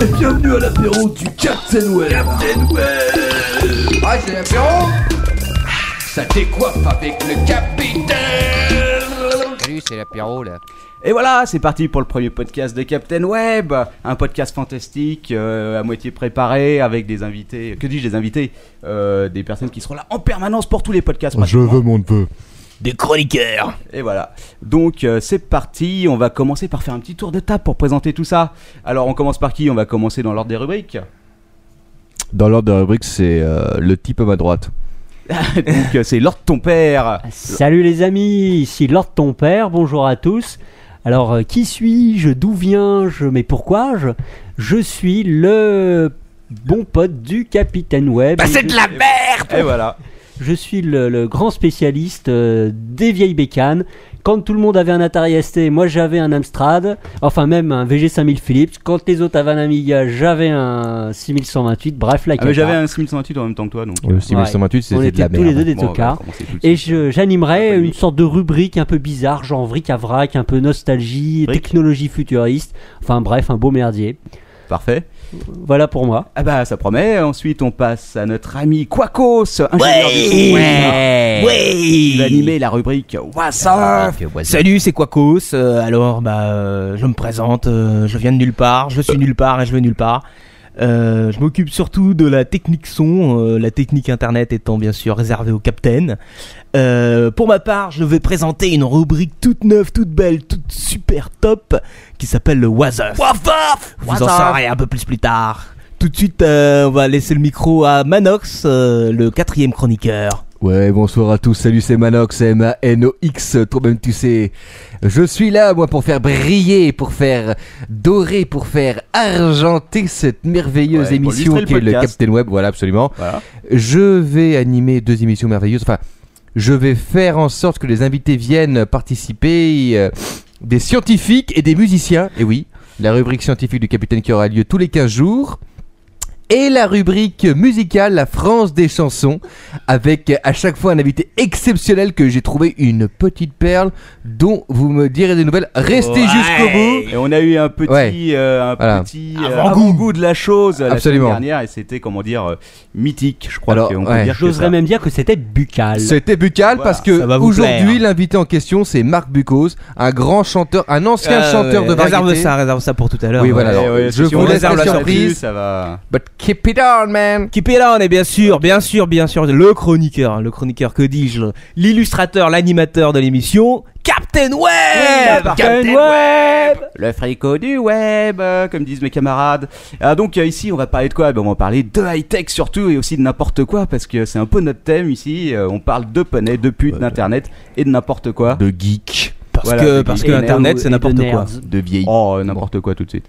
et bienvenue à l'apéro du Captain Well. Captain Well. Ah, c'est l'apéro Ça décoiffe avec le capitaine. Salut, c'est l'apéro là. Et voilà, c'est parti pour le premier podcast de Captain Web, un podcast fantastique, euh, à moitié préparé, avec des invités, que dis-je des invités, Euh, des personnes qui seront là en permanence pour tous les podcasts. Je pratiquement. veux mon neveu. Des chroniqueurs Et voilà. Donc euh, c'est parti, on va commencer par faire un petit tour de table pour présenter tout ça. Alors on commence par qui On va commencer dans l'ordre des rubriques. Dans l'ordre de la rubrique, c'est euh, le type à ma droite. Donc euh, c'est l'ordre de ton père. Salut les amis, ici Lord ton père, bonjour à tous. Alors euh, qui suis-je, d'où viens-je, mais pourquoi-je Je suis le bon pote du Capitaine Web. Bah Et c'est je- de la merde Et voilà. Ah, Je suis le, le grand spécialiste euh, des vieilles bécanes. Quand tout le monde avait un Atari ST, moi j'avais un Amstrad, enfin même un VG5000 Philips. Quand les autres avaient un Amiga, j'avais un 6128, bref la Ah, cata. mais j'avais un 6128 en même temps que toi, donc. euh, Le 6128, On c'était de la était tous les merde. deux des Bon, on va tocards. commencer tout de Et suite. je- Ah, j'animerais pas lui. une sorte de rubrique un peu bizarre, genre vric-à-vrac, un peu nostalgie, Vric. technologie futuriste. Enfin bref, un beau merdier. Parfait. Voilà pour moi. Ah bah ça promet. Ensuite on passe à notre ami Quacos, ingénieur du Ouais son. Ouais, Il va animer la rubrique What's up Salut, c'est Quacos. Euh, alors, bah, euh, je me présente, euh, je viens de nulle part, je suis nulle part et je vais nulle part. Euh, je m'occupe surtout de la technique son, euh, la technique internet étant bien sûr réservée au capitaine. Euh, pour ma part, je vais présenter une rubrique toute neuve, toute belle, toute super top qui s'appelle le What's Up. Je vous en saurai un peu plus plus tard. Tout de suite, euh, on va laisser le micro à Manox, euh, le quatrième chroniqueur. Ouais, bonsoir à tous. Salut, c'est Manox, M-A-N-O-X, toi-même tu sais. Je suis là, moi, pour faire briller, pour faire dorer, pour faire argenter cette merveilleuse Ouais, pour émission illustrer qui le est le podcast. Captain Web. Voilà, absolument. Voilà. Je vais animer deux émissions merveilleuses. Enfin, je vais faire en sorte que les invités viennent participer, euh, des scientifiques et des musiciens. Et oui, la rubrique scientifique du Capitaine qui aura lieu tous les 15 jours. Et la rubrique musicale, la France des chansons, avec euh, à chaque fois un invité exceptionnel que j'ai trouvé une petite perle dont vous me direz des nouvelles. Restez Ouais. jusqu'au bout. Et on a eu un petit, Ouais. euh, un Voilà. petit Avant-goût. goût de la chose la Absolument. semaine dernière et c'était comment dire euh, mythique, je crois Alors, qu'on peut ouais. dire que ça. J'oserais même dire que c'était buccal. C'était Bucal Voilà, parce ça va que vous aujourd'hui plaire. l'invité en question c'est Marc Bucos, un grand chanteur, un ancien Euh, chanteur de variété. Réserve ça, réserve ça pour tout à l'heure. Oui, voilà. Ouais, alors, ouais, je si vous on laisse réserve la surprise, surprise. ça va. But keep it on, man. Keep it on, et bien sûr, bien sûr, bien sûr, le chroniqueur, le chroniqueur, que dis-je, l'illustrateur, l'animateur de l'émission, Captain Web Captain Le frico du web, euh, comme disent mes camarades. Ah, donc euh, ici, on va parler de quoi Ben, On va parler de high-tech surtout et aussi de n'importe quoi parce que c'est un peu notre thème ici. Euh, on parle de poney, de pute, d'internet et de n'importe Ah. quoi. De geek, Parce Voilà, que, et parce puis- que et Internet, Et c'est de n'importe quoi. nerds. de vieille. Oh, euh, n'importe quoi tout de suite.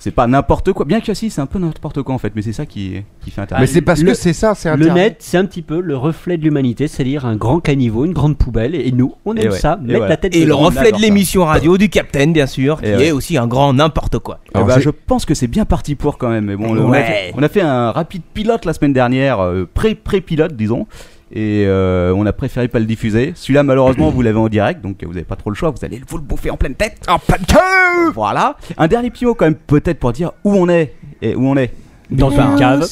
C'est pas n'importe quoi, bien que si, c'est un peu n'importe quoi en fait, mais c'est ça qui, qui fait Bah, Mais Internet. c'est parce le- que c'est ça, c'est Le Internet. net, c'est un petit peu le reflet de l'humanité, c'est-à-dire un grand caniveau, une grande poubelle, et nous, on Et aime ouais, ça, et mettre voilà. la tête Et le dedans. on reflet de adore ça. l'émission radio du Captain, bien sûr, qui Et ouais. est aussi un grand n'importe quoi. Eh Alors, ben, c'est- je pense que c'est bien parti pour quand même. Mais bon, on, a Ouais. fait, on a fait un rapide pilote la semaine dernière, euh, pré pré pilote disons, et euh, on a préféré pas le diffuser. Celui-là, malheureusement, vous l'avez en direct, donc euh, vous n'avez pas trop le choix. Vous allez vous le bouffer en pleine tête. Oh, pas de- Voilà. Un dernier petit mot quand même, peut-être pour dire où on est et où on est. Dans une cave.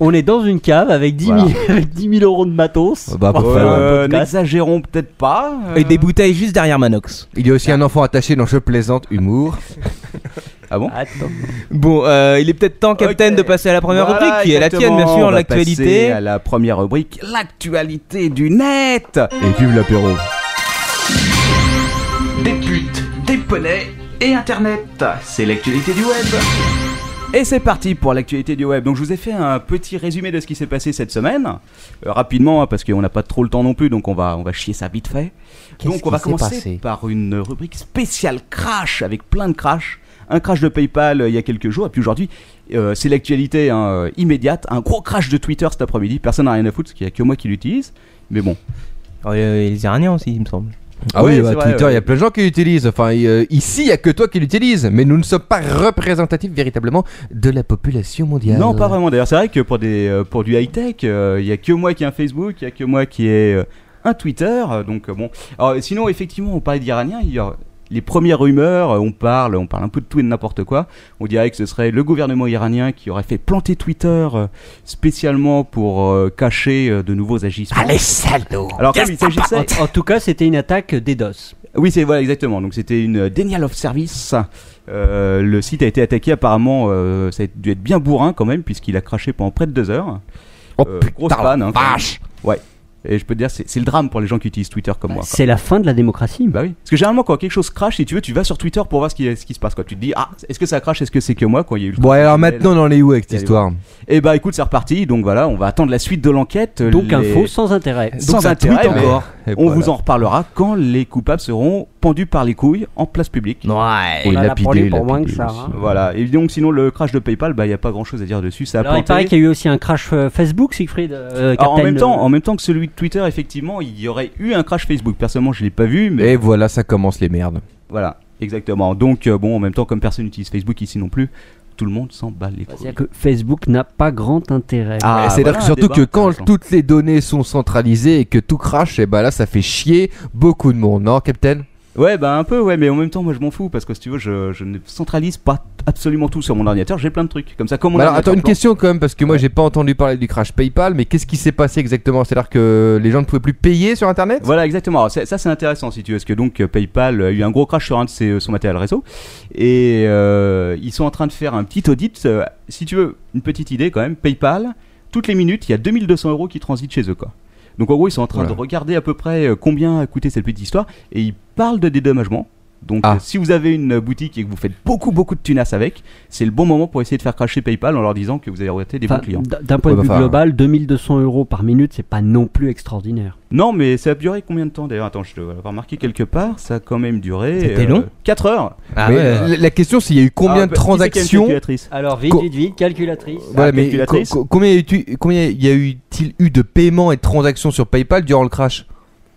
On est dans une cave avec 10 000, Voilà. avec 10 000 euros de matos. Bah, pour pour Ouais, faire ouais, un Euh, podcast. N'exagérons peut-être pas. euh. Et des bouteilles juste derrière Manox. Il y a aussi un enfant attaché dans Je plaisante humour. Ah bon Attends. Bon, euh, il est peut-être temps, Captain, Ok. de passer à la première Voilà, rubrique, qui est la tienne, exactement. bien On sûr, va passer l'actualité. À la première rubrique, l'actualité du net. Et vive l'apéro. Des putes, des poneys et Internet. C'est l'actualité du web. Et c'est parti pour l'actualité du web. Donc je vous ai fait un petit résumé de ce qui s'est passé cette semaine, Euh, rapidement hein, parce qu'on n'a pas trop le temps non plus, donc on va on va chier ça vite fait. Qu'est-ce Donc on va qui s'est commencer passé par une rubrique spéciale crash avec plein de crash. Un crash de PayPal euh, il y a quelques jours et puis aujourd'hui euh, c'est l'actualité hein, euh, immédiate. Un gros crash de Twitter cet après-midi. Personne n'a rien à foutre, parce qu'il n'y a que moi qui l'utilise. Mais bon. Oh, et les Iraniens aussi, il me semble. Ah Ouais, oui, c'est bah, vrai, Twitter, il ouais. y a plein de gens qui l'utilisent. Enfin, il, euh, ici, il y a que toi qui l'utilises. Mais nous ne sommes pas représentatifs véritablement de la population mondiale. Non, pas vraiment. D'ailleurs, c'est vrai que pour, des, euh, pour du high-tech, euh, il y a que moi qui ai un Facebook, il y a que moi qui ai euh, un Twitter. euh, donc, euh, bon. Alors, sinon, effectivement, on parlait d'Iraniens. il y a- les premières rumeurs, euh, on parle, on parle un peu de tout et de n'importe quoi. On dirait que ce serait le gouvernement iranien qui aurait fait planter Twitter euh, spécialement pour euh, cacher euh, de nouveaux agissements. Ah, Allez, salaud Alors comme il s'agissait, Ah, En, en tout cas, c'était une attaque DDoS. oui c'est voilà exactement. Donc c'était une euh, denial of service. Euh, le site a été attaqué apparemment, euh, ça a dû être bien bourrin quand même puisqu'il a craché pendant près de deux heures. Oh Euh, putain, grosse la panne, hein, quand même. vache Et je peux te dire c'est c'est le drame pour les gens qui utilisent Twitter comme moi. quoi. C'est la fin de la démocratie. Bah oui. Parce que généralement, quand quelque chose crache, si tu veux, tu vas sur Twitter pour voir ce qui, ce qui se passe. Quoi. Tu te dis, ah, est-ce que ça crache Est-ce que c'est que moi quand il y a eu le Bon, alors maintenant, on en est où avec cette Allez, histoire Et bah écoute, c'est reparti. Donc voilà, on va attendre la suite de l'enquête. Donc Les- un faux sans intérêt. Sans un tweet intérêt, mais encore. Et On voilà. vous en reparlera quand les coupables seront pendus par les couilles en place publique. Ouais. Et On en a lapidé, parlé pour lapidé moins que ça, aussi. hein. Voilà. Et donc, sinon, le crash de PayPal, bah il n'y a pas grand chose à dire dessus. Ça a Alors, il planté. paraît qu'il y a eu aussi un crash euh, Facebook, Siegfried. euh, Alors, en Captain, même, temps, euh, en même temps que celui de Twitter, effectivement, il y aurait eu un crash Facebook. Personnellement, je l'ai pas vu, mais Et voilà, ça commence les merdes. voilà, exactement. Donc, euh, bon, en même temps, comme personne n'utilise Facebook ici non plus, tout le monde s'en bat les couilles. C'est-à-dire que Facebook n'a pas grand intérêt. Ah, c'est voilà un surtout débat que quand intéressant. toutes les données sont centralisées et que tout crache, et bah là, ça fait chier beaucoup de monde, non, Captain Ouais, bah un peu, ouais, mais en même temps, moi je m'en fous parce que si tu veux, je, je ne centralise pas absolument tout sur mon ordinateur, j'ai plein de trucs. Comme ça, comme on Bah a Alors, un attends, une plan- question quand même, parce que moi, j'ai pas entendu parler du crash PayPal, mais qu'est-ce qui s'est passé exactement C'est-à-dire que les gens ne pouvaient plus payer sur Internet Voilà, exactement. Alors, c'est- ça, c'est intéressant si tu veux, parce que donc euh, PayPal a eu un gros crash sur un de ses, euh, son matériel réseau et euh, ils sont en train de faire un petit audit. euh, si tu veux, une petite idée quand même, PayPal, toutes les minutes, il y a 2200 euros qui transitent chez eux, quoi. Donc en gros, ils sont en train Voilà. de regarder à peu près euh, combien a coûté cette petite histoire et ils parlent de dédommagement. Donc Ah. euh, si vous avez une boutique et que vous faites beaucoup beaucoup de tunas avec, c'est le bon moment pour essayer de faire cracher PayPal en leur disant que vous avez raté des Enfin, bons clients. d- D'un point de Ouais, vue enfin, global, 2200 euros par minute, c'est pas non plus extraordinaire. Non, mais ça a duré combien de temps d'ailleurs Attends, je dois l'avoir marqué quelque part. Ça a quand même duré. C'était long 4 heures Ah mais ouais. la, la question, c'est il y a eu combien Ah, de bah, qui c'est qui a une transactions calculatrice Alors, vite, Co- vite, vite, calculatrice. Voilà, Ah, mais calculatrice. co- co- combien y a eu- combien y a eu-t-il eu de paiements et de transactions sur PayPal durant le crash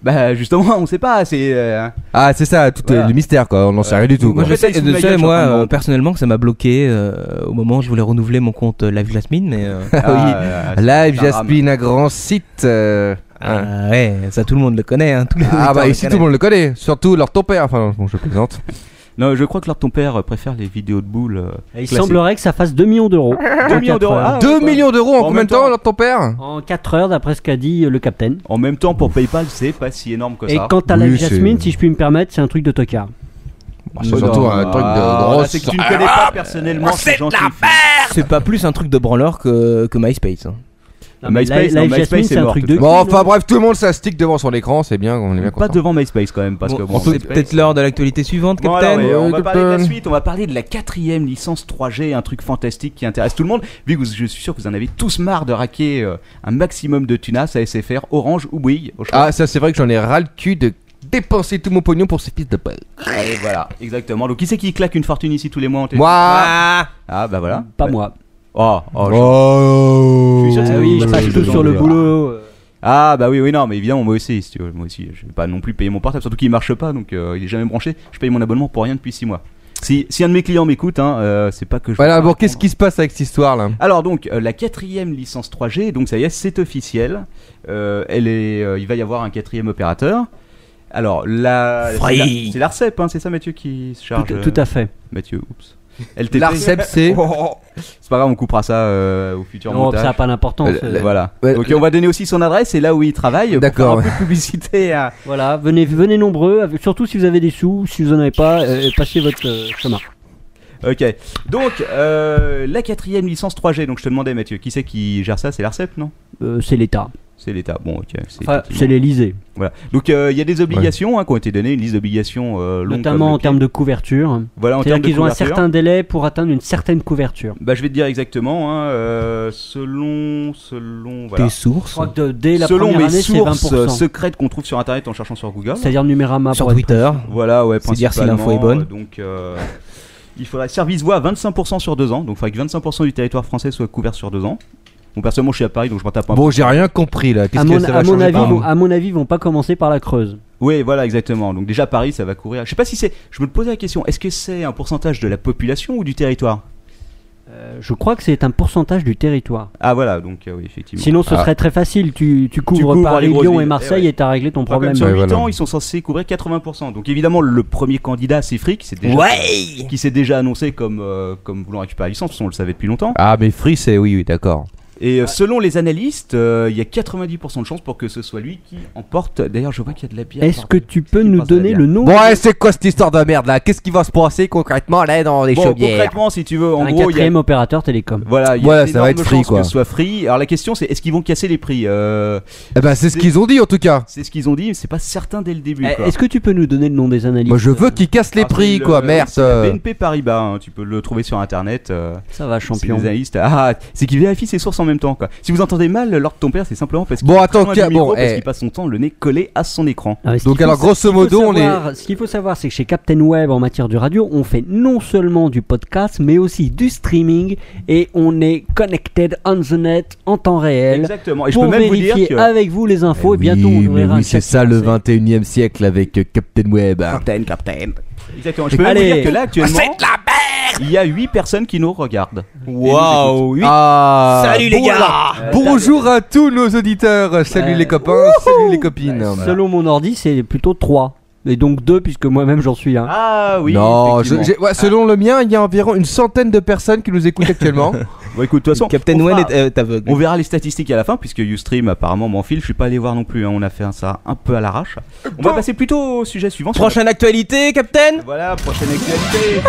Bah justement, on sait pas. C'est euh, Ah, c'est ça, tout Voilà. le mystère, quoi. On n'en sait Ouais. rien du tout. Moi, Quoi. Moi, je Peut-être sais, sous ma je sais, gueule, je suis en moi, train de me euh, rendre. personnellement, que ça m'a bloqué euh, au moment où je voulais renouveler mon compte euh, Live Jasmine, mais euh, Ah oui. euh, c'est Live un drame. Jasmine, un grand site. euh, hein. ah ouais, ça tout le monde le connaît. Hein, tous les Ah auditeurs bah le ici tout le connaissent. monde le connaît, surtout leur ton père. Enfin bon, je plaisante. Non, je crois que leur ton père euh, préfère les vidéos de boules. euh, Et Ah, il classiques. semblerait que ça fasse 2 millions d'euros. 2 millions d'euros. Ah, ouais, 2 bah. millions d'euros en, En combien même de temps, temps. Ah, leur ton père En 4 heures, d'après ce qu'a dit euh, le capitaine. En même temps, pour PayPal, c'est pas si énorme que Et ça. quant à Oui, la c'est- Jasmine, si je puis me permettre, c'est un truc de tocard. C'est Oh, surtout non. un truc Ah, de là, grosse. Ah, C'est que tu ne connais pas personnellement ces gens qui le font. C'est pas plus un truc de branleur que, que MySpace. hein. Non, mais MySpace, non, la MySpace, Jasmine, c'est c'est un mort, truc tout de de cul, Bon, non enfin bref, tout le monde s'astique devant son écran, c'est bien, on est bien Pas content. devant MySpace quand même, parce Bon, que bon, on peut MySpace- peut-être l'heure de l'actualité suivante, Bon, Captain. alors, euh, on va Captain. parler de la suite, on va parler de la quatrième licence 3G, un truc fantastique qui intéresse tout le monde, vu que vous- je suis sûr que vous en avez tous marre de raquer euh, un maximum de tunas à SFR, Orange ou Bouygues. au choix. Ah ça c'est vrai que j'en ai ras le cul de dépenser tout mon pognon pour ces fils de pelle. Et voilà, exactement. Donc qui c'est qui claque une fortune ici tous les mois en télé- Moi Ah bah voilà. Pas Ouais. moi. Oh, oh, je- Oh. Je suis sûr que Ah c'est- oui, je je suis passe sûr tout que sur j'en le ai- boulot. euh. Ah bah oui, oui, non, mais évidemment, moi aussi, si tu veux, moi aussi, je vais pas non plus payer mon portable, surtout qu'il marche pas, donc euh, il est jamais branché, je paye mon abonnement pour rien depuis 6 mois. Si, si un de mes clients m'écoute, hein, euh, c'est pas que je... Voilà, bon, répondre. qu'est-ce qui se passe avec cette histoire là Alors donc euh, la quatrième licence 3G, donc ça y est, c'est officiel. Euh, elle est, euh, il va y avoir un quatrième opérateur. Alors la, c'est la- Free. c'est l'Arcep, hein, c'est ça Mathieu qui se charge. Tout, tout à fait. euh, Mathieu, oups. LTP. E L'ARCEP c'est Oh, C'est pas grave, on coupera ça euh, au futur Non, ça montage. n'a pas d'importance. Euh, euh, la- Voilà. Ouais, donc la- on va donner aussi son adresse et là où il travaille. pour D'accord. faire Un peu de publicité. hein. à- Voilà, venez, venez nombreux, avec- surtout si vous avez des sous, si vous en avez pas, euh, passez votre euh, chemin. Ok. Donc euh, la quatrième licence 3G. Donc je te demandais Mathieu, qui c'est qui gère ça C'est l'Arcep, E non Euh, c'est l'État. C'est l'État. Bon, ok. c'est Enfin, effectivement- c'est l'Élysée. Voilà. Donc euh, il y a des obligations hein, qui ont été données, une liste d'obligations euh, longue. Notamment comme en le pied. termes de couverture. Voilà, en termes C'est-à-dire de qu'ils ont un couverture. certain délai pour atteindre une certaine couverture. Bah, je vais te dire exactement, hein, euh, selon, selon, voilà. Tes Je sources crois que de- dès la selon mes première année, c'est sources euh, 20%. secrètes qu'on trouve sur internet en cherchant sur Google. C'est-à-dire Numérama sur pour être- Twitter. Voilà, ouais, C'est dire si principalement, l'info est bonne. euh, Donc, euh, il faudrait service voix à 25% sur deux ans. Donc, il faudrait que 25% du territoire français soit couvert sur deux ans. Bon, personnellement, je suis à Paris, donc je m'en tape un peu. Bon, j'ai rien compris là. Qu'est-ce À que mon, ça à va mon changer avis, par vont, à mon avis, ils vont pas commencer par la Creuse. Oui, voilà, exactement. Donc, déjà, Paris, ça va courir. Je sais pas si c'est. Je me posais la question, est-ce que c'est un pourcentage de la population ou du territoire Euh, je crois que c'est un pourcentage du territoire. Ah voilà, donc euh, oui, effectivement. Sinon, ce Ah. serait très facile. Tu, tu couvres, couvres Paris, les grosses Lyon et villes. Marseille Eh ouais. et t'as réglé ton Par problème. contre, sur Ouais, 8 voilà. ans, ils sont censés couvrir 80%. Donc évidemment, le premier candidat, c'est Frick, c'est déjà- Ouais qui s'est déjà annoncé comme, euh, comme voulant récupérer la licence, parce qu'on le savait depuis longtemps. Ah, mais Free, c'est oui, oui, d'accord. Et euh, selon les analystes, euh, il y a 90% de chances pour que ce soit lui qui emporte. D'ailleurs, je vois qu'il y a de la bière. Est-ce que tu peux Il nous pense à la donner bière. le nom Bon, ouais, c'est quoi cette histoire de merde là Qu'est-ce qui va se passer concrètement là dans les Bon, chaumières concrètement, si tu veux, en d'un gros, il y a quatrième opérateur télécom Voilà, il y a Ouais, une ça va énorme être free, chance quoi. que ce soit free. Alors la question c'est est-ce qu'ils vont casser les prix Euh, Eh ben, c'est ce qu'ils ont dit en tout cas. C'est ce qu'ils ont dit, mais c'est pas certain dès le début. Eh, quoi. Est-ce que tu peux nous donner le nom des analystes Moi, je veux qu'ils cassent les Alors, prix, Ah, c'est quoi, le- merde. c'est la BNP Paribas, hein, tu peux le trouver sur internet. euh, Ça va, c'est champion. des analystes. Ah, c'est qu'ils vérifient ses sources en même temps, quoi. Si vous entendez mal, l'ordre de ton père, c'est simplement parce qu'il Bon, est attends, loin tiens, du micro, bon, parce eh. qu'il passe son temps le nez collé à son écran. Ah, ce Donc, qu'il alors, faut- grosso ce qu'il faut modo, on est- savoir- Ce qu'il faut savoir, c'est que chez Captain Web, en matière du radio, on fait non seulement du podcast, mais aussi du streaming, et on est connected on the net en temps réel. Exactement. Et je pour peux même vous vérifier Ah. dire que avec vous les infos, Eh et bientôt on ouvrira un c'est chat ça le français. 21 e siècle avec Captain Web. Ah, Exactement. Je peux même vous Allez. dire que là actuellement, il y a 8 personnes qui nous regardent. Waouh oui. Ah, Salut les bon, gars Euh, alors, Bonjour à tous nos auditeurs. Salut Ouais. les copains, salut les copines. Selon mon ordi, c'est plutôt 3. Et donc 2, puisque moi-même j'en suis là. Ah oui. non, je- effectivement. Ah. j'ai- ouais, selon le mien, il y a environ une centaine de personnes qui nous écoutent actuellement. Bon, écoute, de toute façon, Captain on One fera- est euh, est aveugle. On verra les statistiques à la fin, puisque Ustream apparemment m'enfile. Je suis pas allé voir non plus, hein. on a fait ça un peu à l'arrache. On va passer plutôt au sujet suivant. sur la- Prochaine actualité, Captain Voilà, prochaine actualité.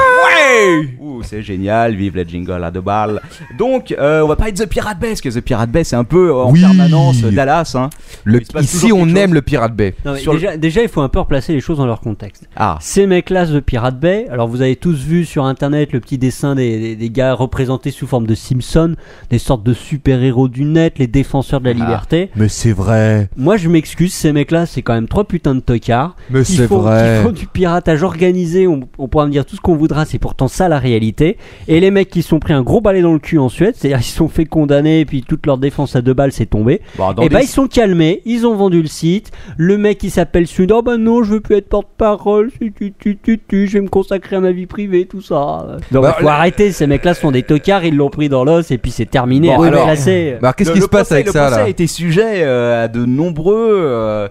Ouh, c'est génial, vive la jingle à deux balles. Donc, euh, on va parler de The Pirate Bay, parce que The Pirate Bay, c'est un peu euh, en Oui. permanence euh, Dallas. Hein. Le- Il se passe ici, toujours on quelque aime chose. le Pirate Bay. Non, mais Sur le- déjà, déjà, il faut un peu replacer les choses dans leur contexte. Ah, Ces mecs-là de Pirate Bay, alors vous avez tous vu sur internet le petit dessin des, des- des gars représentés sous forme de Simpsons, des sortes de super-héros du net, les défenseurs de la Ah. liberté. Mais c'est vrai. Moi je m'excuse, ces mecs-là c'est quand même trois putains de tocards. Mais qui c'est font- vrai. qui font du piratage organisé, on, on pourra me dire tout ce qu'on voudra, c'est pourtant ça la réalité. Et les mecs qui se sont pris un gros balai dans le cul en Suède, c'est-à-dire ils se sont fait condamner et puis toute leur défense à deux balles s'est tombée. bon, dans et les- Eh ben, bah ils se sont calmés, ils ont vendu le site. Le mec qui s'appelle Sud, oh bah non, je veux plus être porte-parole, tu, tu, tu, tu, tu, je vais me consacrer à ma vie privée, tout ça. Donc Bah, faut le- arrêter, ces mecs-là sont des tocards, ils l'ont pris dans l'os et puis c'est terminé. Bon, à alors- reclasser. Bah, qu'est-ce le- qui le se passe procès- avec le ça procès là a été sujet euh, à de nombreux. euh,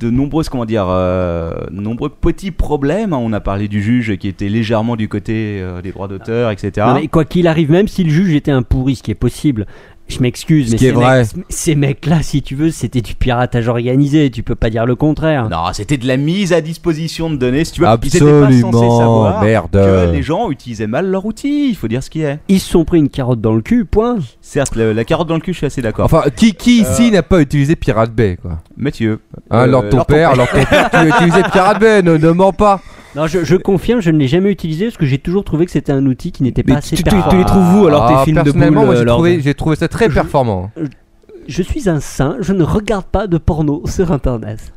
de nombreuses comment dire euh, nombreux petits problèmes hein. on a parlé du juge qui était légèrement du côté euh, des droits d'auteur etc hein. Non, mais quoi qu'il arrive, même si le juge était un pourri, ce qui est possible, je m'excuse, Ce mais qui est ces, vrai. mecs- ces mecs-là, si tu veux, c'était du piratage organisé, tu peux pas dire le contraire. Non, c'était de la mise à disposition de données, si tu veux. Ils étaient pas censés Absolument, savoir merde. que les gens utilisaient mal leur outil, il faut dire ce qui est. Ils se sont pris une carotte dans le cul, point. Certes, le- la carotte dans le cul, je suis assez d'accord. Enfin, qui, qui ici Euh, n'a pas utilisé Pirate Bay, quoi Mathieu. Hein, euh, Lord ton Lord ton père, Lord ton père, tu as utilisé Pirate Bay, ne, ne mens pas. Non, je, je confirme, je ne l'ai jamais utilisé parce que j'ai toujours trouvé que c'était un outil qui n'était Mais pas assez tu, tu- performant. tu les trouves où alors Ah, tes films de boules Personnellement, moi, j'ai euh, Lord trouvé, j'ai trouvé ça très performant. Je suis un saint, je ne regarde pas de porno sur internet.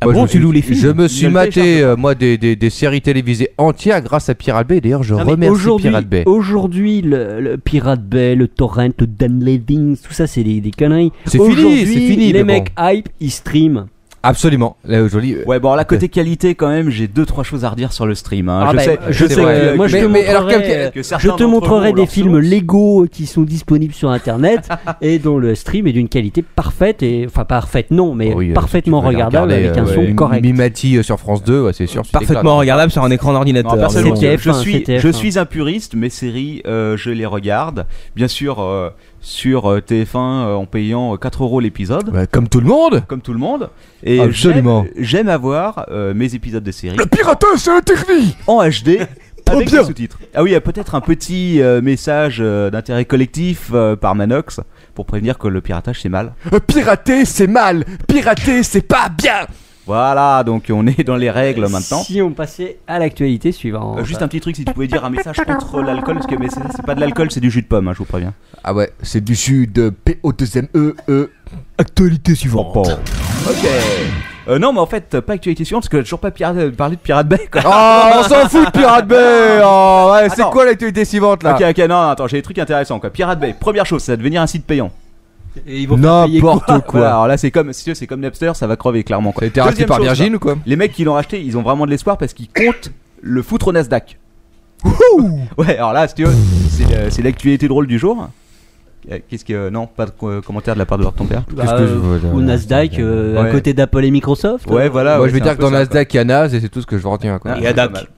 Ah Moi, bon, je me tu suis- loues les films Je me Je suis le maté, télécharge euh, moi, des, des, des séries télévisées entières grâce à Pirate Bay. D'ailleurs, je Non, mais remercie aujourd'hui, Pirate Bay. aujourd'hui, le, le Pirate Bay, le Torrent, le Downloading, tout ça, c'est des, des conneries. C'est fini, Aujourd'hui, c'est fini. Les mais bon. mecs hype, ils streament. Absolument. Là, aujourd'hui. euh, Ouais, bon, là, côté qualité, quand même, j'ai deux, trois choses à redire sur le stream. hein. Ah je bah, sais, je sais sais, que- euh, moi, que- je te mais- mais alors, montrerai, quel- euh, que certains je te d'entre vous montrerai ont des leur films source. Lego qui sont disponibles sur internet et dont le stream est d'une qualité parfaite et enfin parfaite non mais oui, euh, parfaitement si tu veux aller regardable regarder, avec un euh, son ouais, correct. Mimati euh, sur France 2, ouais, c'est sûr. tu Parfaitement t'éclates. regardable sur un écran Non, d'ordinateur. personnellement, mais bon. c'est je, TF1, suis, c'est je TF1. suis un puriste, mes séries, euh, je les regarde. Bien sûr, euh, sur euh, TF1, euh, en payant euh, 4 euros l'épisode. Bah, comme tout le monde. Comme tout le monde. Et Absolument. j'aime- j'aime avoir euh, mes épisodes de séries piratage, c'est interdit. en HD Trop avec bien. des sous-titres. Ah oui, il y a peut-être un petit euh, message euh, d'intérêt collectif euh, par Manox pour prévenir que le piratage c'est mal. Pirater, Euh, c'est mal. Pirater, c'est pas bien. Voilà, donc on est dans les règles Euh, maintenant. Si on passait à l'actualité suivante. Euh, juste un petit truc, si tu pouvais dire un message contre l'alcool, parce que mais c'est, c'est pas de l'alcool, c'est du jus de pomme, hein, je vous préviens. Ah ouais, c'est du sud euh, de P-O-2-M-E-E. Actualité suivante. Oh, Ok. Euh, non, mais en fait, euh, pas actualité suivante, parce que j'ai toujours pas pirate- parlé de Pirate Bay. Quoi. Oh, on s'en fout de Pirate Bay. Oh, ouais, c'est Attends. quoi l'actualité suivante là Ok, ok, non, non, attends, j'ai des trucs intéressants. Quoi. Pirate Bay, première chose, ça va devenir un site payant. Et ils vont faire payer quoi N'importe Voilà, quoi. alors là, c'est comme, si tu veux, c'est comme Napster, ça va crever clairement. Quoi. Ça a été racheté Deuxième par chose, Virgin ou quoi Les mecs qui l'ont racheté, ils ont vraiment de l'espoir parce qu'ils comptent le foutre au Nasdaq. Ouais, alors là, si tu veux, c'est le- c'est l'actualité drôle du jour. Euh, Qu'est-ce que. Non, pas de co- commentaire de la part de leur ton père. Bah, que je vois, là Ou Nasdaq euh, Ouais. à côté d'Apple et Microsoft. Ouais, voilà. Moi, ouais, je vais c'est un dire que peu dans ça, Nasdaq, il y a Nas et c'est tout ce que je retiens. quoi. Quoi. Ah, Il y a c'est Dak. pas mal.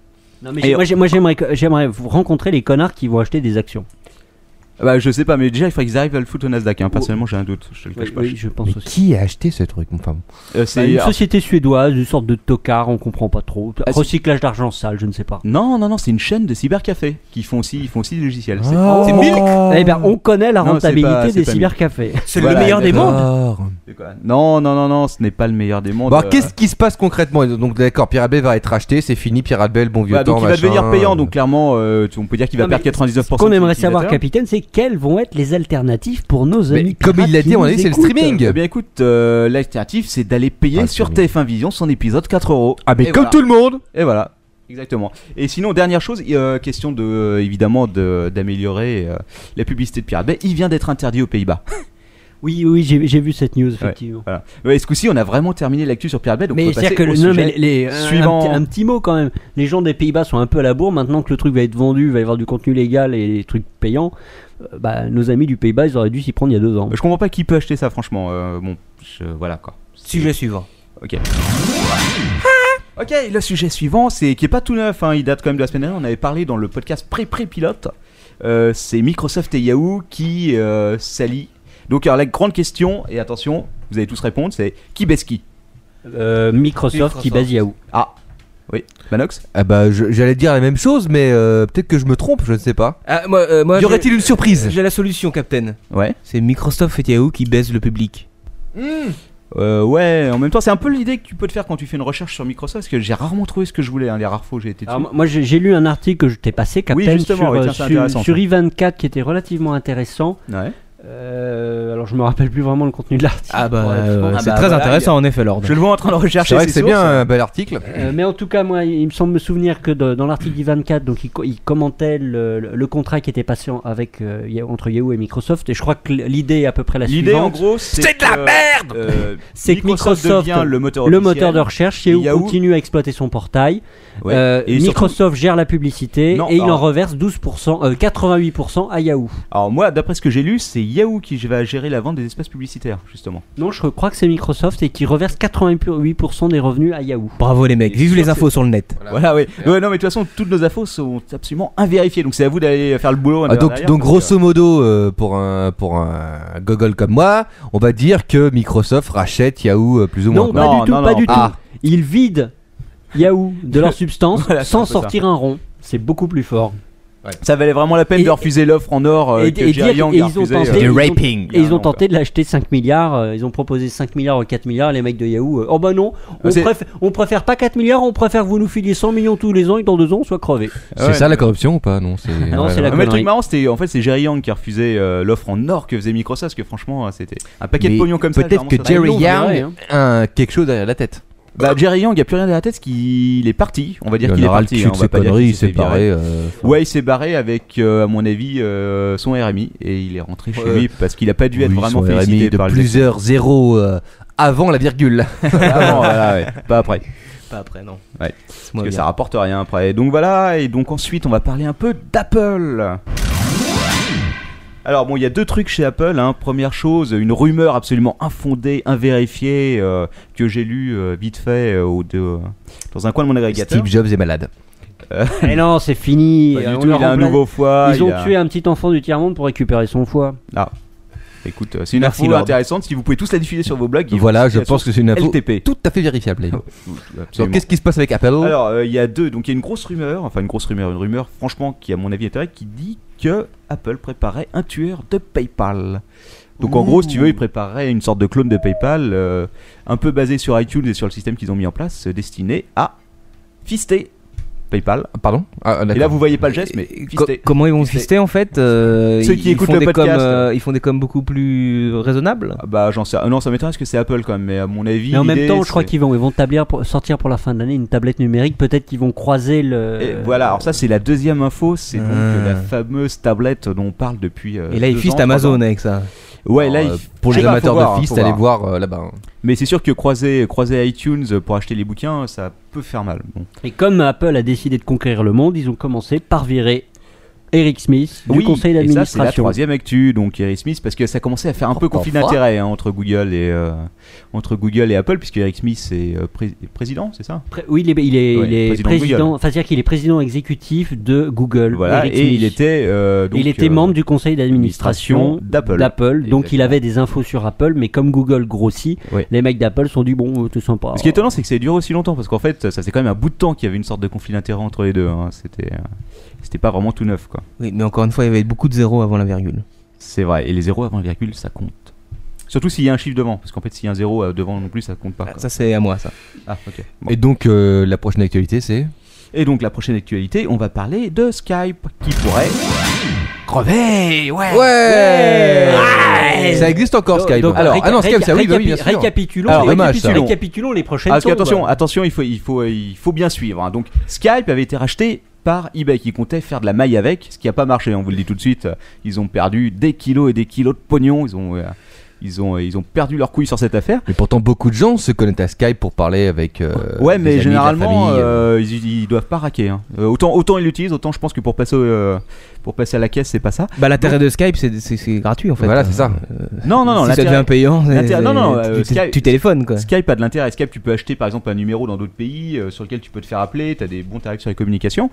Non, mais Et- j'ai- moi, j'ai- moi, j'aimerais que- j'aimerais vous rencontrer les connards qui vont acheter des actions. Bah, je sais pas, mais déjà, il faudrait qu'ils arrivent à le foutre au Nasdaq. hein. Personnellement, j'ai un doute. Je te le Oh. Oui, cache pas. oui, je pense Mais aussi. qui a acheté ce truc enfin, Euh, Bah, c'est- une alors, société suédoise, une sorte de tocard, on comprend pas trop. Ah, c'est- Recyclage d'argent sale, je ne sais pas. Non, non, non, c'est une chaîne de cybercafé qui font aussi, ils font aussi des logiciels. C'est- Ah. c'est mille- Eh ben, on connaît la Non, c'est rentabilité pas- c'est des pas cybercafés. C'est Voilà, le meilleur des d'accord. mondes. C'est quoi Non, non, non, non, ce n'est pas le meilleur des mondes. Bah, Bon, euh. alors, qu'est-ce qui se passe concrètement Donc, d'accord, Pirate Bay va être racheté, c'est fini, Pirate Bay, le bon vieux Bah, temps. donc il va machin. devenir payant, donc clairement, euh, tu- on peut dire qu'il va Non, perdre mais 99%. Ce qu'on de ses aimerait savoir, utilisateurs. capitaine, c'est quelles vont être les alternatives pour nos Mais amis. comme pirates il l'a qui dit, on nous a dit, c'est le écoutent. streaming. Eh bien écoute, euh, l'alternative c'est d'aller payer Ah, sur c'est bien. TF1 Vision son épisode 4 euros. Ah, Et mais comme voilà. tout le monde Et voilà, exactement. Et sinon, dernière chose, euh, question de euh, évidemment de- d'améliorer euh, la publicité de Pirate Bay. Il vient d'être interdit aux Pays-Bas. Oui, oui, j'ai j'ai vu cette news, effectivement. Voilà. Ouais, et ce coup-ci, on a vraiment terminé l'actu sur Pirate Bay. Donc on mais peut c'est-à-dire passer que au le- non, sujet mais les, un- suivant. Un, petit, un petit mot quand même. Les gens des Pays-Bas sont un peu à la bourre. Maintenant que le truc va être vendu, il va y avoir du contenu légal et des trucs payants. euh, bah, nos amis du Pays-Bas, ils auraient dû s'y prendre il y a deux ans. Je comprends pas qui peut acheter ça, franchement. Euh, bon, je- voilà quoi. Sujet suivant. Ok. Ok, le sujet suivant, c'est qui est pas tout neuf, hein, il date quand même de la semaine dernière. On avait parlé dans le podcast pré-pré-pilote. Euh, c'est Microsoft et Yahoo qui euh, s'allient. Donc, alors, la grande question, et attention, vous allez tous répondre, c'est qui baisse qui Euh, Microsoft, qui Microsoft. base Yahoo. Ah, oui, Manox Ah, bah, je- j'allais dire la même chose, mais euh, peut-être que je me trompe, je ne sais pas. moi, euh, moi, Y aurait-il une j'ai- surprise J'ai la solution, Captain. Ouais. C'est Microsoft et Yahoo qui baisent le public. Euh, ouais, en même temps, c'est un peu l'idée que tu peux te faire quand tu fais une recherche sur Microsoft, parce que j'ai rarement trouvé ce que je voulais, hein, les rares fois où j'ai été dessus. Alors, moi- moi, j'ai j'ai lu un article que je t'ai passé, Captain, justement, sur, oui, euh, tiens, c'est sur- intéressant, sur ça. i24, qui était relativement intéressant. Ouais. Euh, alors, je me rappelle plus vraiment le contenu de l'article. Ah bah, Ouais, franchement. euh, Ah c'est bah, très voilà, intéressant en effet, Lord. Je le vois en train de rechercher. C'est vrai que c'est sources. bien un bel article. Euh, mais en tout cas, moi, il me semble me souvenir que de- dans l'article i24, donc il, co- il commentait le, le- le contrat qui était passé en- avec euh, Ya- entre Yahoo et Microsoft, et je crois que l- l'idée est à peu près la L'idée, en suivante. gros, c'est. de la merde C'est que Microsoft devient le moteur le officiel. moteur de recherche, Yahoo, Yahoo- continue à exploiter son portail. Ouais. Euh, Et surtout- Microsoft gère la publicité Non, et il en alors- reverse 12%, euh, 88% à Yahoo. Alors moi, d'après ce que j'ai lu, c'est Yahoo qui va gérer la vente des espaces publicitaires, justement. Non, je crois que c'est Microsoft et qui reverse 88% des revenus à Yahoo. Bravo les mecs, Et vive sur les ce- infos sur le net. Voilà, oui. Ouais, non, mais de toute façon, toutes nos infos sont absolument invérifiées, donc c'est à vous d'aller faire le boulot. Ah, donc, donc grosso modo, euh, pour un pour un gogol comme moi, on va dire que Microsoft rachète Yahoo euh, plus ou moins. Non, quoi. pas Non, du tout, non, pas non. du Ah. tout. Ils vident Yahoo de leur substance Voilà, c'est sans un peu ça. sortir un rond. C'est beaucoup plus fort. ça valait vraiment la peine Et- de refuser l'offre en or euh, et- que et Jerry dire- Yang et a ils ont refusé, tenté- euh, Et- Du ils ont- raping. Il y a Et un ils ont nom, tenté de l'acheter 5 milliards, euh, ils ont proposé 5 milliards ou 4 milliards, les mecs de Yahoo. euh, oh bah non, on, C'est- préfère, on préfère pas 4 milliards, on préfère que vous nous filiez 100 millions tous les ans et dans deux ans on soit crevé. C'est Ouais, non, ça la mais- corruption ou pas Non, c'est Non, c'est la Ah, mais le truc connerie. marrant, c'était en fait c'est Jerry Yang qui a refusé euh, l'offre en or que faisait Microsoft, parce que franchement, euh, c'était un paquet Mais de pognon comme ça. Peut-être généralement, que ça- Jerry non, c'est Yang vrai, hein. a un- quelque chose derrière la tête. Bah, Jerry Yang, il a plus rien derrière la tête, parce qu'il est parti. On va dire en qu'il est aura le parti. cul hein, de on ses va pas dire conneries, qu'il il s'est fait virer. barré. euh, Ouais, il s'est barré avec, euh, à mon avis, euh, son RMI et il est rentré chez Ouais. lui parce qu'il a pas dû être oui, vraiment son RMI félicité de par le plusieurs zéros euh, avant la virgule. Avant, voilà, Ah, ouais, pas après. Pas après, non. Ouais. C'est Parce moins que bien. ça rapporte rien après. Donc voilà, et donc ensuite on va parler un peu d'Apple. Alors bon, il y a deux trucs chez Apple. hein. Première chose, une rumeur absolument infondée, invérifiée, euh, que j'ai lue euh, vite fait euh, au- de- euh, dans un coin de mon agrégateur. Steve Jobs est malade. Mais non, c'est fini. euh, Pas du Bah, on tout, leur il a un remplace- nouveau hein. foie. Ils il ont a- tué un petit enfant du tiers-monde pour récupérer son foie. Écoute, euh, c'est une Merci, info Lord. intéressante. Si vous pouvez tous la diffuser sur vos blogs. Voilà, je pense que c'est une info LTP. tout à fait vérifiable. d'ailleurs. Donc Absolument. qu'est-ce qui se passe avec Apple Oh, Alors, euh, il y a deux. Donc, il y a une grosse rumeur, enfin une grosse rumeur, une rumeur, franchement, qui à mon avis est vraie, qui dit que Apple préparait un tueur de PayPal. Donc, en gros, si tu veux, ils préparaient une sorte de clone de PayPal, euh, un peu basé sur iTunes et sur le système qu'ils ont mis en place, euh, destiné à fister PayPal. Pardon Ah, Et d'accord. là, vous voyez pas le geste, mais Et fister. co- comment ils vont se fister en fait euh, Ceux ils- qui ils écoutent font le des podcast. coms, euh, Ils font des coms beaucoup plus raisonnables. Ah bah, j'en sais. ah non, ça m'étonne parce que c'est Apple quand même, mais à mon avis. Mais en même l'idée, temps, je crois c'est- qu'ils vont, ils vont tablir pour- sortir pour la fin de l'année une tablette numérique. Peut-être qu'ils vont croiser le. Et voilà, alors ça c'est la deuxième info, c'est donc Ah. la fameuse tablette dont on parle depuis. euh, Et là, ils deux fistent ans, trois ans. Amazon avec ça. Ouais, Alors, là, il- euh, pour je les sais pas, amateurs faut voir, hein, de faut Fist, voir. allez voir euh, là-bas. Mais c'est sûr que croiser, croiser iTunes pour acheter les bouquins, ça peut faire mal. Bon. Et comme Apple a décidé de conquérir le monde, ils ont commencé par virer Eric Smith du conseil et ça, c'est la d'administration. troisième actu, donc Eric Smith, parce que ça commençait à faire un peu conflit d'intérêt hein, entre Google et euh, entre Google et Apple, puisque Eric Smith est euh, pré- président, c'est ça Pré- oui, il est, il est- Ouais, il est président de président, Google. enfin, c'est-à-dire qu'il est président exécutif de Google. Voilà, Eric et Smith. il était euh, donc, il était euh, membre du conseil d'administration administration d'Apple. d'Apple, donc il Exactement. avait des infos sur Apple, mais comme Google grossit, Ouais. les mecs d'Apple sont du bon, euh, tout sympa. Ce qui est étonnant, c'est que ça ait duré aussi longtemps, parce qu'en fait, ça c'est quand même un bout de temps qu'il y avait une sorte de conflit d'intérêt entre les deux. hein. C'était, euh, c'était pas vraiment tout neuf, quoi. Oui, mais encore une fois, il y avait beaucoup de zéros avant la virgule. C'est vrai. Et les zéros avant la virgule, ça compte. Surtout s'il y a un chiffre devant, parce qu'en fait, s'il y a un zéro euh, devant non plus, ça compte pas. Bah, quoi. ça, c'est à moi, ça. Ah, ok. Bon. Et donc, euh, la prochaine actualité, c'est. Et donc la prochaine actualité, on va parler de Skype qui pourrait crever. Ouais. Ouais, Ouais Ça existe encore Donc, Skype. donc, Alors, réca- ah non, Skype, réca- ça, oui, bah oui, récapi- bien sûr. Récapitulons, Alors, les- dommage, ça. récapitulons- récapitulons les prochaines Ah, parce tombes. qu'attention, attention, il faut, il faut, il faut bien suivre. hein. Donc Skype avait été racheté par eBay qui comptait faire de la maille avec, ce qui n'a pas marché. On vous le dit tout de suite. Ils ont perdu des kilos et des kilos de pognon. Ils ont, euh, ils ont, ils ont perdu leur couille sur cette affaire. Mais pourtant, beaucoup de gens se connectent à Skype pour parler avec. euh, ouais, des amis, de mais la généralement, famille, euh. euh, ils, ils doivent pas raquer. hein. Euh, autant, autant ils l'utilisent, autant je pense que pour passer, au, euh, pour passer à la caisse, c'est pas ça. Bah, l'intérêt de Skype, c'est- c'est c'est gratuit en fait. euh, Voilà, c'est ça. Non, non, non. si ça l'intérêt- devient payant, c'est- l'intérêt- non, non, tu- euh, tu, Skype- tu téléphones quoi. Skype a de l'intérêt. Skype, tu peux acheter par exemple un numéro dans d'autres pays euh, sur lequel tu peux te faire appeler. T'as des bons tarifs sur les communications.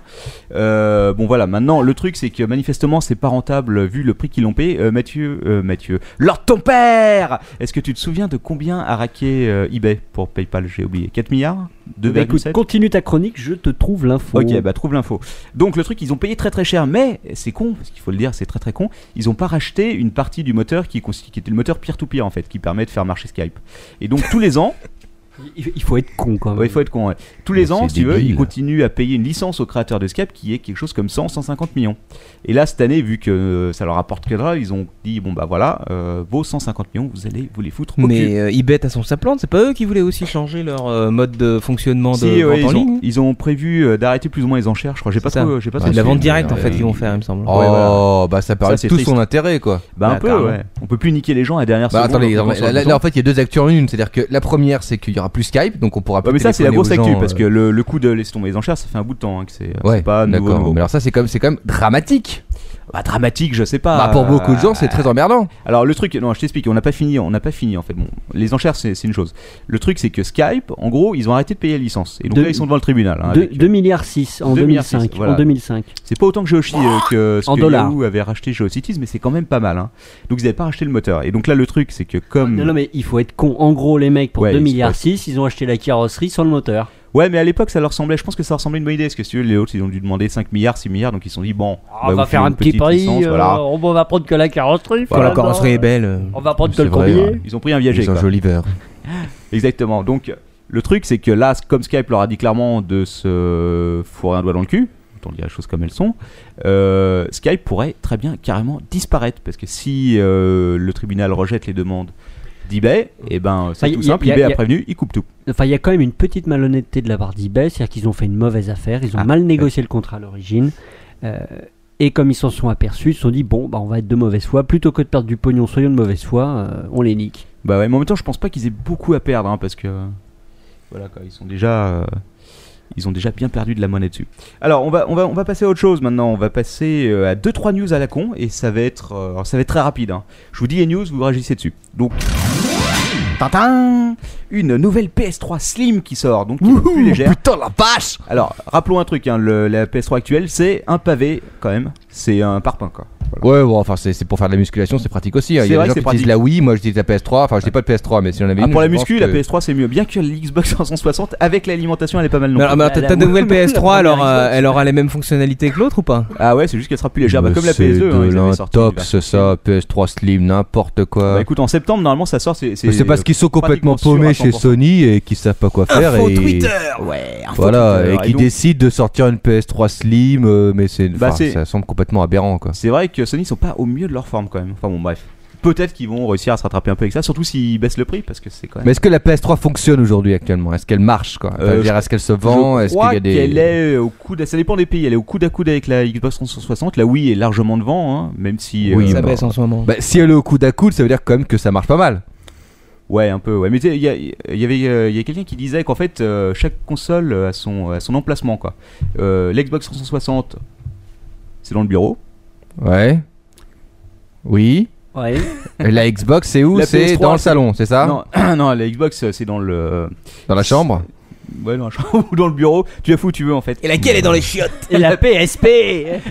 Euh, bon, voilà. Maintenant, le truc, c'est que manifestement, c'est pas rentable vu le prix qu'ils l'ont payé. Euh, Mathieu, euh, Mathieu, Lord ton père Est-ce que tu te souviens de combien a raqué euh, eBay pour PayPal J'ai oublié. 4 milliards Bah, écoute, 2,7 continue ta chronique, je te trouve l'info. Ok, bah trouve l'info. Donc le truc, ils ont payé très très cher, mais c'est con, parce qu'il faut le dire, c'est très très con. Ils ont pas racheté une partie du moteur qui, consti- qui était le moteur peer-to-peer en fait, qui permet de faire marcher Skype. Et donc tous les ans, Il il faut être con quand même. Ouais, Bah, il faut être con. ouais. Tous Mais les ans, c'est si tu veux, débile. ils continuent à payer une licence aux créateurs de Skype qui est quelque chose comme 100, 150 millions. Et là, cette année, vu que euh, ça leur apporte que dalle, ils ont dit bon bah voilà, euh, vos 150 millions, vous allez vous les foutre au cul. Mais euh, eBay à son sa plante, c'est pas eux qui voulaient aussi changer leur euh, mode de fonctionnement de Si, vente ouais, ils, en ont, ligne ils ont prévu euh, d'arrêter plus ou moins les enchères. Je crois, j'ai pas C'est ça. trop, j'ai pas Bah, C'est trop de la suivi. vente directe en mais, fait euh, qu'ils vont faire, il me semble. Oh, Ouais, voilà. bah ça Ça, perd c'est tout triste. son intérêt, quoi. Bah un Ah, peu, carrément. ouais. On peut plus niquer les gens à la dernière Bah seconde, attendez, donc on non, mais s'en là, là, rend compte. là, en fait il y a deux actus en une, c'est-à-dire que la première c'est qu'il y aura plus Skype, donc on pourra plus. Ouais, mais ça c'est la grosse téléphoner aux actu gens, parce euh, que le, le coup de laisser tomber les enchères ça fait un bout de temps hein, que c'est c'est Ouais, pas nouveau, d'accord. nouveau. Mais alors ça c'est quand même, c'est quand même dramatique. Bah, dramatique je sais pas Bah, pour beaucoup de gens c'est Euh, très emmerdant. Alors le truc, non, je t'explique, on n'a pas fini, on n'a pas fini en fait. Bon, les enchères, c'est c'est une chose. Le truc, c'est que Skype, en gros, ils ont arrêté de payer la licence. Et donc Deux- là, ils sont devant le tribunal. hein, Deux- avec, euh, 2 milliards 6 en 2 milliards 2005. six, voilà. En 2005. C'est pas autant que Geocities euh, que ce En que dollars. Yahoo avait racheté Geocities, mais c'est quand même pas mal. hein. Donc ils n'avaient pas racheté le moteur. Et donc là, le truc, c'est que comme, Non, non, mais il faut être con. En gros, les mecs, pour Hmm. Ouais, 2 ils se milliards passent. 6, ils ont acheté la carrosserie sans le moteur. ouais, mais à l'époque, ça leur semblait, je pense que ça leur semblait une bonne idée, parce que si tu veux, les autres, ils ont dû demander 5 milliards, 6 milliards, donc ils se sont dit bon, Ah, on va vous faire faire un une petit petite prix. licence, euh, voilà. on va prendre que la carrosserie. Quand la bah, finalement. carrosserie est belle. euh, On va prendre que C'est le vrai, combier. ouais. Ils ont pris un viager. Ils ont quoi. joli verre. Exactement. Donc, le truc, c'est que là, comme Skype leur a dit clairement de se fourrer un doigt dans le cul, on dit les choses comme elles sont, euh, Skype pourrait très bien carrément disparaître. Parce que si euh, le tribunal rejette les demandes d'eBay, et ben, c'est Ah, y- tout y a- simple. y a- eBay y a a- prévenu, il coupe tout. Enfin, il y a quand même une petite malhonnêteté de la part d'eBay, c'est-à-dire qu'ils ont fait une mauvaise affaire, ils ont Ah, mal négocié le contrat à l'origine. euh, et comme ils s'en sont aperçus, ils se sont dit bon, bah, on va être de mauvaise foi. Plutôt que de perdre du pognon, soyons de mauvaise foi, euh, on les nique. Bah ouais, mais en même temps, je pense pas qu'ils aient beaucoup à perdre, hein, parce que voilà quoi, ils sont déjà, euh, ils ont déjà bien perdu de la monnaie dessus. Alors on va, on va, on va passer à autre chose maintenant. On va passer euh, à deux trois news à la con et ça va être, euh, alors ça va être très rapide. hein. Je vous dis les news, vous réagissez dessus. Donc, tintin, une nouvelle PS3 Slim qui sort, donc qui est plus légère. Putain la vache Alors rappelons un truc, hein, le- la PS3 actuelle, c'est un pavé quand même, c'est un parpaing quoi. Ouais, bon, enfin c'est c'est pour faire de la musculation, c'est pratique aussi. hein. Il C'est y a vrai des gens que qui c'est utilisent la Wii, moi j'utilise la PS3, enfin j'ai pas de PS3 mais si j'en avais Ah, une. pour la je pense muscu, que- la PS3 c'est mieux, bien que l'Xbox 360 avec l'alimentation elle est pas mal non Mais plus. Bah, alors, mais alors, la- ta la- ta nouvelle la première PS3, alors, euh, Xbox. elle aura les mêmes fonctionnalités que l'autre ou pas Ah ouais, c'est juste qu'elle sera plus légère, bah, Mais comme la c'est PS2. hein, de ils avaient sorti l'hiver. l'intox ça, PS3 Slim, n'importe Bah quoi. écoute, en septembre, normalement, ça sort. C'est Mais C'est parce qu'ils sont complètement pratiquement sûr à paumés chez 100%. Sony et qu'ils savent pas quoi faire. et... Ouais, un faux Voilà, Twitter. et qui donc, décide de sortir une PS3 Slim, euh, mais c'est, Bah, enfin, c'est- ça semble complètement aberrant quoi. C'est vrai que Sony ils sont pas au mieux de leur forme quand même. Enfin bon, bref. Peut-être qu'ils vont réussir à se rattraper un peu avec ça, surtout s'ils baissent le prix, parce que c'est quand même. Mais est-ce que la PS3 fonctionne aujourd'hui actuellement Est-ce qu'elle marche quoi Enfin, Euh, je veux dire, Est-ce qu'elle se vend je Est-ce qu'il crois y a des qu'elle est euh, au coude. à- Ça dépend des pays. Elle est au coude à coude avec la Xbox 360. La Wii est largement devant, hein, même si. Oui, ça bah, baisse en ce moment. Bah, si elle est au coude à coude, ça veut dire quand même que ça marche pas mal. Ouais, un peu. Ouais, mais tu sais, il y, a- il y avait, euh, il y a quelqu'un qui disait qu'en fait euh, chaque console euh, a son, a son emplacement quoi. Euh, L'Xbox 360, c'est dans le bureau. Ouais. Oui. Ouais. Et la Xbox, c'est où La C'est PS3, dans le c'est- salon, c'est ça non, non, la Xbox euh, c'est dans le, Dans la chambre ouais, dans la chambre ou dans le bureau. Tu la fous où tu veux en fait. Et laquelle est dans les chiottes Et la PSP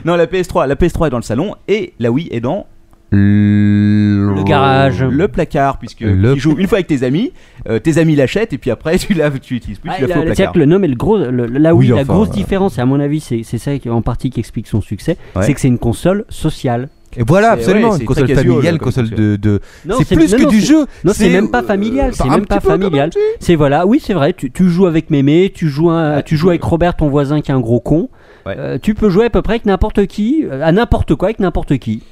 Non, la PS3, la PS3 est dans le salon et la Wii est dans Le Le garage. le placard puisque Le- tu joues une fois avec tes amis, euh, tes amis l'achètent et puis après tu la, tu l'utilises plus, Ah, tu la la- fous au la- placard. c'est-à-dire que le nom et le gros, le- le- là où Oui, la enfin, grosse euh, différence, et à mon avis, c'est c'est ça qui, en partie qui explique son succès, Ouais. c'est que c'est une console sociale. Et voilà, C'est- absolument. ouais, c'est une console très casual, familiale, une comme console ça. de. de- Non, c'est plus non, que non, du c'est- jeu. Non, c'est même pas euh, familial, enfin, c'est un même petit pas peu quand même, familial. tu sais. C'est voilà, oui, c'est vrai, tu, tu joues avec Mémé, tu joues, un- tu joues avec Robert, ton voisin qui est un gros con. Ouais. Euh, tu peux jouer à peu près avec n'importe qui, euh, à n'importe quoi avec n'importe qui.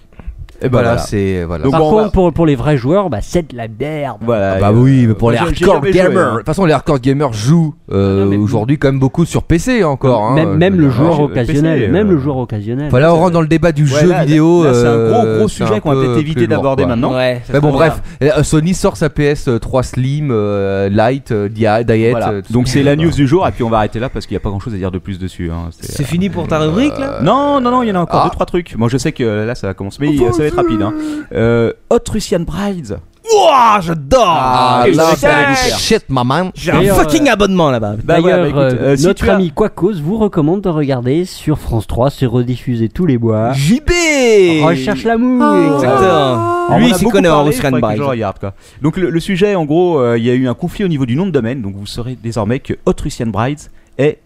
Et ben Voilà, voilà. c'est. Voilà. Donc, Par bon, contre, bah- pour, pour les vrais joueurs, bah, c'est de la merde. Voilà, Ah bah euh, oui, mais pour les moi, j'ai- j'ai hardcore jamais joué, gamers. hein. De toute façon, les hardcore gamers jouent euh, Non, mais- aujourd'hui quand même beaucoup sur PC encore. hein, même je même veux le dire. joueur j'ai- occasionnel, PC, euh, même le joueur occasionnel. Voilà, on rentre dans le débat du Ouais, jeu là, vidéo. là, c'est un gros euh, gros c'est sujet un qu'on va peu peut-être éviter plus lourd, d'aborder quoi. maintenant. Ouais. Mais bon, bref, euh, Sony sort sa PS3 Slim, euh, Light, euh, Dia- Diet. Voilà. euh, tout Donc ce c'est qu'on la veut, news quoi. du jour et puis on va arrêter là parce qu'il n'y a pas grand chose à dire de plus dessus. hein. C'est- C'est fini pour ta rubrique Euh, là Non, non, non, il y en a encore Ah. deux, trois trucs. Moi, je sais que euh, là, ça commence, mais ça va être rapide. Hein. Euh, Hot Russian Brides. Ouah, j'adore Ah, Et là, je sais. c'est shit, maman. J'ai un D'ailleurs, fucking abonnement là-bas. Bah ouais, D'ailleurs, bah écoute, euh, euh, si notre tu as- ami Quacos vous recommande de regarder sur France 3, c'est rediffusé tous les mois. JB Recherche l'amour. Oh. Exactement. On Lui, en il a s'y beaucoup connaît en parlé, Russian faudrait que Bride. je regarde, quoi. Donc le, le sujet, en gros, euh, il y a eu un conflit au niveau du nom de domaine. Donc vous saurez désormais que Hot Russian Brides est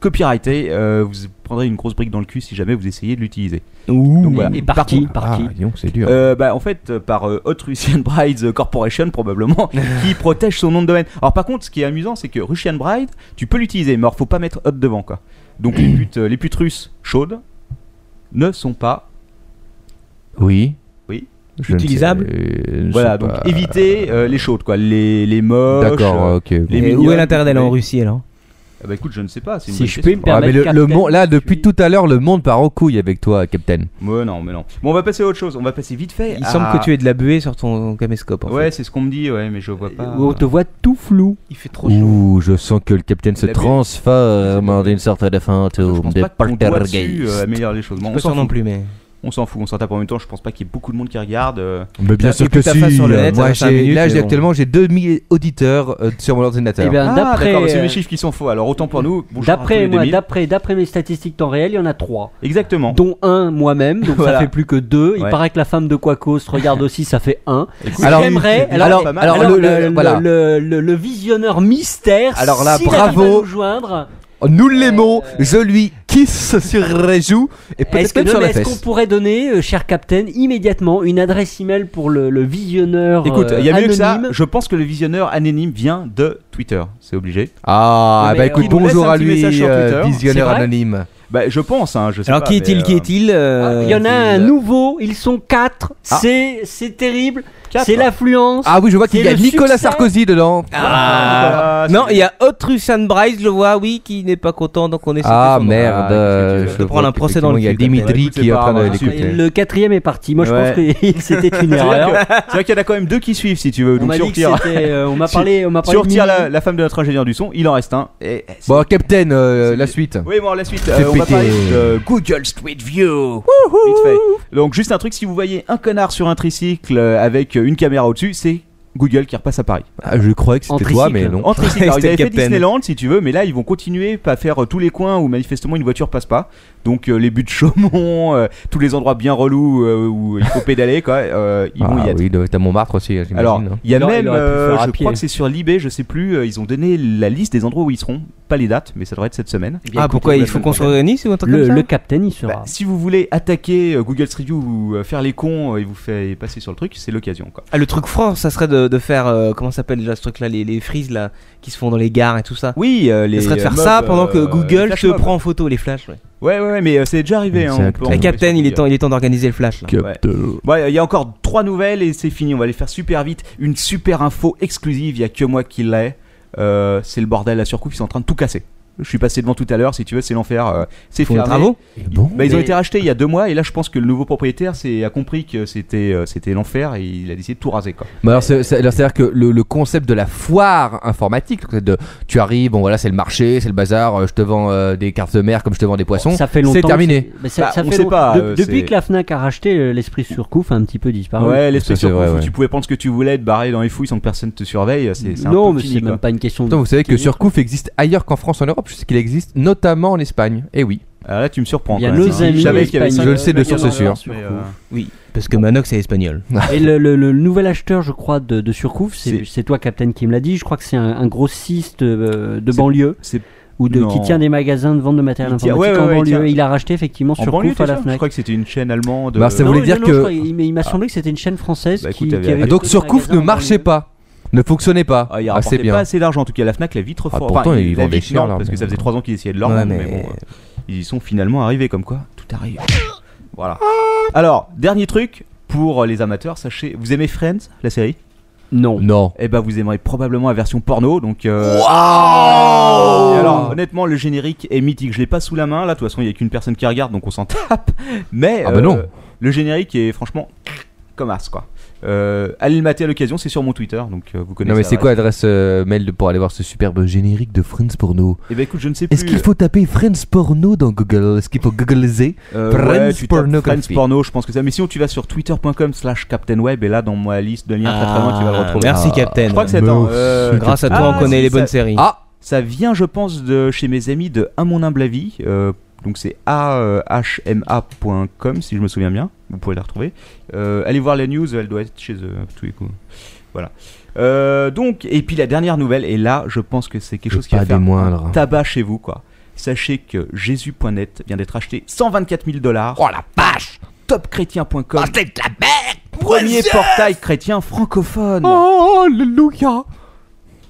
copyrighté. Euh, vous prendrez une grosse brique dans le cul si jamais vous essayez de l'utiliser. Ouh. Donc voilà. Et par qui Par qui disons, c'est dur. Euh, bah, en fait, euh, par euh, Hot Russian Brides Corporation, probablement, qui protège son nom de domaine. Alors, par contre, ce qui est amusant, c'est que Russian Bride, tu peux l'utiliser, mais alors, faut pas mettre Hot devant, quoi. Donc, les putes, euh, les putes russes chaudes ne sont pas. oui. Euh, Oui. Je ne sais- Utilisable euh, je Voilà, sais donc pas. évitez euh, les chaudes, quoi. Les, les moches. D'accord, euh, ok. Ah, les Et où mignonnes, est l'intérêt d'aller en les- Russie alors Ah bah, écoute, je ne sais pas. c'est une Si bonne je question. peux me Ouais, mais le, Permettre le monde, là, Captain, depuis je tout à l'heure, le monde part en couille avec toi, Captain. Ouais, non, Ah, mais non. Bon, on va passer à autre chose. On va passer vite fait. Il semble que tu aies de la buée sur ton caméscope. en Ah. Ouais, fait. c'est ce qu'on me dit, ouais, mais je vois pas. Où on te voit tout flou. il fait trop Ouh, je sens que le Captain se La bu- transforme en une sorte de Je fantôme, pense de pas qu'on doit dessus euh, poltergeist. améliorer les choses. Bon, on Pas s'en sûr non fout. plus, mais. On s'en fout, on s'en tape en même temps. Je pense pas qu'il y ait beaucoup de monde qui regarde. euh. Mais bien Et puis ta face sur le net, ça Moi, va cinq j'ai- minutes, là, mais j'ai bon. actuellement, j'ai 2000 auditeurs euh, sur mon ordinateur. Eh ben, Ah, d'après, d'accord, mais c'est euh, mes chiffres qui sont faux. Alors autant pour nous. bonjour à tous D'après les moi, 2000. d'après, d'après mes statistiques temps réel, il y en a trois, Exactement. dont un moi-même, donc Voilà. ça fait plus que deux. Il Ouais. paraît que la femme de Quacos regarde aussi, ça fait un. Écoute, Alors- J'aimerais- c'est déjà alors- pas mal. alors- le, le- le- voilà. le- le- le visionneur mystère, Alors là, s'il arrive bravo. à nous joindre, Nous l'aimons, je lui kiss sur les joues et est-ce peut-être que même non, sur mais la est-ce qu'on fesse. pourrait donner, euh, cher Captain, immédiatement une adresse email pour le, le visionneur Écoute, il euh, y a mieux que ça. anonyme Je pense que le visionneur anonyme vient de Twitter. C'est obligé. Ah, Mais bah on écoute, nous laisse bonjour un à petit lui, message sur euh, Twitter. visionneur C'est vrai anonyme. Bah, je pense, hein, je sais Alors pas, qui mais, est-il euh, Qui est-il euh, Il y en a un euh, nouveau, ils sont quatre. Ah. C'est c'est terrible. Quatre. C'est l'affluence. Ah oui, je vois qu'il y C'est a le Nicolas succès. Sarkozy dedans. Ah, Ah, non, c'est- il y a autre Russian Bride, je le vois, oui, qui n'est pas content, donc on est sorti Ah son nom. merde, Ah, euh, écoute, je tu vas te prendre vois un procès dans le qu'effectivement, Il y a cul, Captain. Dimitri Écoute, qui est c'est en train pas de grave, l'écouter. Le quatrième est parti. Moi, je Ouais. pense que c'était une C'est-à-dire erreur. que- c'est-à-dire qu'il y en a quand même deux qui suivent si tu veux. On Donc m'a si on dit que retire, c'était. euh, on m'a Si- parlé. On m'a si parlé. on retire la, mille- la femme de notre ingénieur du son, il en reste un. Et- eh, et c'est- Bon, Captain, euh, C'est- la suite. Oui, bon, la suite, euh, Fais on va péter. parler de Google Street View. Vite fait. Donc, juste un truc, si vous voyez un connard sur un tricycle euh, avec euh, une caméra au-dessus, c'est Google qui repasse à Paris. Ah, je croyais que En c'était toi, mais tricycle. non. En tricycle, alors, ils C'était le avaient fait capitaine. Disneyland si tu veux, mais là ils vont continuer à faire euh, tous les coins où manifestement une voiture passe pas. Donc euh, les buts de Chaumont, euh, tous les endroits bien relous euh, où il faut pédaler, quoi, euh, ils vont y Ah être. oui, il doit être à Montmartre aussi, j'imagine. Alors, hein. il y a Il aurait- il même, aurait pu le euh, faire à je pied. crois que c'est sur l'eBay, je sais plus, euh, ils ont donné la liste des endroits où ils seront, pas les dates, mais ça devrait être cette semaine. Eh bien, Ah, écoutez, pourquoi la il faut semaine qu'on se prochaine. réunisse ou un truc Le, comme ça le capitaine, il sera. Bah, si vous voulez attaquer euh, Google Street View ou euh, faire les cons euh, et vous faire passer sur le truc, c'est l'occasion. Quoi. Ah, le truc franc, ça serait de, de faire. euh, comment ça s'appelle déjà ce truc-là Les, les frises là, qui se font dans les gares et tout ça. Oui, euh, les. ça serait de faire euh, ça mobs, pendant que euh, les Google flash te mobs. prend en photo les flashs. ouais. Ouais, ouais, ouais, mais euh, c'est déjà arrivé. hein, on Exactement. peut en La La trouver Captain, sur il est Twitter. temps, il est temps d'organiser le flash. Là. Ouais, il y a encore trois nouvelles et c'est fini. On va les faire super vite. Une super info exclusive. Il y a que moi qui l'ai. Euh, c'est le bordel la surcoupe. Ils sont en train de tout casser. Je suis passé devant tout à l'heure. Si tu veux, c'est l'enfer. euh, c'est Faut fermé. des travaux Bon. Bah, ils ont Mais- été rachetés il y a deux mois et là je pense que le nouveau propriétaire c'est- a compris que c'était euh, c'était l'enfer et il a décidé de tout raser quoi. Bah alors, c'est, c'est- alors, c'est-à-dire que le, le concept de la foire informatique, le concept de tu arrives, bon voilà, c'est le marché, c'est le bazar, euh, je te vends euh, des cartes de mer comme je te vends des poissons. Ça fait longtemps. C'est que terminé. c'est- mais ça- Bah, ça on fait sait long- pas, de- euh, c'est- Depuis que la Fnac a racheté, euh, l'esprit surcouf a un petit peu disparu. ouais, l'esprit ça, c'est sur vrai, Conf, ouais. tu pouvais prendre ce que tu voulais, te barrer dans les fouilles sans que personne te surveille, c'est c'est un non, peu mais fini, c'est quoi. même pas une question de. Pourtant, vous savez que Fini. Surcouf existe ailleurs qu'en France, en Europe. Je sais qu'il existe notamment en Espagne. Eh oui. Ah, là tu me surprends. Il y a quand même. nos Si, amis je savais qu'il y avait espagnols, ça, Je le sais de source mais, euh, sûre. mais, euh, Oui. Parce que Manox est espagnol. Et le, le- le nouvel acheteur, je crois, de, de surcouf, C'est- c'est c'est toi, Captain, qui me l'a dit. Je crois que c'est un, un grossiste euh, de C'est- banlieue c'est ou de, qui Non. tient des magasins de vente de matériel Il tient- informatique ouais, ouais, en ouais, il banlieue. tient- Et il a racheté effectivement en banlieue surcouf à t'es la sûr Je Fnac. crois que c'était une chaîne allemande. Bah, ça euh, voulait dire je que- crois, il- mais il m'a semblé que c'était une chaîne française Ah. Bah, qui, écoute, qui avec- avait Ah, donc le Surcouf magasin ne en marchait banlieue. pas, ne fonctionnait pas. Ah, il Ah, rapportait c'est bien. pas assez d'argent en tout cas la Fnac la vite trop Ah, fort. pourtant, ils la vendaient vitre cher, non, là, parce que mais- ça faisait trois ans qu'ils essayaient de leur Ouais, vendre, mais- mais bon, euh, ils y sont finalement arrivés comme quoi tout arrive. Voilà. Alors dernier truc pour les amateurs, sachez, vous aimez Friends la série Non. Non. Eh ben vous aimerez probablement la version porno donc. euh, et alors honnêtement le générique est mythique, je l'ai pas sous la main là, de toute façon il y a qu'une personne qui regarde donc on s'en tape. Mais euh, Ah bah non. le générique est franchement comme as quoi. Euh, allez le mater à l'occasion, c'est sur mon Twitter donc euh, vous connaissez. Non mais la c'est quoi règle. adresse euh, mail de- pour aller voir ce superbe générique de Friends Porno Eh ben écoute je ne sais plus. Est-ce qu'il faut taper Friends Porno dans Google Est-ce qu'il faut googliser Euh, Friends ouais, tu tapes Pornography. Friends porno, je pense que ça. Mais sinon, tu vas sur twitter.com slash captainweb et là, dans ma liste de liens très très loin, tu Ah, vas le retrouver. Ah, Merci, Captain. Je crois que c'est attends, euh, Grâce à toi, Ah, on connaît si, les ça- bonnes séries. Ah Ça vient, je pense, de chez mes amis de À mon humble avis. euh, donc c'est E ahma.com si je me souviens bien. Vous pouvez la retrouver. Euh, allez voir la news, elle doit être chez eux à tous les coups. Voilà. Euh, donc, et puis la dernière nouvelle, et là, je pense que c'est quelque Et chose qui pas va faire des moindres. un tabac chez vous, quoi. Sachez que Jésus.net vient d'être acheté 124 000 dollars. Oh la vache Ah, Topchrétien.com, C'est de la merde premier portail chrétien francophone. Oh, alléluia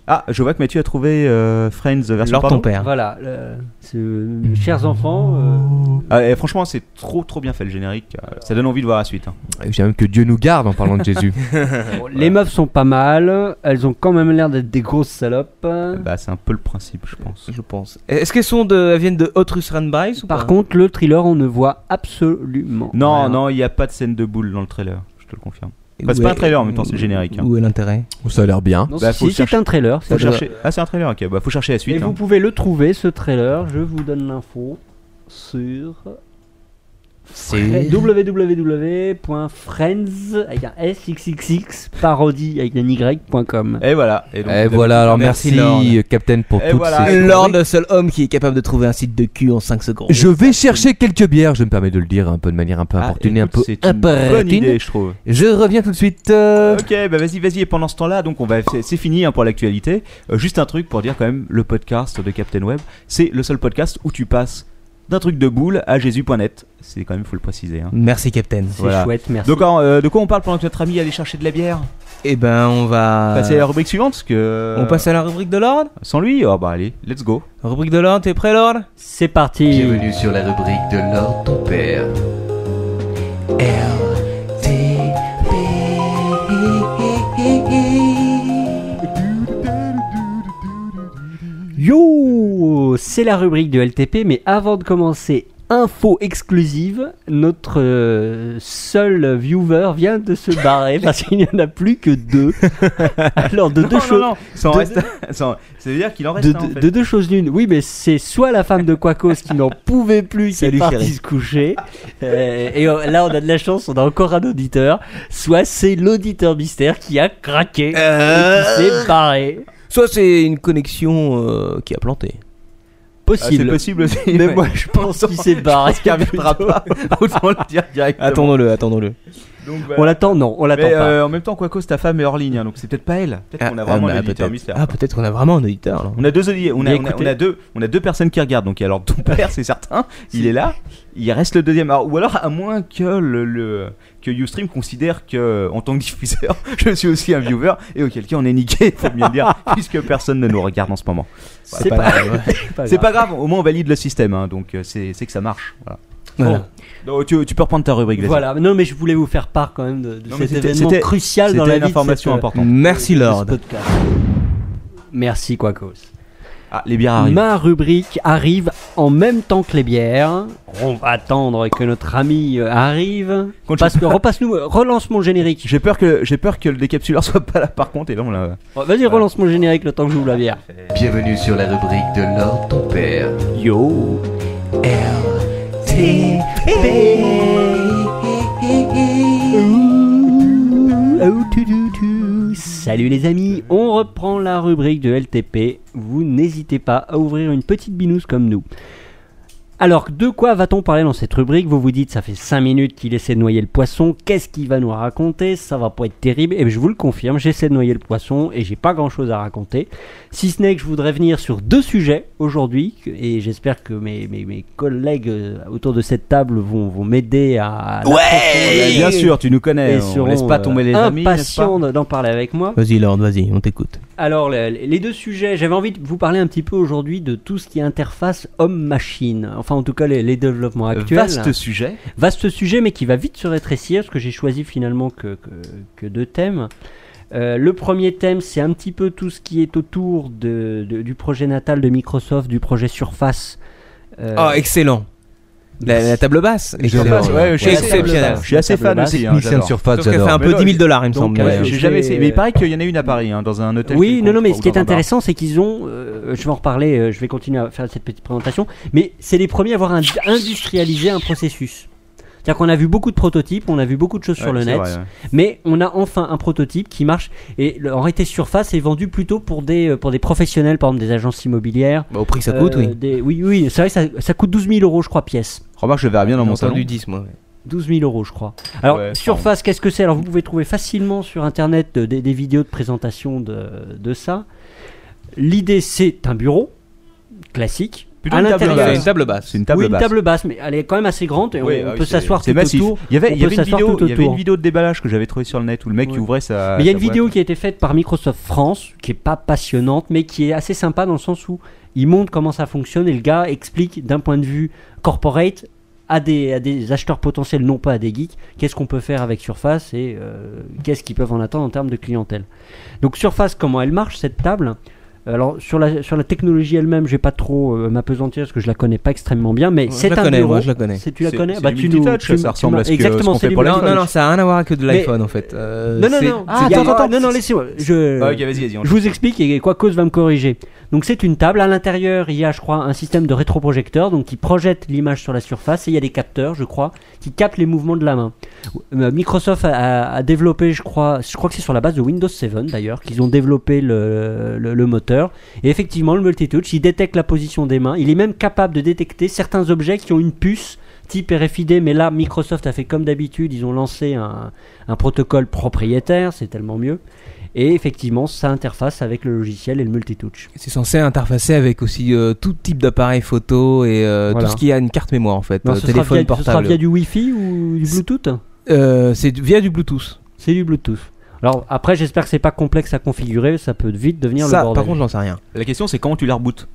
Ah, je vois que Mathieu a trouvé euh, Friends version Lors porno. ton père. Voilà. euh, c'est- Mmh. euh, chers enfants, euh, Ah, et franchement, c'est trop trop bien fait le générique. Euh, Ça donne envie de voir la suite. hein. J'ai même que Dieu nous garde en parlant de Jésus. bon, les meufs sont pas mal. Elles ont quand même l'air d'être des grosses salopes. Euh. Bah, c'est un peu le principe, je pense. Je pense. Est-ce qu'elles sont de, elles viennent de Hot Rus Runbys ou Par pas contre, le thriller, on ne voit absolument. Non, hein. rien. non, il n'y a pas de scène de boule dans le trailer. Je te le confirme. Enfin, c'est pas un trailer en même temps, c'est le générique, hein. Où est l'intérêt Ça a l'air bien. Non, Bah, si, faut si, c'est chercher. un trailer. Faut c'est- chercher. Ah, c'est un trailer. Ok, bah faut chercher la Et suite. vous hein. pouvez le trouver ce trailer. Je vous donne l'info sur www.friends avec un sxxx parodie avec un y.com. Et voilà. Et, donc, Et vous voilà, alors Merci, merci, Lord. euh, Captain pour Et toutes voilà. ces... Ah, Lord, le seul homme qui est capable de trouver un site de cul en 5 secondes. Je vais chercher quelques bières, je me permets de le dire un peu de manière un peu avez- Ah, importunée, un écoute, peu C'est une bonne impertinente. idée, je trouve. Je reviens tout de suite. euh, Ok, bah vas-y, vas-y. Et pendant ce temps-là, donc on va, c'est- c'est fini hein, pour l'actualité. Euh, juste un truc pour dire quand même, le podcast de Captain Web, c'est le seul podcast où tu passes d'un truc de boule à Jésus.net. C'est quand même, faut le préciser. hein. Merci, Captain. C'est voilà. chouette, merci. Donc, en, euh, de quoi on parle pendant que notre ami allait chercher de la bière Eh ben, on va. Passer à la rubrique suivante, parce que euh, On passe à la rubrique de Lord sans lui. Oh bah allez, let's go. Rubrique de Lord, t'es prêt, Lord C'est parti. Bienvenue sur la rubrique de Lord ton père. Yo, c'est la rubrique de LTP, mais avant de commencer, info exclusive, notre euh, seul viewer vient de se barrer parce qu'il n'y en a plus que deux. Alors de deux non, choses. non, non, ça en de- reste. ça en- Ça veut dire qu'il en reste. De, un, en de- fait. de deux choses l'une, oui, mais c'est soit la femme de Quacos qui n'en pouvait plus, qui est Salut, partie chérie. se coucher, euh, et euh, là on a de la chance, on a encore un auditeur, soit c'est l'auditeur mystère qui a craqué et qui s'est barré. Soit c'est une connexion euh, qui a planté. Ah, c'est Possible. possible aussi. Mais ouais. moi je pense qu'il s'est barré. Parce qu'il reviendra pas. Autant le dire directement. Attendons-le, attendons-le. Donc, voilà. On l'attend Non, on l'attend Mais pas. euh, en même temps, Quacos, ta femme est hors ligne, hein, donc c'est peut-être pas elle. Ah, Peut-être qu'on a vraiment un bah, éditeur peut-être. mystère. Ah, peut-être qu'on a vraiment un auditeur. là. On a deux audi- on a, Mais on a- écoutez- on a deux, on a deux personnes qui regardent. Donc alors ton père, c'est certain, il est là. Il reste le deuxième. Alors, ou alors à moins que le, le- que YouStream considère que euh, en tant que diffuseur, je suis aussi un viewer et auquel cas on est niqué, faut bien le dire, puisque personne ne nous regarde en ce moment. C'est pas, C'est pas grave, au moins on valide le système, hein, donc euh, c'est c'est que ça marche. Voilà. Voilà. Bon. Donc, tu, tu peux reprendre ta rubrique. vas-y. Voilà, non mais je voulais vous faire part quand même de, de Non, mais cet c'était- événement c'était- crucial C'était dans la une vie information de cette, euh, importante. Merci, Lord. de ce podcast. Merci Quacos. Ah, les bières arrivent. Ma rubrique arrive en même temps que les bières. On va attendre que notre ami euh, arrive. Contre- Parce que repasse-nous, euh, relance mon générique. J'ai peur que j'ai peur que le décapsuleur soit pas là. Par contre, et là on l'a. Oh, Vas-y, relance mon générique le temps que j'ouvre la bière. Bienvenue sur la rubrique de Lord ton père. Yo. Oh, tu, tu, tu. Salut les amis, on reprend la rubrique de LTP. Vous n'hésitez pas à ouvrir une petite binouse comme nous. Alors, de quoi va-t-on parler dans cette rubrique Vous vous dites, ça fait 5 minutes qu'il essaie de noyer le poisson, qu'est-ce qu'il va nous raconter Ça va pas être terrible. Et je vous le confirme, j'essaie de noyer le poisson et j'ai pas grand-chose à raconter. Si ce n'est que je voudrais venir sur deux sujets aujourd'hui, que- et j'espère que mes, mes, mes collègues euh, autour de cette table vont, vont m'aider à... Eh, Bien sûr, tu nous connais. Et on seront, laisse pas euh, tomber les amis. n'est-ce pas impatients d'en parler avec moi. Vas-y, Lord, vas-y, on t'écoute. Alors, le- les deux sujets, j'avais envie de vous parler un petit peu aujourd'hui de tout ce qui est interface homme-machine. Enfin, en tout cas, les, les développements actuels. Euh, Vaste sujet. Vaste sujet, mais qui va vite se rétrécir, parce que j'ai choisi finalement que, que- que deux thèmes. Euh, le premier thème, c'est un petit peu tout ce qui est autour de- de- du projet natal de Microsoft, du projet Surface. Euh, Ah, Oh, excellent. La, la table basse. l'adore. Excellent. Ouais, je suis Ouais, assez- exceptionnel. Je suis assez Table fan basse. aussi. hein, Technicien de j'adore. surface, Sauf qu'elle fait j'adore. un peu Mais non, 10 000 dollars, il me donc, semble. Ouais, euh, mais- J'ai je jamais vais- essayé. Mais il paraît qu'il y en a une à Paris, hein, dans un hôtel. Oui, quelconque, non, non, mais ou ce qui est dans un bar. intéressant, c'est qu'ils ont, euh, je vais en reparler, euh, je vais continuer à faire cette petite présentation, mais c'est les premiers à avoir ind- industrialisé un processus. C'est-à-dire qu'on a vu beaucoup de prototypes, on a vu beaucoup de choses sur Ouais, le c'est net, vrai, ouais. mais on a enfin un prototype qui marche et le- en réalité surface est vendu plutôt pour des, euh, pour des professionnels, par exemple des agences immobilières. Bah, au prix que ça coûte, Euh, oui. des- oui, oui, c'est vrai, que ça, ça coûte 12 000 euros, je crois, pièce. Remarque, je le verrai bien dans mon J'ai entendu salon. 10, moi. ouais. 12 000 euros, je crois. Alors, Ouais, Surface, qu'est-ce que c'est Alors, vous pouvez trouver facilement sur Internet euh, des, des vidéos de présentation de, de ça. L'idée, c'est un bureau classique. Plutôt à une table l'intérieur, C'est une table basse. C'est une table oui, une basse. table basse, mais elle est quand même assez grande et on- Oui, on, ah oui, peut c'est- s'asseoir c'est tout massif. autour. Il y avait, On il y avait peut une s'asseoir vidéo, tout il y avait autour. une vidéo de déballage que j'avais trouvée sur le net où le mec Ouais. qui ouvrait sa. Mais il y a sa une boîte. vidéo qui a été faite par Microsoft France, qui est pas passionnante, mais qui est assez sympa dans le sens où il montre comment ça fonctionne et le gars explique d'un point de vue corporate à des, à des acheteurs potentiels, non pas à des geeks, qu'est-ce qu'on peut faire avec Surface et euh, qu'est-ce qu'ils peuvent en attendre en termes de clientèle. Donc Surface, comment elle marche cette table alors sur la, sur la technologie elle-même, je vais pas trop euh, m'apesantir parce que je la connais pas extrêmement bien, mais Ouais, c'est je la un connais, bureau. moi, je la connais. C'est- tu la C'est- connais c'est Bah, du tu nous- multitouch, tu- ça tu ressemble m'as- à ce que- exactement, ce qu'on c'est fait du pour Non, l'iPhone. non, non, ça a rien à voir avec de Mais- l'iPhone en fait. Euh, non, non, c'est- non. Ah, Il y a- attends, attends, Non, non, laissez-moi. Je... Ah, ok, vas-y, vas-y. on- Je vous explique et quoi cause va me corriger. Donc c'est une table. À l'intérieur, il y a, je crois, un système de rétroprojecteur, donc qui projette l'image sur la surface. Et il y a des capteurs, je crois, qui captent les mouvements de la main. Euh, Microsoft a- a, a développé, je crois, je crois que c'est sur la base de Windows 7 d'ailleurs, qu'ils ont développé le, le- le moteur. Et effectivement, le multitouch, il détecte la position des mains. Il est même capable de détecter certains objets qui ont une puce type RFID, mais là Microsoft a fait comme d'habitude, ils ont lancé un, un protocole propriétaire, c'est tellement mieux. Et effectivement, ça interface avec le logiciel et le multitouch. C'est censé interfacer avec aussi euh, tout type d'appareil photo et euh, Voilà. tout ce qui a une carte mémoire en fait, Non, euh, ce, sera téléphone via, ce sera portable. via du Wi-Fi ou du C'est- Bluetooth Euh, c'est du- via du Bluetooth. C'est du Bluetooth. Alors après, j'espère que c'est pas complexe à configurer, ça peut vite devenir Ça, le bordel. par contre, j'en sais rien. La question, c'est comment tu la rebootes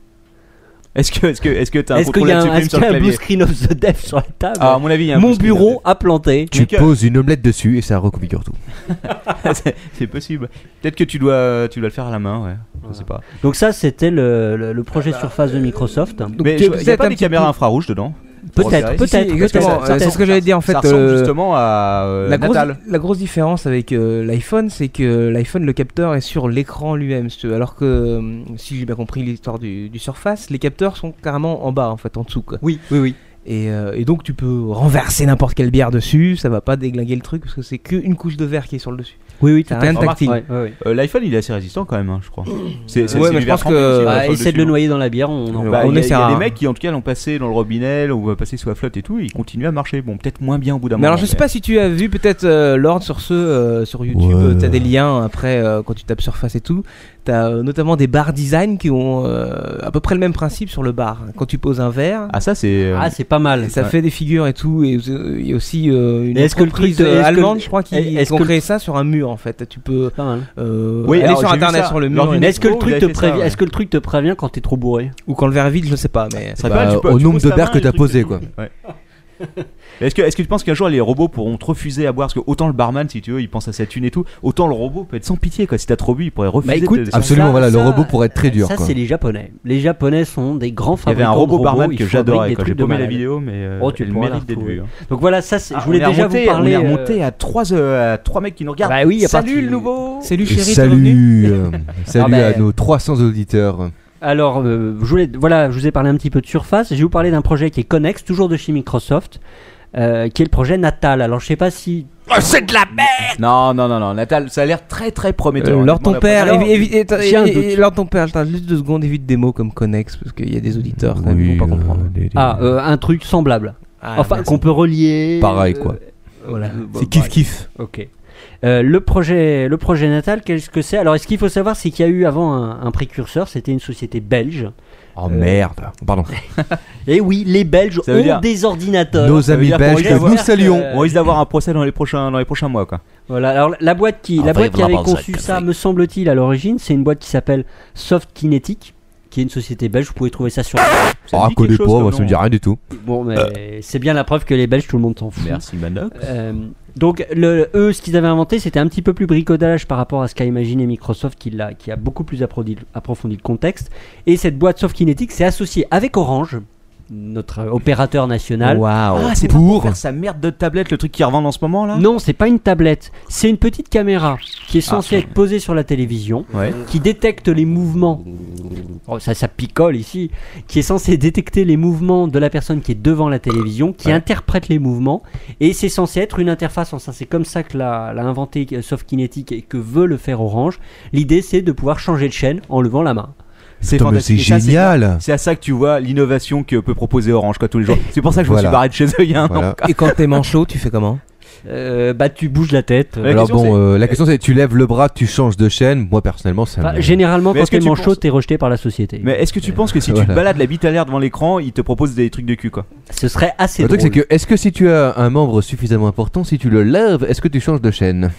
Est-ce que, est-ce que, est-ce que t'as un Est-ce qu'il contrôle y a là-dessus un, prime est-ce sur qu'il y le a un blue clavier screen of the dev sur la table Ah, à mon avis, il y a un Mon blue screen. bureau a planté. Tu Mais que- poses une omelette dessus et ça reconfigure tout. c'est c'est possible. Peut-être que tu dois, tu dois le faire à la main, ouais. Je sais pas. Donc ça, c'était le, le- le projet surface de Microsoft. Mais tu- je- il n'y a peut-être pas un des petit caméras peu- infrarouges dedans Peut-être, Si, si, peut-être. exactement. peut-être. Euh, c'est ce que j'allais dire en fait. Ça ressemble euh, justement à euh, la, grosse, Natal. la grosse différence avec euh, l'iPhone, c'est que l'iPhone, le capteur est sur l'écran lui-même. si tu veux. Alors que, hum, euh, si j'ai bien compris l'histoire du, du Surface, les capteurs sont carrément en bas, en fait, en dessous. Quoi. Oui, oui, oui. Et, euh, et donc tu peux renverser n'importe quelle bière dessus, ça va pas déglinguer le truc parce que c'est qu'une couche de verre qui est sur le dessus. Oui, oui, T'as rien de fait. tactile. Ouais, ouais, ouais. Euh, L'iPhone, il est assez résistant quand même, hein, je crois. C'est, Ouais, mais je pense que- Bah, essaie essaie de le noyer dans la bière, on en Ouais. hein. Bah, on il y a- il y, essaie a un- des mecs qui en tout cas l'ont passé dans le robinet ou euh, passé sous la flotte et tout, et ils continuent à marcher. Bon, peut-être moins bien au bout d'un Mais moment. alors je sais pas si tu as vu peut-être euh, Lord sur ce euh, sur YouTube, Ouais. euh, t'as des liens après euh, quand tu tapes surface et tout. T'as euh, notamment des bars design qui ont euh, à peu près le même principe sur le bar. Quand tu poses un verre, Ah ça c'est. euh, Ah, c'est pas mal. ça fait des figures et tout. Et euh, il y a aussi euh, une Et est-ce que le truc entreprise de- euh, est-ce que le- allemande, je crois, qui est-ce qui ont que le- créé ça sur un mur en fait. Tu peux Pas mal. euh, Oui, aller alors, sur j'ai vu internet ça sur le lors mur d'une et- Mais est-ce que, le Oh, il truc a te fait ça, prévient- ouais. est-ce que le truc te prévient quand t'es trop bourré ou quand le verre est vide, je sais pas. Mais ça Bah, s'appelle, tu peux- au tu nombre poses de ta bières main que et t'as le truc posées, te- quoi. Ouais. Est-ce que, est-ce que tu penses qu'un jour les robots pourront te refuser à boire Parce que autant le barman, si tu veux, il pense à sa thune et tout, autant le robot peut être sans pitié quoi. Si t'as trop bu, il pourrait refuser. de- écoute, de- Ah, Absolument, Ça, voilà, le ça, robot pourrait être très dur. Ça, quoi. c'est les Japonais. Les Japonais sont des grands il y avait fabricants. un de robot robots, barman ils que fabriquent j'adorais. des quoi. trucs J'ai de paumé la malade. vidéo, mais euh, Oh, tu elle pourras la mérite d'être retrouver. vue. hein. Donc voilà, ça, c'est- Ah, je voulais on est déjà remonté- vous parler. On est remonté euh, à 3 à trois mecs qui nous regardent. Bah oui, il y a Salut parti- le nouveau. Salut Et chérie, t'es revenu salut euh, salut Ah, à ben. bah, nos 300 auditeurs. Alors, euh, je voulais, voilà, je vous ai parlé un petit peu de Surface. Je vais vous parler d'un projet qui est connexe, toujours de chez Microsoft, euh, qui est le projet Natal. Alors, je sais pas si Non, non, non, non, Natal, ça a l'air très très prometteur. Euh, Lord ton père, Alors, évi- évi- évi- j'ai un évi- doute. Lord ton père, attends juste deux secondes, évite des mots comme connexe parce qu'il y a des auditeurs quand même qui Oui, vont pas euh, comprendre. Ah, des- des- ah euh, un truc semblable, Ah, enfin qu'on peut relier. Pareil, euh, quoi. voilà. c'est kiff kiff. Ok. Euh, le projet, le projet Natal, qu'est-ce que c'est Alors, est-ce qu'il faut savoir, c'est qu'il y a eu avant un, un précurseur. C'était une société belge. Euh, Oh merde, pardon. Et oui, les Belges Ça veut ont dire- des ordinateurs. Nos ça veut amis dire qu'on belges risque que d'avoir- nous saluons. Euh, On risque d'avoir un procès dans les prochains, dans les prochains mois, quoi. Voilà, alors la- la boîte qui, la boîte qui avait conçu ça, me semble-t-il, à l'origine, c'est une boîte qui s'appelle Soft Kinetic, qui est une société belge, vous pouvez trouver ça sur... Ça Ah, dit quelque connais pas, chose, moi, comme ça me nom. dit rien du tout. bon, mais c'est bien la preuve que les Belges, tout le monde s'en fout. Merci Manoc. Euh, donc, le, eux, ce qu'ils avaient inventé, c'était un petit peu plus bricodage par rapport à ce qu'a imaginé Microsoft, qui, l'a- qui a beaucoup plus approfondi, approfondi le contexte. Et cette boîte Soft Kinetic s'est associée avec Orange, notre euh, opérateur national, Waouh. Ah, c'est pour... pour faire sa merde de tablette, le truc qui revend en ce moment là Non, c'est pas une tablette, c'est une petite caméra qui est censée être posée sur la télévision, Ouais. qui détecte les mouvements. Oh, ça, ça picole ici. Qui est censée détecter les mouvements de la personne qui est devant la télévision, qui Ouais. interprète les mouvements, et c'est censé être une interface. en ça, c'est comme ça que l'a l'a inventé euh, Soft Kinetic et que veut le faire Orange. L'idée, c'est de pouvoir changer de chaîne en levant la main. C'est Putain, mais c'est fantastique. Et ça, génial. C'est à ça que tu vois l'innovation que peut proposer Orange quoi tous les jours. C'est pour ça que je me Voilà. suis barré de chez eux il y a un Voilà. an. quoi. Et quand t'es manchot, tu fais comment Euh, bah, tu bouges la tête. La Alors question, bon, euh, la question c'est tu lèves le bras, tu changes de chaîne. Moi personnellement, ça. Enfin, me- généralement, Mais quand est-ce que t'es tu manchot, penses- t'es rejeté par la société. Mais est-ce que tu penses que si tu Voilà. te balades la bite à l'air devant l'écran, ils te proposent des trucs de cul quoi Ce serait assez Le truc c'est drôle. que est-ce que si tu as un membre suffisamment important, si tu le lèves, est-ce que tu changes de chaîne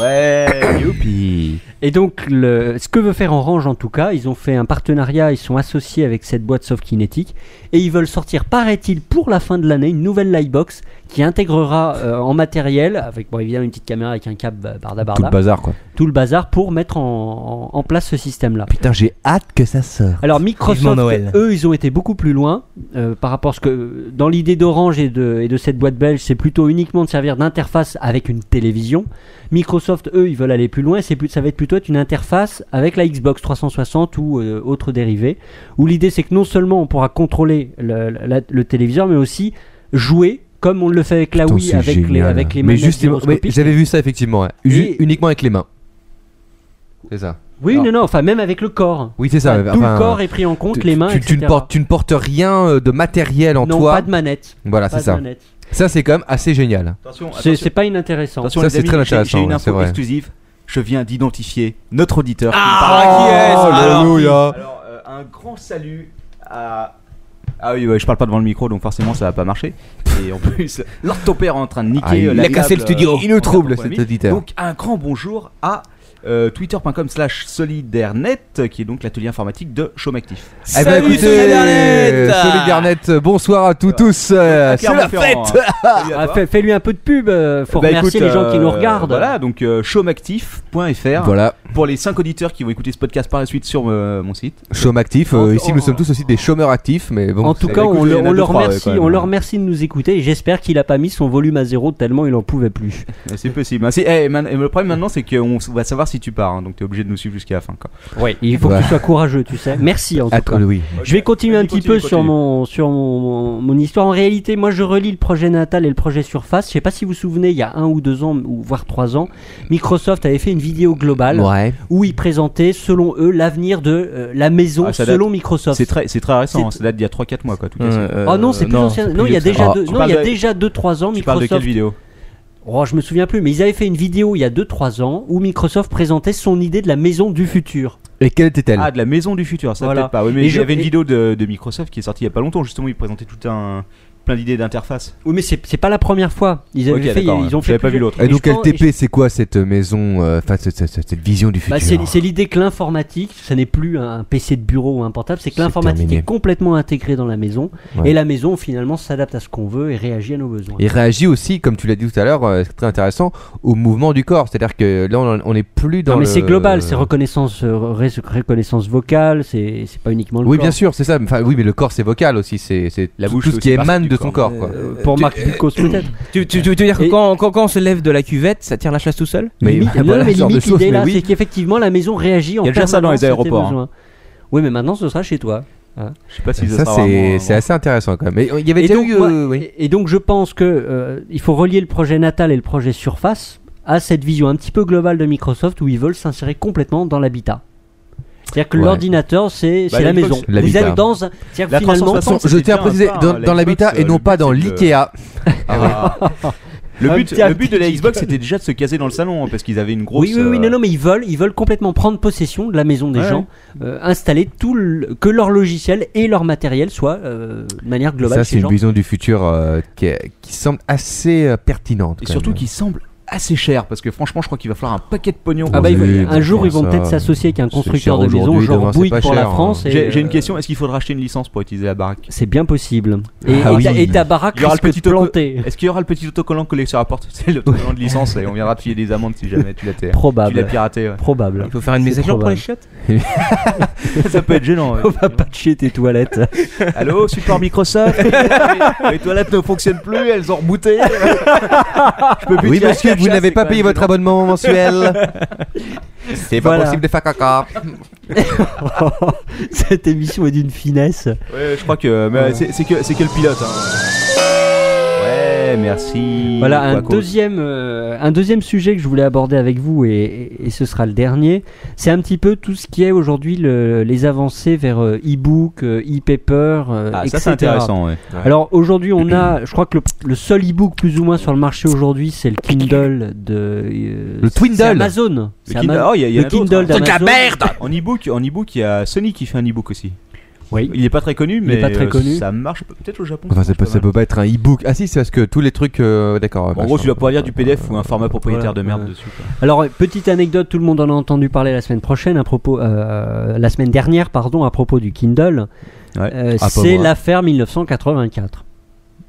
Ouais, Youpi. Et donc, le, ce que veut faire Orange en tout cas, ils ont fait un partenariat, ils sont associés avec cette boîte Soft Kinetic et ils veulent sortir, paraît-il, pour la fin de l'année, une nouvelle Lightbox qui intégrera euh, en matériel, avec bon, évidemment une petite caméra avec un câble euh, barda Tout barda, le bazar quoi. tout le bazar pour mettre en, en- en place ce système-là. Putain, j'ai hâte que ça sorte. Alors Microsoft, Vivement Noël. eux, ils ont été beaucoup plus loin euh, par rapport à ce que dans l'idée d'Orange et de, et de cette boîte belge, c'est plutôt uniquement de servir d'interface avec une télévision. Microsoft, eux, ils veulent aller plus loin. C'est plus, ça va être plutôt être une interface avec la Xbox 360 ou euh, autre dérivé. Où l'idée, c'est que non seulement on pourra contrôler le, la- le téléviseur, mais aussi jouer comme on le fait avec la Putain, Wii, c'est Ah avec les, génial. avec les mais manettes juste, mais gyroscopiques. j'avais vu ça effectivement, hein. Ju- Et- uniquement avec les mains. C'est ça. Oui, non, non, enfin même avec le corps. Oui, c'est ça. Enfin, tout enfin, le corps est pris en compte, tu- les mains, Tu, tu ne etc. portes, tu ne portes rien euh, de matériel en non, toi. pas de manette. Voilà, Pas c'est de ça. manette. Ça, c'est quand même assez génial. attention, C'est c'est pas inintéressant. Attention, Ça, les c'est amis, très j'ai- J'ai une intéressant, c'est info vrai. exclusive. Je viens d'identifier notre auditeur. qui Alléluia. Alors, euh, un grand salut à. Ah oui, ouais, je parle pas devant le micro, donc forcément ça va pas marcher. Et en plus, Lord ton père est en train de niquer. Ah, il euh, a la cassé table, le studio. euh, Il nous en trouble, tapant cet la mine. auditeur. Donc, un grand bonjour à euh, twitter.com slash solidairnet, qui est donc l'atelier informatique de Chaumeactif. Eh ben, écoutez, Solid Garnet Solid Garnet, bonsoir à tous, tous. euh, c'est la Clermont-Ferrand, fête. hein. Salut à Ah, toi. fais- Fais-lui un peu de pub, euh, faut Bah, remercier écoute, les gens qui euh, nous regardent. Voilà, donc euh, chaumeactif.fr. Voilà, Pour les 5 auditeurs qui vont écouter ce podcast par la suite sur euh, mon site. chôme actif. euh, ici, nous sommes tous aussi des chômeurs actifs, mais bon. en tout c'est- cas, Eh ben, écoute, on, il y le- en a on deux, leur trois, ouais, remercie, quand même, on hein. leur remercie de nous écouter et j'espère qu'il a pas mis son volume à zéro tellement il en pouvait plus. Ah, C'est possible. hein. C'est- eh, man- et le problème maintenant, c'est qu'on s- va savoir si tu pars, hein, donc t'es obligé de nous suivre jusqu'à la fin. Quoi. Ouais, il faut Voilà. que tu sois courageux, tu sais. Merci en tout Attends, cas. oui. Je vais continuer un Vas-y, petit continue, peu sur continue. mon sur mon, mon- mon histoire. En réalité, moi, je relis le projet Natal et le projet Surface. Je sais pas si vous vous souvenez, il y a un ou deux ans, ou voire trois ans, Microsoft avait fait une vidéo globale Ouais. où ils présentaient, selon eux, l'avenir de euh, la maison Ah, ça date. selon Microsoft. C'est très, c'est très récent, C'est- hein, ça date d'il y a 3-4 mois, quoi, tout cas. Euh, Oh non, c'est plus ancien. c'est Non, il y a vieux que ça. déjà Ah, deux, tu non, parles il y a de- déjà deux trois ans. Tu parles de quelle Microsoft vidéo Oh, je me souviens plus, mais ils avaient fait une vidéo il y a 2-3 ans où Microsoft présentait son idée de la maison du futur. Et quelle était-elle Ah, de la maison du futur, ça Voilà. peut-être pas. Oui, mais Et il y je- avait une et- vidéo de, de Microsoft qui est sortie il y a pas longtemps, justement, ils présentaient tout un plein d'idées d'interface. Oui, mais c'est c'est pas la première fois. Ils avaient Ok, fait, ils, d'accord, ouais. ils ont fait. J'avais pas vu plusieurs- l'autre. Et je donc pense- LTP, c'est quoi cette maison, euh, enfin cette, cette- cette vision du futur Bah, c'est c'est l'idée que l'informatique, ça n'est plus un PC de bureau ou un portable, c'est que C'est l'informatique terminé. est complètement intégrée dans la maison Ouais. et la maison finalement s'adapte à ce qu'on veut et réagit à nos besoins. Il réagit aussi, comme tu l'as dit tout à l'heure, euh, c'est très intéressant, au mouvement du corps. C'est-à-dire que là, on on n'est plus dans. non mais le- c'est global, c'est reconnaissance, euh, ré- reconnaissance vocale, c'est c'est pas uniquement le Oui, corps. bien sûr, c'est ça. Enfin, oui, mais le corps, c'est vocal aussi. C'est c'est La tout- bouche tout ce aussi qui partie émane du de son corps. quoi. Euh, Pour Marc Ducos peut-être. Tu, tu- tu veux dire que Et- quand, quand, quand on se lève de la cuvette, ça tire la chasse tout seul Mais limite, non, voilà, mais ce genre de limite, choses, l'idée mais là, oui. c'est qu'effectivement la maison réagit en Il y a déjà ça dans permanence les à tes aéroports, hein. besoins. Oui, mais maintenant ce sera chez toi. Je sais pas si Ça, c'est c'est assez intéressant quand même. Mais il y avait Et déjà donc, eu. moi- euh, oui. Et, et donc je pense que euh, il faut relier le projet Natal et le projet Surface à cette vision un petit peu globale de Microsoft où ils veulent s'insérer complètement dans l'habitat. C'est-à-dire que Ouais. l'ordinateur, c'est Bah, c'est à la l'époque, maison. c'est Vous l'habitat. êtes dans un. C'est-à-dire La que finalement, transformation- Attention, je c'était tiens à bien préciser, un pas, dans, hein, dans l'habitat l'Xbox, et euh, non le pas but, dans c'est de- l'IKEA. Ah. Le but, ah Un petit le but de la article. Xbox c'était déjà de se caser dans le salon hein, parce qu'ils avaient une grosse. oui, oui, oui, euh, non, non, mais ils veulent, ils veulent complètement prendre possession de la maison des Ouais. gens, euh, installer tout le- que leur logiciel et leur matériel soient euh, de manière globale Ça, chez c'est les une gens. vision du futur euh, qui, est- qui semble assez euh, pertinente. Et quand surtout même. qui semble assez cher parce que franchement, je crois qu'il va falloir un paquet de pognon. Ah pour bah, ce- ils veulent- Oui, un jour, ils vont ça, peut-être s'associer avec un c'est constructeur cher de maison, aujourd'hui, demain, genre c'est Bouygues pas pour cher, la hein. France. et, J'ai j'ai une euh, question est-ce qu'il faudra acheter une licence pour utiliser la baraque C'est bien possible. Et, Ah et oui. ta, et ta baraque Il y aura le risque de petit auto- planter. Est-ce qu'il y aura le petit autocollant collé sur la porte C'est le autocollant de licence et on viendra te filer des amendes si jamais tu l'as tu l'as Ah bah. Probable. piraté. ouais. Probable. Il faut faire une C'est mise à jour pour probable. les chiottes Ça peut être gênant. ouais. On va patcher tes toilettes. Allô, support Microsoft Les les toilettes ne fonctionnent plus, elles ont rebooté. Je peux plus Ah. Oui, tirer monsieur, la vous chasse, n'avez c'est pas quand payé même votre gênant. abonnement mensuel. C'est pas Voilà. possible de faire caca. Cette émission est d'une finesse. Ouais, je crois que mais c'est c'est que c'est que le pilote. hein. Ouais, merci. Voilà, un Quacos. deuxième, euh, un deuxième sujet que je voulais aborder avec vous, et, et- et ce sera le dernier, c'est un petit peu tout ce qui est aujourd'hui le- les avancées vers euh, e-book, euh, e-paper, euh, Ah, ça etc. c'est intéressant. Ouais. Alors aujourd'hui, on a, je crois que le, le seul e-book plus ou moins sur le marché aujourd'hui, c'est le Kindle de. euh, Le c'est- Twindle. c'est Amazon. Le C'est Kindle, Ama- oh, il y a- il y en le a d'autres, Kindle hein. d'Amazon. En e-book, en e-book, il y a Sony qui fait un e-book aussi. Oui. Il est pas très connu, mais est pas très euh, connu. ça marche peut- peut-être au Japon. Enfin, ça ça peut, marche ça pas mal. peut pas être un e-book. Ah si, c'est parce que tous les trucs, euh, d'accord. En machin. gros, tu dois pouvoir lire du PDF ou un format propriétaire de merde Voilà. dessus. quoi. Alors, euh, petite anecdote, tout le monde en a entendu parler la semaine prochaine, à propos, euh, la semaine dernière, pardon, à propos du Kindle. Ouais. Euh, Ah, c'est pauvre. l'affaire 1984.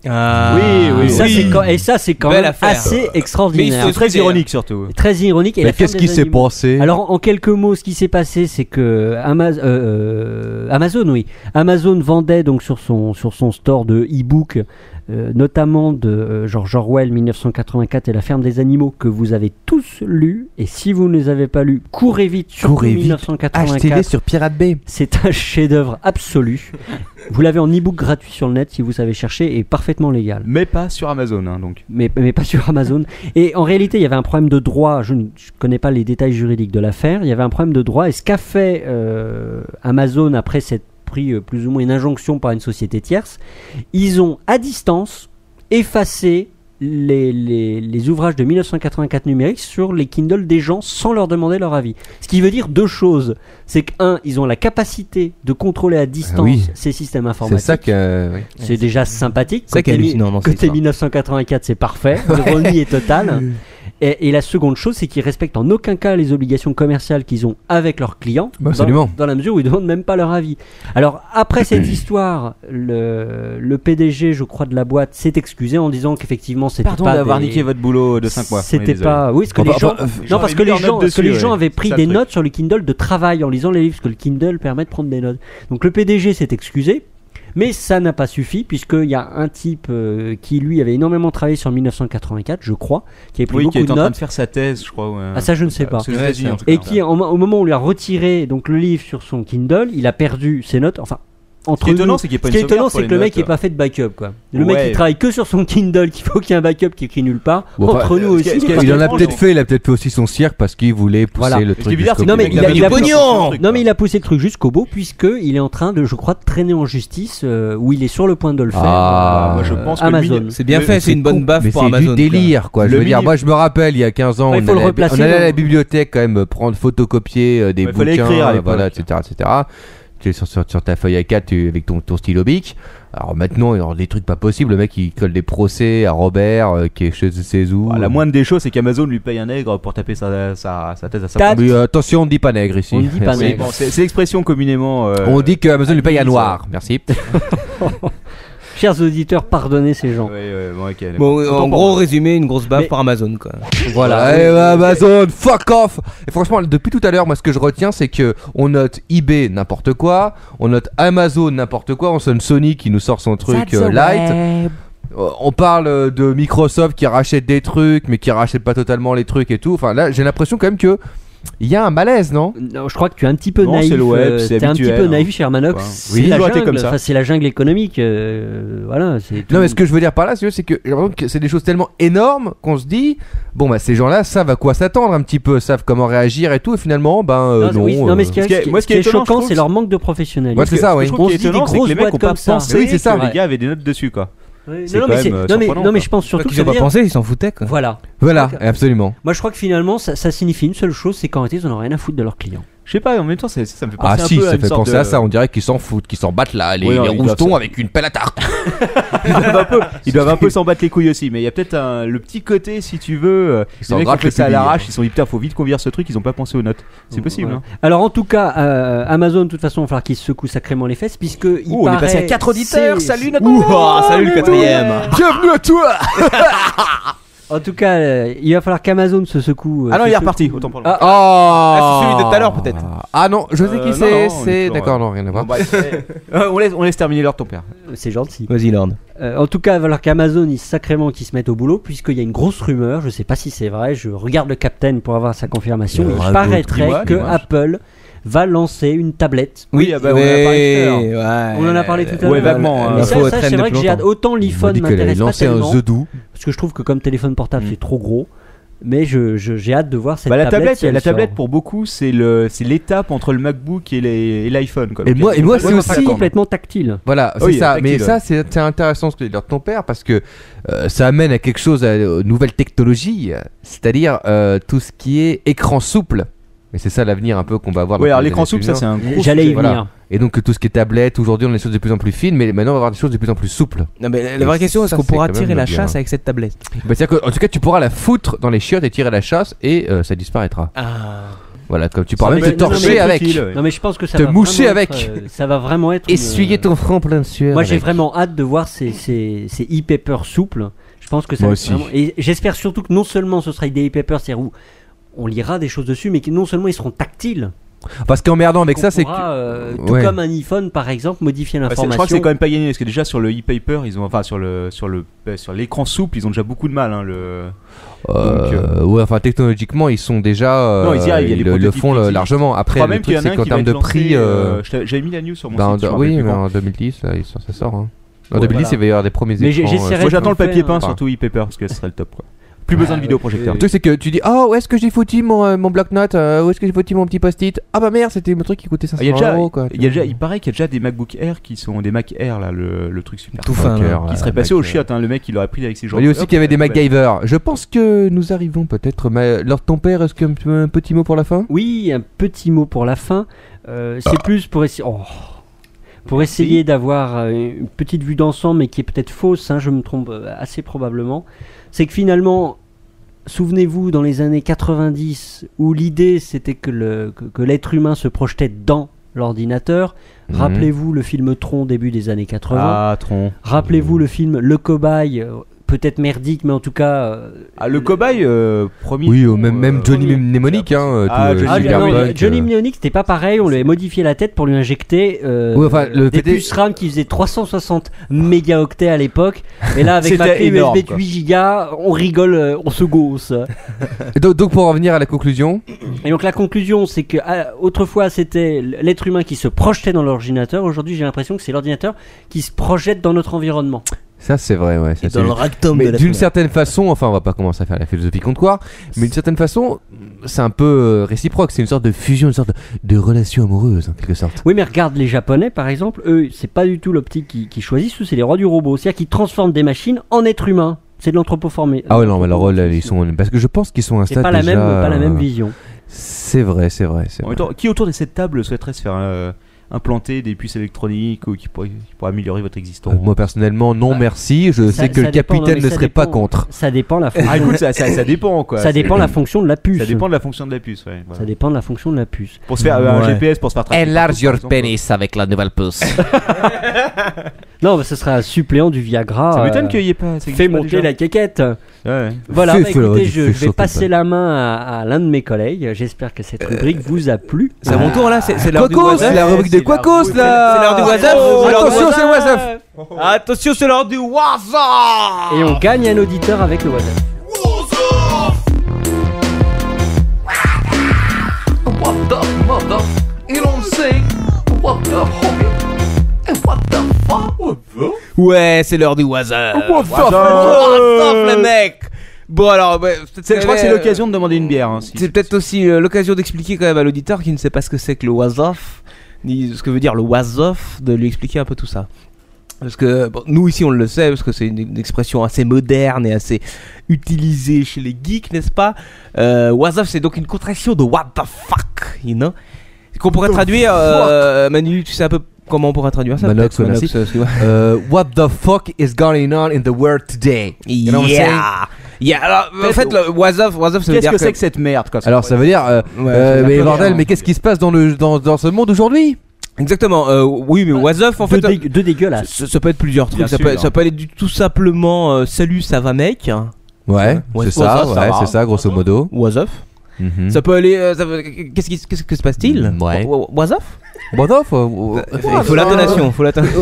Ah. Oui, oui, et ça, oui. c'est quand, et ça, c'est quand Belle même affaire. assez extraordinaire. Mais il se- Très C'était- ironique surtout. Très ironique. Et Mais la fin qu'est-ce des qui s'est animaux. passé Alors, en quelques mots, ce qui s'est passé, c'est que Ama- euh, Amazon, oui, Amazon vendait donc sur son sur son store de e-book, euh, notamment de euh, George Orwell 1984 et La Ferme des Animaux que vous avez tous lu. Et si vous ne les avez pas lus, courez vite sur Courez vite. Achetez-les 1984. sur Pirate Bay. C'est un chef-d'œuvre absolu. vous l'avez en e-book gratuit sur le net si vous savez chercher et parfaitement légal Mais pas sur Amazon, hein, donc. mais, mais pas sur Amazon. Et en réalité, il y avait un problème de droit. Je ne je connais pas les détails juridiques de l'affaire. Il y avait un problème de droit. Et ce qu'a fait euh, Amazon après s'être pris euh, plus ou moins une injonction par une société tierce, ils ont à distance effacé les, les- les ouvrages de 1984 numériques sur les Kindle des gens sans leur demander leur avis. Ce qui veut dire deux choses. C'est que, un, ils ont la capacité de contrôler Ah à distance oui. ces systèmes C'est informatiques. ça que. euh, oui. C'est déjà sympathique. C'est ça qui est Côté mi- hallucinant dans cette Côté histoire. 1984, c'est parfait. Le remis est total. Et, et la seconde chose, c'est qu'ils respectent en aucun cas les obligations commerciales qu'ils ont avec leurs clients. Bah, dans- absolument. Dans, la mesure où ils demandent même pas leur avis. Alors, après cette histoire, le, le PDG, je crois, de la boîte s'est excusé en disant qu'effectivement, c'était Pardon pas d'avoir des- niqué votre boulot de 5 mois. on est C'était désolé. pas. Oui, parce que Enfin, les gens. enfin, euh, les gens Non, parce avaient que mis les leurs gens, notes parce que dessus, les gens ouais. avaient C'est pris ça, des le truc. notes sur le Kindle de travail en lisant les livres, parce que le Kindle permet de prendre des notes. Donc le PDG s'est excusé. Mais ça n'a pas suffi, puisqu'il y a un type euh, qui, lui, avait énormément travaillé sur 1984, je crois, qui avait pris Oui, qui beaucoup est de en train de notes. faire sa thèse, je crois. ouais. Ah, ça, je ne sais pas. Aux États-Unis, en tout cas. Et qui, en- au moment où on lui a retiré donc, le livre sur son Kindle, il a perdu ses notes. Enfin, Ce entre qui est nous, étonnant, c'est qu'il n'y ait pas ce qui est une sauvegarde étonnant, pour c'est les que le mec notes. n'est pas fait de backup, quoi. Le mec, Ouais. il travaille que sur son Kindle, qu'il faut qu'il y ait un backup qui écrit nulle part. Bon, Entre enfin, nous ce qui est- aussi. ce qui est- Il en a étrange, peut-être donc. fait, il a peut-être fait aussi son cirque parce qu'il voulait pousser Voilà. le Ce qui est truc. bizarre, c'est jusqu'au Non, que mais le mec bout. il a- n'avait il a pas poussé son pognon. Non, truc, quoi. mais il a poussé le truc jusqu'au bout, puisque il est en train de, je crois, traîner en justice, euh, où il est sur le point de le faire. euh, Ah, Ah, moi, je pense que le Amazon. mini- C'est bien le- fait, c'est une bonne baffe mais pour c'est Amazon. du délire, quoi. Je Le veux dire, minimum- moi, je me rappelle, il y a 15 ans, Enfin, il on, faut le allait, à la- replacer on allait à la dans- bibliothèque quand même prendre, photocopier euh, des Ouais, fallait bouquins, écrire à euh, l'époque. voilà, etc., etc. Tu es sur, sur- sur ta feuille A4 tu- avec ton, ton stylo bic. Alors maintenant, il y a des trucs pas possibles. Le mec, il colle des procès à Robert euh, qui est chez ses où. Ah, La moindre des choses, c'est qu'Amazon lui paye un nègre pour taper sa, sa, sa thèse à sa Tac. Mais, euh, attention, on ne dit pas nègre ici. On ne dit pas Merci. Oui, nègre. bon, c'est c'est l'expression communément. euh, On dit que Amazon lui paye à noir. Merci. Chers auditeurs, pardonnez ces gens. Ouais, ouais, bon, ok. Bon, en Autant pour gros, moi. résumé, une grosse baffe Mais- pour Amazon, quoi. Voilà. Eh ben, Amazon, fuck off. Et franchement, depuis tout à l'heure, moi, ce que je retiens, c'est que on note eBay n'importe quoi, on note Amazon n'importe quoi, on sonne Sony qui nous sort son truc euh, light. Euh, On parle euh, de Microsoft qui rachète des trucs, mais qui rachète pas totalement les trucs et tout. Enfin, là, j'ai l'impression quand même que il y a un malaise, non Non, je crois que tu es un petit peu Non, naïf. c'est le web, euh, c'est t'es un petit habituel, peu hein. naïf, cher Manox. Enfin, C'est oui, la toujours été jungle. comme ça. Enfin, c'est la jungle économique. euh, voilà. c'est tout. Non, mais ce que je veux dire par là, c'est que- c'est que j'ai l'impression que c'est des choses tellement énormes qu'on se dit, bon, bah, ces gens-là savent à quoi s'attendre un petit peu, savent comment réagir et tout, et finalement, ben, euh, non. Non, oui, non, mais ce qui est, euh, ce qui est- ce qui est- moi, ce qui est ce qui est étonnant, je choquant, trouve, c'est leur manque de professionnalisme. Ouais, c'est ça, oui. Je On trouve qu'il est se dit des étonnant, c'est que grosses les mecs boîtes n'ont pas comme ça. pensé Oui, que c'est ça, les ouais. gars avaient des notes dessus, quoi. Oui, C'est Non, non, quand mais c'est- même, euh, non, mais- surprenant, non, mais quoi. je pense Surtout surtout qu'ils ont que pas ça veut dire- pensé, ils s'en foutaient, quoi. Voilà. Voilà, D'accord. absolument. Moi, je crois que finalement, ça, ça signifie une seule chose, c'est qu'en réalité, ils n'en ont rien à foutre de leurs clients. Je sais pas, en même temps, c'est- ça me fait Ah penser un si, peu à ça une fait sorte penser de- à ça, on dirait qu'ils s'en foutent, qu'ils s'en battent là, les, Oui, non, les ils doivent Ah. roustons ça. avec une pelle à tarte. Ils doivent un peu- ils doivent un peu s'en battre les couilles aussi, mais il y a peut-être un- le petit côté, si tu veux, euh, les s'en mecs qui ont grattent fait le ça à public. l'arrache, ils se sont dit putain, faut vite qu'on vire ce truc, ils ont pas pensé aux notes. C'est possible, Voilà. hein. Alors, en tout cas, euh, Amazon, de toute façon, il va falloir qu'ils se secouent sacrément les fesses, puisque il Ouh, on est paraît- passé à 4 auditeurs, c'est- oh, salut Oh, notre Ouah, salut le quatrième. Bienvenue à toi En tout cas, euh, il va falloir qu'Amazon se secoue. euh, Ah non, se il est secoue. reparti, autant pour le Ah, Oh c'est celui de tout à l'heure, peut-être. Ah non, je sais Euh, qui non, non, on c'est, est c'est... toujours, D'accord, euh, non, rien à voir. Bon, bref. Euh, on, laisse, on laisse terminer l'heure de ton père. C'est gentil. Vas-y, Lord. Euh, en tout cas, il va falloir qu'Amazon, ils sacrément qu'ils se mettent au boulot, puisqu'il y a une grosse rumeur, je sais pas si c'est vrai, je regarde le Captain pour avoir sa confirmation, Euh, il raconte, paraîtrait dis-moi, que dis-moi. Apple va lancer une tablette. Oui, ah bah, on en a parlé tout à ouais, On en a parlé tout à l'heure. Ouais, vaguement, hein. Mais La ça, ça, c'est vrai que j'ai hâte. Autant Il l'iPhone m'a dit qu'elle allait m'intéresse pas lancer un tellement, The Do. parce que je trouve que comme téléphone portable, Mm. c'est trop gros. Mais je, je- j'ai hâte de voir cette Bah, la tablette. tablette, si elle la sort. tablette pour beaucoup, c'est le, c'est l'étape entre le MacBook et les- et l'iPhone. quoi. Et Donc, moi- et moi, il y a- c'est Ouais, aussi- complètement tactile. Voilà, c'est Ah Oui, ça. tactile, Mais ouais. ça, c'est c'est intéressant ce que dit de ton père parce que euh, ça amène à quelque chose, à aux nouvelles technologies, euh, c'est-à-dire euh, tout ce qui est écran souple. Mais c'est ça l'avenir un peu qu'on va avoir. dans Ouais, alors les l'écran années souple, ça c'est suivantes. un gros J'allais y sujet. venir. voilà. Et donc tout ce qui est tablette, aujourd'hui on a des choses de plus en plus fines, mais maintenant on va avoir des choses de plus en plus souples. Non, euh, mais la Et vraie question, est-ce ça, qu'on c'est pourra quand même tirer la bien. chasse avec cette tablette Bah, c'est-à-dire qu'en tout cas tu pourras la foutre dans les chiottes et tirer la chasse et euh, ça disparaîtra. Ah. Voilà, comme tu pourras même va te être- non, mais- torcher avec, tranquille, ouais. Non mais je pense que ça Te va moucher vraiment être, avec. euh, ça va vraiment être. une- euh, essuyer ton front plein de sueur. Moi j'ai avec. vraiment hâte de voir ces ces ces e-papers souples. Je pense que ça. Moi va aussi. être vraiment- Et j'espère surtout que non seulement ce sera des e-papers, c'est où on lira des choses dessus, mais que non seulement ils seront tactiles. Parce qu'emmerdant avec qu'on ça, c'est que. pourra, euh, tout Ouais. comme un iPhone par exemple modifier Ouais, c'est- l'information. je crois que c'est quand même pas gagné parce que déjà sur le e-paper, ils ont enfin sur le sur le bah, sur l'écran souple, ils ont déjà beaucoup de mal. hein, le... Euh, Donc, ouais, enfin technologiquement ils sont déjà, euh, Non, ils y arrivent, il y a des le, le prototypes font qui euh, existent. largement. Après Je crois le même qu'il y truc en a c'est un qu'en qui va termes être de lancé, prix, euh, euh, je t'avais- j'avais mis la news sur mon ben, site. je me rappelle oui, plus mais quand. en 2010 là, ils sont- ça sort. Hein. En Ouais, 2010 voilà. il va y avoir des premiers Mais j'ai- écrans. j'essaierais euh, Moi j'attends le Faire, papier peint enfin. surtout e-paper parce que ce serait le top. quoi. Plus besoin de vidéoprojecteur. Ah, Le truc c'est que tu dis ah où est-ce que j'ai foutu mon, euh, mon bloc-notes Euh, où est-ce que j'ai foutu mon petit post-it ah bah merde c'était mon truc qui coûtait Ah, Il y a 500 déjà, euros quoi. il y a déjà, il paraît qu'il y a déjà des MacBook Air qui sont des Mac Air là, le, le truc super. Tout fin, Mac là. Air, qui ouais, serait Ah, Mac passé au Air. chiottes, hein, le mec il aurait pris avec ses Il jambes. y a aussi Hop, qu'il y avait des ouais. MacGyver. Je pense que nous arrivons peut-être. Mais lors ton père, est-ce qu'un p- un petit mot pour la fin Oui, un petit mot pour la fin. Euh, c'est plus pour essayer. Pour essayer d'avoir euh, une petite vue d'ensemble, mais qui est peut-être fausse, hein, je me trompe euh, assez probablement, c'est que finalement, souvenez-vous, dans les années 90, où l'idée c'était que le- que- que l'être humain se projetait dans l'ordinateur, Mhm. rappelez-vous le film Tron début des années 80, Ah, tronc. rappelez-vous le film Le Cobaye, euh, peut-être merdique, mais en tout cas. euh, Ah, le cobaye, euh, premier. Oui, nom, euh, même, euh, même Johnny premier. Mnemonic, hein, euh, Ah, tout, euh, Johnny Ah, Cyberpunk, non, Mnemonic. euh, Johnny Mnemonic, c'était pas pareil, on lui avait modifié la tête pour lui injecter euh, Oui, enfin, le des PD puces RAM qui faisaient 360 mégaoctets à l'époque. Et là, avec ma C'était clé énorme, USB de quoi. 8 gigas, on rigole, euh, on se gausse. donc, donc, pour en venir à la conclusion, Et donc la conclusion, c'est que ah, autrefois c'était l'être humain qui se projetait dans l'ordinateur. Aujourd'hui, j'ai l'impression que c'est l'ordinateur qui se projette dans notre environnement. ça c'est vrai, ouais. ça, c'est Dans le rectum de Mais la d'une fenêtre. certaine façon, enfin on va pas commencer à faire la philosophie contre quoi, mais d'une certaine façon, c'est un peu euh, réciproque, c'est une sorte de fusion, une sorte de, de relation amoureuse en quelque sorte. Oui, mais regarde les Japonais, par exemple, eux, c'est pas du tout l'optique qu'ils qu'ils choisissent, eux, c'est les rois du robot, c'est-à-dire qu'ils transforment des machines en êtres humains. C'est de l'anthropoformé. Ah ouais non, mais alors là ils sont parce que je pense qu'ils sont à un C'est stade pas la déjà, même, pas la même euh, vision. C'est vrai, c'est vrai, c'est En vrai. même temps, qui autour de cette table souhaiterait se faire euh, implanter des puces électroniques ou qui pourrait, qui pourrait améliorer votre Euh, existence Moi personnellement, non merci. Je Bah, ça- sais que ça le dépend, non, capitaine mais ne ça serait pas dépend. contre. Ça dépend la Euh, fonction. Ah, écoute, ça, ça- ça dépend quoi. ça C'est- dépend la fonction de la puce. Ça dépend de la fonction de la puce, ouais. voilà. Ça dépend de la fonction de la puce. Pour se faire euh, un Ouais. GPS, pour se faire traquer. Enlarge your partout, par exemple. penis avec la nouvelle puce. Non, mais ce sera un suppléant du Viagra. Ça euh, m'étonne qu'il y ait pas. ça Fais existe pas monter déjà. la quéquette. Ouais. Voilà, Fais- bah, fais- écoutez, fais- je, je fais vais chauffer, passer quoi. la main à, à l'un de mes collègues. J'espère que cette rubrique vous a plu. C'est à mon tour là, c'est c'est l'heure du Quacos, c'est WhatsApp. la rubrique de Quacos là. C'est l'heure du WhatsApp. c'est l'heure du Attention, c'est WhatsApp. Attention, c'est l'heure du WhatsApp. Et on gagne un auditeur avec le WhatsApp. Ouais, c'est l'heure du WhatsApp. WhatsApp, les mecs. Bon alors, bah, peut-être C'est- Je crois que c'est euh, l'occasion de demander une bière. hein, si- C'est peut-être aussi euh, l'occasion d'expliquer quand même à l'auditeur qui ne sait pas ce que c'est que le was-off, ni ce que veut dire le was-off, de lui expliquer un peu tout ça. Parce que bon, nous ici on le sait, parce que c'est une, une expression assez moderne et assez utilisée chez les geeks, n'est-ce pas euh, Was-off c'est donc une contraction de what the fuck, you know Qu'on pourrait traduire, euh, Manu, tu sais un peu comment on pourrait traduire ça Manox, peut-être, merci. euh, tu vois. Euh, what the fuck is going on in the world today? You know what I'm saying? Yeah, yeah. Alors, en fait, le was-off, was-off ça veut Qu'est-ce dire que c'est que cette merde quoi, Alors ça veut dire, euh, Ouais, euh, c'est la mais colère, bordel, hein. mais qu'est-ce qui se passe dans le dans, dans ce monde aujourd'hui? Exactement, euh, oui, mais was-off en fait... Deux, dé- deux dégueulasses. Ça, ça peut être plusieurs trucs. Bien Ça sûr. peut, ça peut aller du tout simplement euh, salut, ça va mec, Ouais, Ouais, c'est c'est ça, ça, ça ouais, va. c'est ça, grosso modo. was off. Hmm. Mhm. Ça peut aller. euh, ça peut- Qu'est-ce qui qu'est-ce que se passe-t-il Ouais. Wa- wa- Was off Bon, non, faut, euh, Il faut l'intonation, faut l'intonation.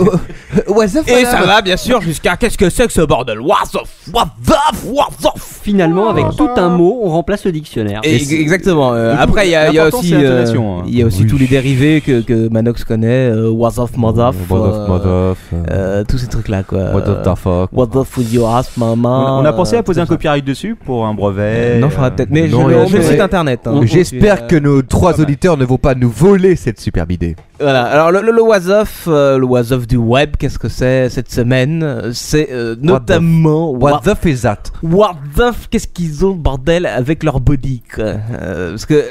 What's up, Et Eh, madame ça va bien sûr jusqu'à qu'est-ce que c'est que ce bordel Was off, was off, was off. Finalement, avec tout un mot, on remplace le dictionnaire. Et c'est- exactement. euh, Le coup, après, il y, a il y a l'important, aussi, c'est euh, l'intonation, hein. il y a aussi tous les dérivés que, que Manox connaît, euh, was off, mother off, What the f- what the f- euh, euh, tous ces trucs là quoi. what the fuck What the fuck with your ass, On maman. a- on a pensé euh, à poser un tout ça. copyright dessus pour un brevet. Non, faudra euh, peut-être. Mais je non, le il y a- remets faudrait- site internet. hein. J'espère que nos trois mal. auditeurs ne vont pas nous voler cette superbe idée. Voilà, alors le, le, le was-off, euh, le was-off du web, qu'est-ce que c'est cette semaine Euh, C'est euh, notamment What the f is that what the f- qu'est-ce qu'ils ont bordel avec leur body quoi. Euh, Parce que euh,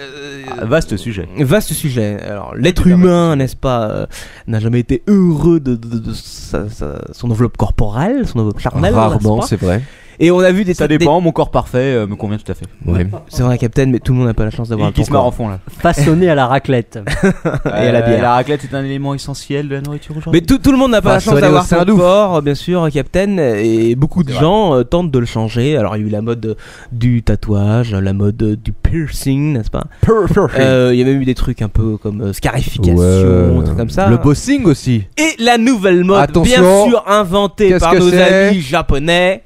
Ah, Vaste sujet. vaste sujet. Alors l'être humain, n'est-ce pas, euh, n'a jamais été heureux de, de- de- de sa- sa- son enveloppe corporelle, son enveloppe charnelle. n'est-ce Rarement, pas c'est vrai. Et on a vu des Ça des- dépend, mon corps parfait euh, me convient tout à fait. Ouais. C'est vrai, Captain, mais tout le monde n'a pas la chance Et d'avoir un qui bon se marre en corps. fond là. Façonné à la raclette. Et à la bière. La raclette est un élément essentiel de la nourriture Mais aujourd'hui. tout, tout le monde n'a pas la Façonné chance d'avoir au sein son d'ouf. corps, bien sûr, Captain, et beaucoup de gens euh, tentent de le changer. Alors il y a eu la mode euh, du tatouage, la mode euh, du piercing, n'est-ce pas Euh, Il y a même eu des trucs un peu comme euh, scarification, Ouais. des trucs comme ça. Le bossing aussi. Et la nouvelle mode, bien Attention. sûr inventée Qu'est-ce par que nos c'est amis japonais,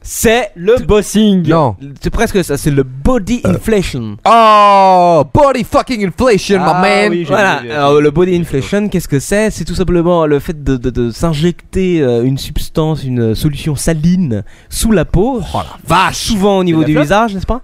c'est le bossing. Non. Euh. C'est presque ça, c'est le body inflation. Oh, body fucking inflation, Ah my man. oui, j'ai Voilà, euh, vu, j'ai vu. alors le body inflation, qu'est-ce que c'est C'est tout simplement le fait de, de- de s'injecter euh, une substance, une euh, solution saline sous la peau, Oh souvent au niveau la du flotte visage, n'est-ce pas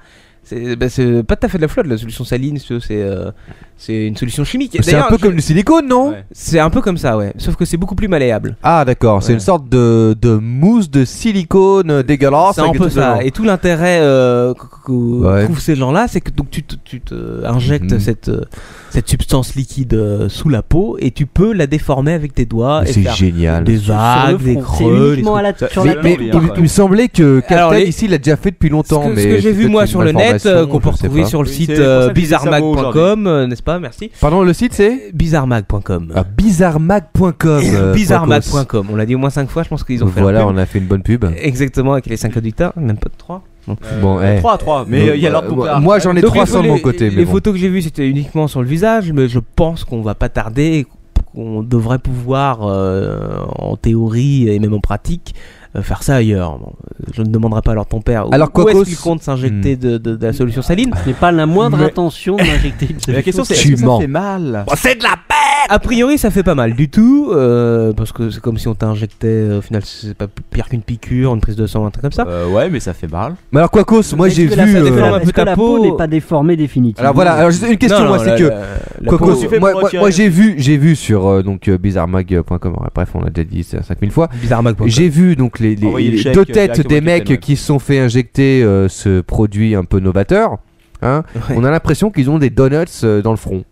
c'est bah, c'est pas tout à fait de la flotte, la solution saline, c'est c'est, euh, c'est une solution chimique. C'est un D'ailleurs, peu je- comme du silicone, non Ouais. C'est un peu comme ça, ouais. Sauf que c'est beaucoup plus malléable. Ah, d'accord. C'est Ouais. une sorte de, de mousse de silicone euh, dégueulasse. c'est un avec peu des trucs ça. dedans. Et tout l'intérêt euh, que- que Ouais. trouvent ces gens-là, c'est que donc tu te, tu te injectes Mhm. cette euh, cette substance liquide euh, sous la peau et tu peux la déformer avec tes doigts Mais et C'est faire génial. des Sur le vagues, des front. C'est creux, des uniquement à la, Ça- sur Mais, la mais tempe. bien, il, quoi. il me semblait que Alors, Captain les- ici l'a déjà fait depuis Ce que, longtemps. ce mais que j'ai c'est vu peut-être moi une sur le net, malformation, euh, qu'on peut je sais retrouver pas. sur le Oui, site c'est pour ça que euh, c'est des sabots bizarremac.com, euh, n'est-ce pas, merci. Pardon, le site c'est Bizarremag.com. Ah, bizarremag.com. euh, Pointos. Bizarremag.com. On l'a dit au moins 5 fois, je pense qu'ils ont fait Voilà, leur pub. on a fait une bonne pub. Exactement, avec les 5 auditeurs, même pas de 3. Euh, bon, eh. 3 à 3, mais euh, il y a Moi- l'ordre populaire. Moi j'en ai Donc, 300 de les- mon côté. Les mais bon. photos que j'ai vues, c'était uniquement sur le visage, mais je pense qu'on va pas tarder, et qu'on devrait pouvoir, euh, en théorie et même en pratique, euh, faire ça ailleurs. Bon, je ne demanderai pas alors ton père. où- Alors, hmm. où est-ce Quacos- qu'il compte s'injecter de, de- de la solution saline Je n'ai pas la moindre Mais- intention de m'injecter une Mais La question c'est Tu est-ce que ça mens. fait mal A priori, ça fait pas mal du tout, euh, parce que c'est comme si on t'injectait, euh, au final, c'est pas pire qu'une piqûre, une prise de sang, un truc comme ça. Euh, Ouais, mais ça fait mal. Mais alors, Quacos, moi Est-ce j'ai que la vu. salle des euh, flammes- Est-ce un peu que ta la peau- peau n'est pas déformée définitivement Alors voilà, alors, juste une question Non, moi non, c'est la- que. la- la Quoique, peau- tu fais moi, pour moi- retirer. moi, j'ai vu, j'ai vu sur euh, donc euh, bizarremag.com. ouais, Bref, on l'a déjà dit 5000 fois. bizarremag.com. J'ai vu donc les, les- Envoyez le les chèque, deux euh, têtes directement des au Capitaine mecs Web. qui se sont fait injecter euh, ce produit un peu novateur. hein. Ouais. On a l'impression qu'ils ont des donuts euh, dans le front.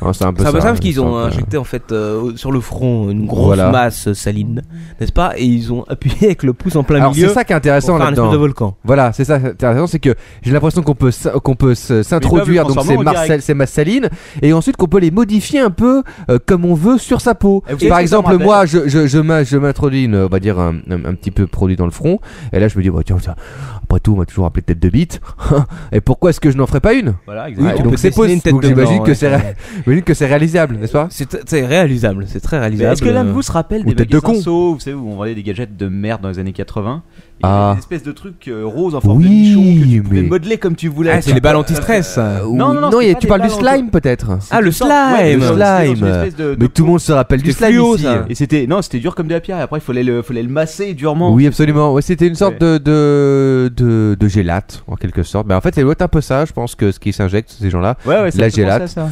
Hein, c'est un peu C'est ça. un peu ça parce hein, qu'ils ont c'est un peu- injecté en fait euh, sur le front une grosse Voilà. masse saline, n'est-ce pas Et ils ont appuyé avec le pouce en plein Alors c'est milieu ça qui est pour faire intéressant un espèce de là-dedans. volcan. Voilà, c'est ça qui est intéressant, c'est que j'ai l'impression qu'on peut s- qu'on peut s- s'introduire le donc transformer ces en Marcel, direct. ces masses salines, et ensuite qu'on peut les modifier un peu euh, comme on veut sur sa peau. Ah, Et vous savez Par ce que ça me exemple, rappelle moi, je, je, je m'in- je m'introduis, une, on va dire un, un- un petit peu de produit dans le front, et là je me dis, bah, tiens, ça, après tout, on m'a toujours appelé tête de bite, et pourquoi est-ce que je n'en ferais pas une Voilà, Oui, exactement. tu donc peux c'est dessiner possible. une tête Donc de j'imagine blanc, que ouais, c'est ré- j'imagine que c'est réalisable, n'est-ce pas C'est c'est réalisable, c'est très Mais réalisable. Est-ce que l'un de vous se rappelle Ou des tête de magasins con. Sceaux, vous savez, où on vendait des gadgets de merde dans les années 80 Et Il y Ah. avait des espèces de trucs euh, roses en forme de Oui, nichon que tu pouvais mais- modeler comme tu voulais. Ah, c'est les balles anti-stress. ça. Ou- non, non, non, c'est il y a- pas tu des parles du balles en- slime peut-être Euh, Ah le Ouais, slime. le slime. c'était dans une espèce de- Mais de tout le monde se rappelle du C'était slime fluo, ici. ça. Et c'était non, c'était dur comme de la pierre. Et après, il fallait le, fallait le masser durement. Oui, absolument. Ouais, c'était une sorte de, de, de, de gélate, en quelque sorte. Mais en fait, c'est doit être un peu ça, je pense, que ce qui s'injecte, ces gens-là. Ouais, ouais, ça La me fait penser à gélate. ça.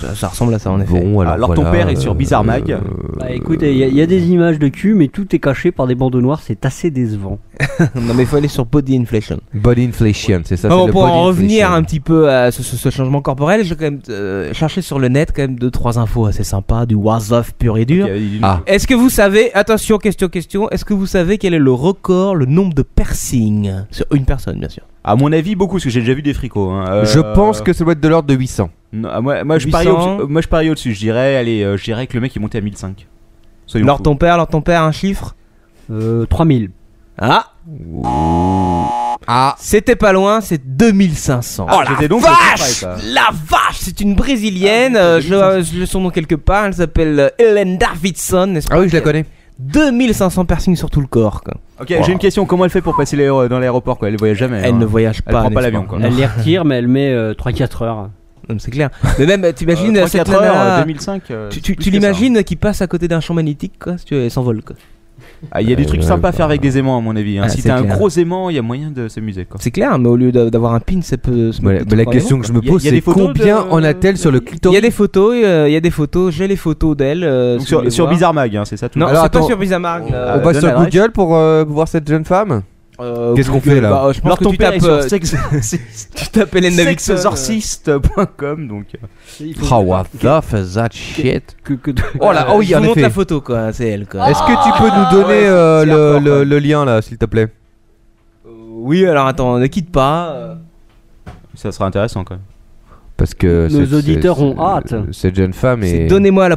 Ça, ça ressemble à ça en effet. Bon, alors, Alors, ton voilà, père est sur euh, Bizarre Mag. euh, Bah écoute, il y, a- il y a des images de cul, mais tout est caché par des bandeaux noirs, c'est assez décevant. non mais il faut aller sur Body Inflation. Body inflation, c'est ça. Bon, c'est le pour body en revenir inflation. un petit peu à ce, ce- ce changement corporel, j'ai quand même euh, cherché sur le net quand même deux trois infos assez sympas du was-off pur et dur. Il y avait une- Ah. Est-ce que vous savez, attention, question, question, est-ce que vous savez quel est le record, le nombre de piercings Sur une personne, bien sûr. À mon avis, beaucoup, parce que j'ai déjà vu des fricots. hein. Euh, Je pense que ça doit être de l'ordre de 800. non, ah, moi, moi, je parie 800. au- moi, je parie au-dessus. Je dirais, allez, euh, je dirais que le mec est monté à 1005. Soyons Lors fous. ton père, lors ton père, un chiffre Euh, 3000. Ah Ah, C'était pas loin, c'est 2500. Ah, j'étais donc au vache chiffre près, ça. La vache C'est une Ah, brésilienne, euh, je, euh, je le son nom quelque part, elle s'appelle euh, Helen Davidson, n'est-ce pas ah oui, je la connais. 2500 piercings sur tout le corps. quoi. Ok, j'ai une question. Comment elle fait pour passer l'aéro- dans l'aéroport quoi Elle voyage jamais. Elle hein. ne voyage pas. prend pas n'est-ce l'avion, quoi. Elle les retire, mais elle met 3-4 heures. Non, mais C'est clair. Mais même, Euh, t'imagines, trois, cette quatre heures, nana- 2005. euh, Tu, c'est tu- plus tu que ça. l'imagines qui passe à côté d'un champ magnétique, quoi, si tu veux, elle s'envole, quoi. Ah, Il y a des trucs Euh, sympas à faire avec des aimants, à mon avis. hein. Ah, si c'est t'as un clair. gros aimant, il y a moyen de s'amuser. quoi. C'est clair, mais au lieu d'a- d'avoir un pin, ça peut se Mais, mettre mais la tout en question que je me Il y a- pose, il y a des c'est photos combien de- en a-t-elle sur le Il y a clitoris des photos, euh, il y a des photos, j'ai les photos d'elle. euh, Donc si vous sur, voulez sur voir. Bizarre Mag, hein, c'est ça tout Non, Alors, c'est pas attends, sur Bizarre euh, Mag. On va donne sur l'adresse. Google pour euh, voir cette jeune femme Qu'est-ce qu'on fait, là euh, Je pense Alors, que ton tu père tapes, est sur euh, sexe- tu tapes Hélène Davidson. euh, sexexorciste.com donc. Ah, Oh, what the fuck that shit Que, que- Oh là, oh oui, je vous en montre la effet. photo, quoi, c'est elle, quoi. Ah. Est-ce que tu peux nous donner Ah. euh, c'est le- hardcore, le quoi. le lien là, s'il te plaît Oui, alors attends, ne quitte pas. euh, Ça sera intéressant quand même. Parce que Nos cette- auditeurs cette- ont hâte. Cette jeune femme C'est est. donnez-moi la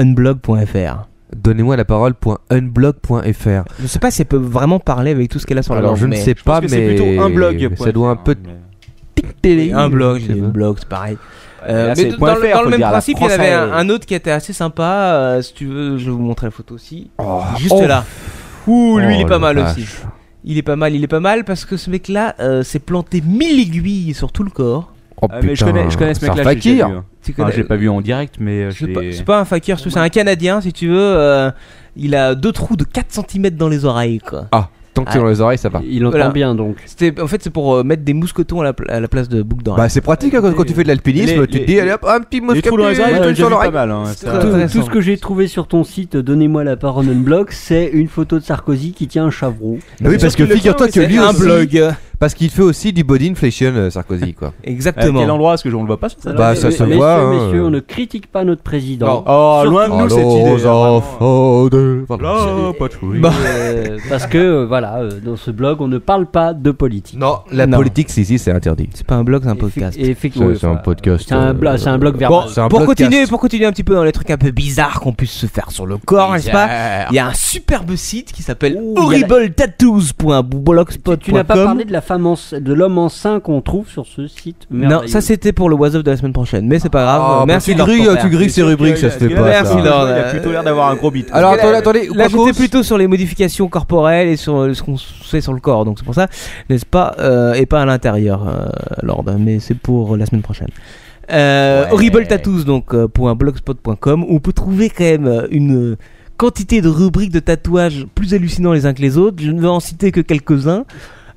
parole.unblog.fr. Donnez-moi la parole.unblog.fr. Je sais pas si elle peut vraiment parler avec tout ce qu'elle a sur la Alors langue, je ne mais- sais pas, que mais. c'est plutôt un blog. Ça doit un peu Oui, un blog, je j'ai sais un pas. blog, c'est pareil. Euh, là, mais c'est dans, point le- fr, dans faut le le même dire, la principe, il y en avait un, française. un autre qui était assez sympa. euh, si tu veux, je vais vous montrer la photo aussi. Juste oh. là. Ouh, lui, Oh, il est la pas mal vache. aussi. Il est pas mal, il est pas mal parce que ce mec-là euh, s'est planté mille aiguilles sur tout le corps. Oh putain. Ah, mais je connais, je connais ce c'est un mec-là. j'ai déjà fakir. vu, hein. Tu Enfin, connais- je l'ai pas vu en direct, mais euh, C'est j'ai- pas, c'est pas un fakir, c'est un Canadien, si tu veux. euh, il a deux trous de 4 cm dans les oreilles, quoi. Ah, Tant Ah. que c'est dans les oreilles, ça va. Il entend Voilà. bien donc. C'était, en fait, c'est pour euh, mettre des mousquetons à la, pla- à la place de boucles d'oreilles. Bah c'est pratique hein, quand, quand tu fais de l'alpinisme, Les- tu te les- dis allez hop, un petit Les trous moscato, dans les oreilles, un j'en ai truc sur vu pas l'oreille. mal. hein, C'est ça- très- Tout, intéressant. tout ce que j'ai trouvé sur ton site, donnez-moi la parole on blog, c'est une photo de Sarkozy qui tient un chavreau. Mais oui, parce que Le figure-toi que tien, oui, lui c'est un aussi- blog. Parce qu'il fait aussi du body inflation, euh, Sarkozy, quoi. Exactement. À Bah, quel endroit Parce que je- on le voit pas sur ça. Alors, Bah, mes- ça se messieurs, voit, hein. Messieurs, on ne critique pas notre président. Oh, loin de nous cette Allons idée. hein, vraiment. enfants de- Pardon. Là, pas de chouille. Bah, euh, parce que euh, voilà, euh, dans ce blog, on ne parle pas de politique. Non, la Non. politique, si, si, c'est interdit. C'est pas un blog, c'est un Effe- podcast. effectivement, C'est- c'est un voilà. podcast, C'est un, blo- euh, Ah bah, c'est un blog verbal. Bon, c'est un pour podcast. continuer, pour continuer un petit peu dans les trucs un peu bizarres qu'on puisse se faire sur le corps, n'est-ce pas Il y a un superbe site qui s'appelle Ouh, il y a la- horribletattoos.blogspot.com. tu n'as pas parlé de la femme enceinte- de l'homme enceint qu'on trouve sur ce site. Non, ça c'était pour le was of de la semaine prochaine, mais c'est pas grave. Ah, bah, Merci tu Laure grilles, Tempère. tu grilles ces rubriques, ça se fait pas. Merci, ça. Laure. Il a plutôt l'air d'avoir un gros bit. Alors Parce que attendez, là- attendez. Là, par j'étais contre- plutôt sur les modifications corporelles et sur euh, ce qu'on fait sur le corps, donc c'est pour ça, n'est-ce pas euh, Et pas à l'intérieur, euh, Lord, mais c'est pour la semaine prochaine. Euh, Ouais. Horrible tattoos, donc, euh, pour un blogspot.com, où on peut trouver quand même euh, une euh, quantité de rubriques de tatouages plus hallucinants les uns que les autres. Je ne vais en citer que quelques-uns.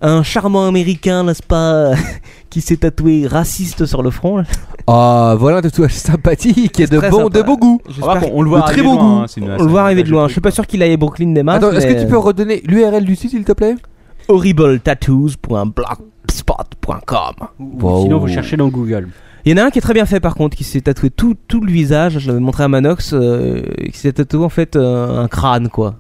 Un charmant américain, n'est-ce pas, qui s'est tatoué raciste sur le front. là. Ah, voilà un tatouage sympathique et de très bon, sympa. de beau goût. On va voir qu'on- bah, on le voit de très arriver bon de loin, goût. hein, c'est une- On c'est le voit un arriver de image loin. Je suis truc. pas sûr qu'il aille à Brooklyn des masses, Attends, est-ce que mais, euh, tu peux redonner l'URL du site, s'il te plaît horribletattoos.blogspot.com. Wow. Sinon, vous cherchez dans Google. Il y en a un qui est très bien fait par contre, qui s'est tatoué tout, tout le visage, je l'avais montré à Manox, euh, qui s'est tatoué en fait euh, un crâne quoi,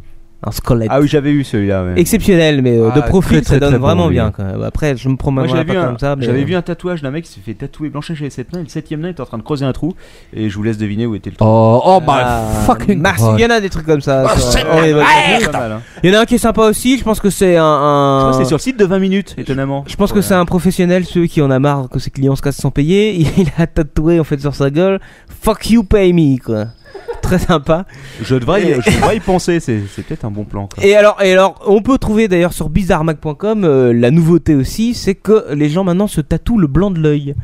un squelette. Ah oui, j'avais eu celui-là. ouais. Exceptionnel, mais euh, de Ah, profil très, très, ça donne très bon, vraiment lui. bien. Quand même. Après, je me promène Moi, pas j'avais vu, un, comme ça. mais- j'avais vu un tatouage d'un mec qui s'est fait tatouer Blanchet chez les 7 nains. et Le 7 nain était en train de creuser un trou. Et je vous laisse deviner où était le trou. Oh, oh Ah, my fucking merci. God. Il y en a des trucs comme ça. sur- bah, Oh, Ouais, ouais, voilà. c'est pas mal, hein. Il y en a un qui est sympa aussi. Je pense que c'est un. Je un- crois que c'est sur le site de 20 minutes, étonnamment. Je pense que c'est un professionnel, ceux qui en a marre que ses clients se cassent sans payer. Il a tatoué en fait sur sa gueule Fuck you, pay me quoi. Très sympa. Je devrais, y- je devrais y penser, c'est, c'est peut-être un bon plan. quoi. Et alors, et alors, on peut trouver d'ailleurs sur bizarremac.com euh, la nouveauté aussi, c'est que les gens maintenant se tatouent le blanc de l'œil.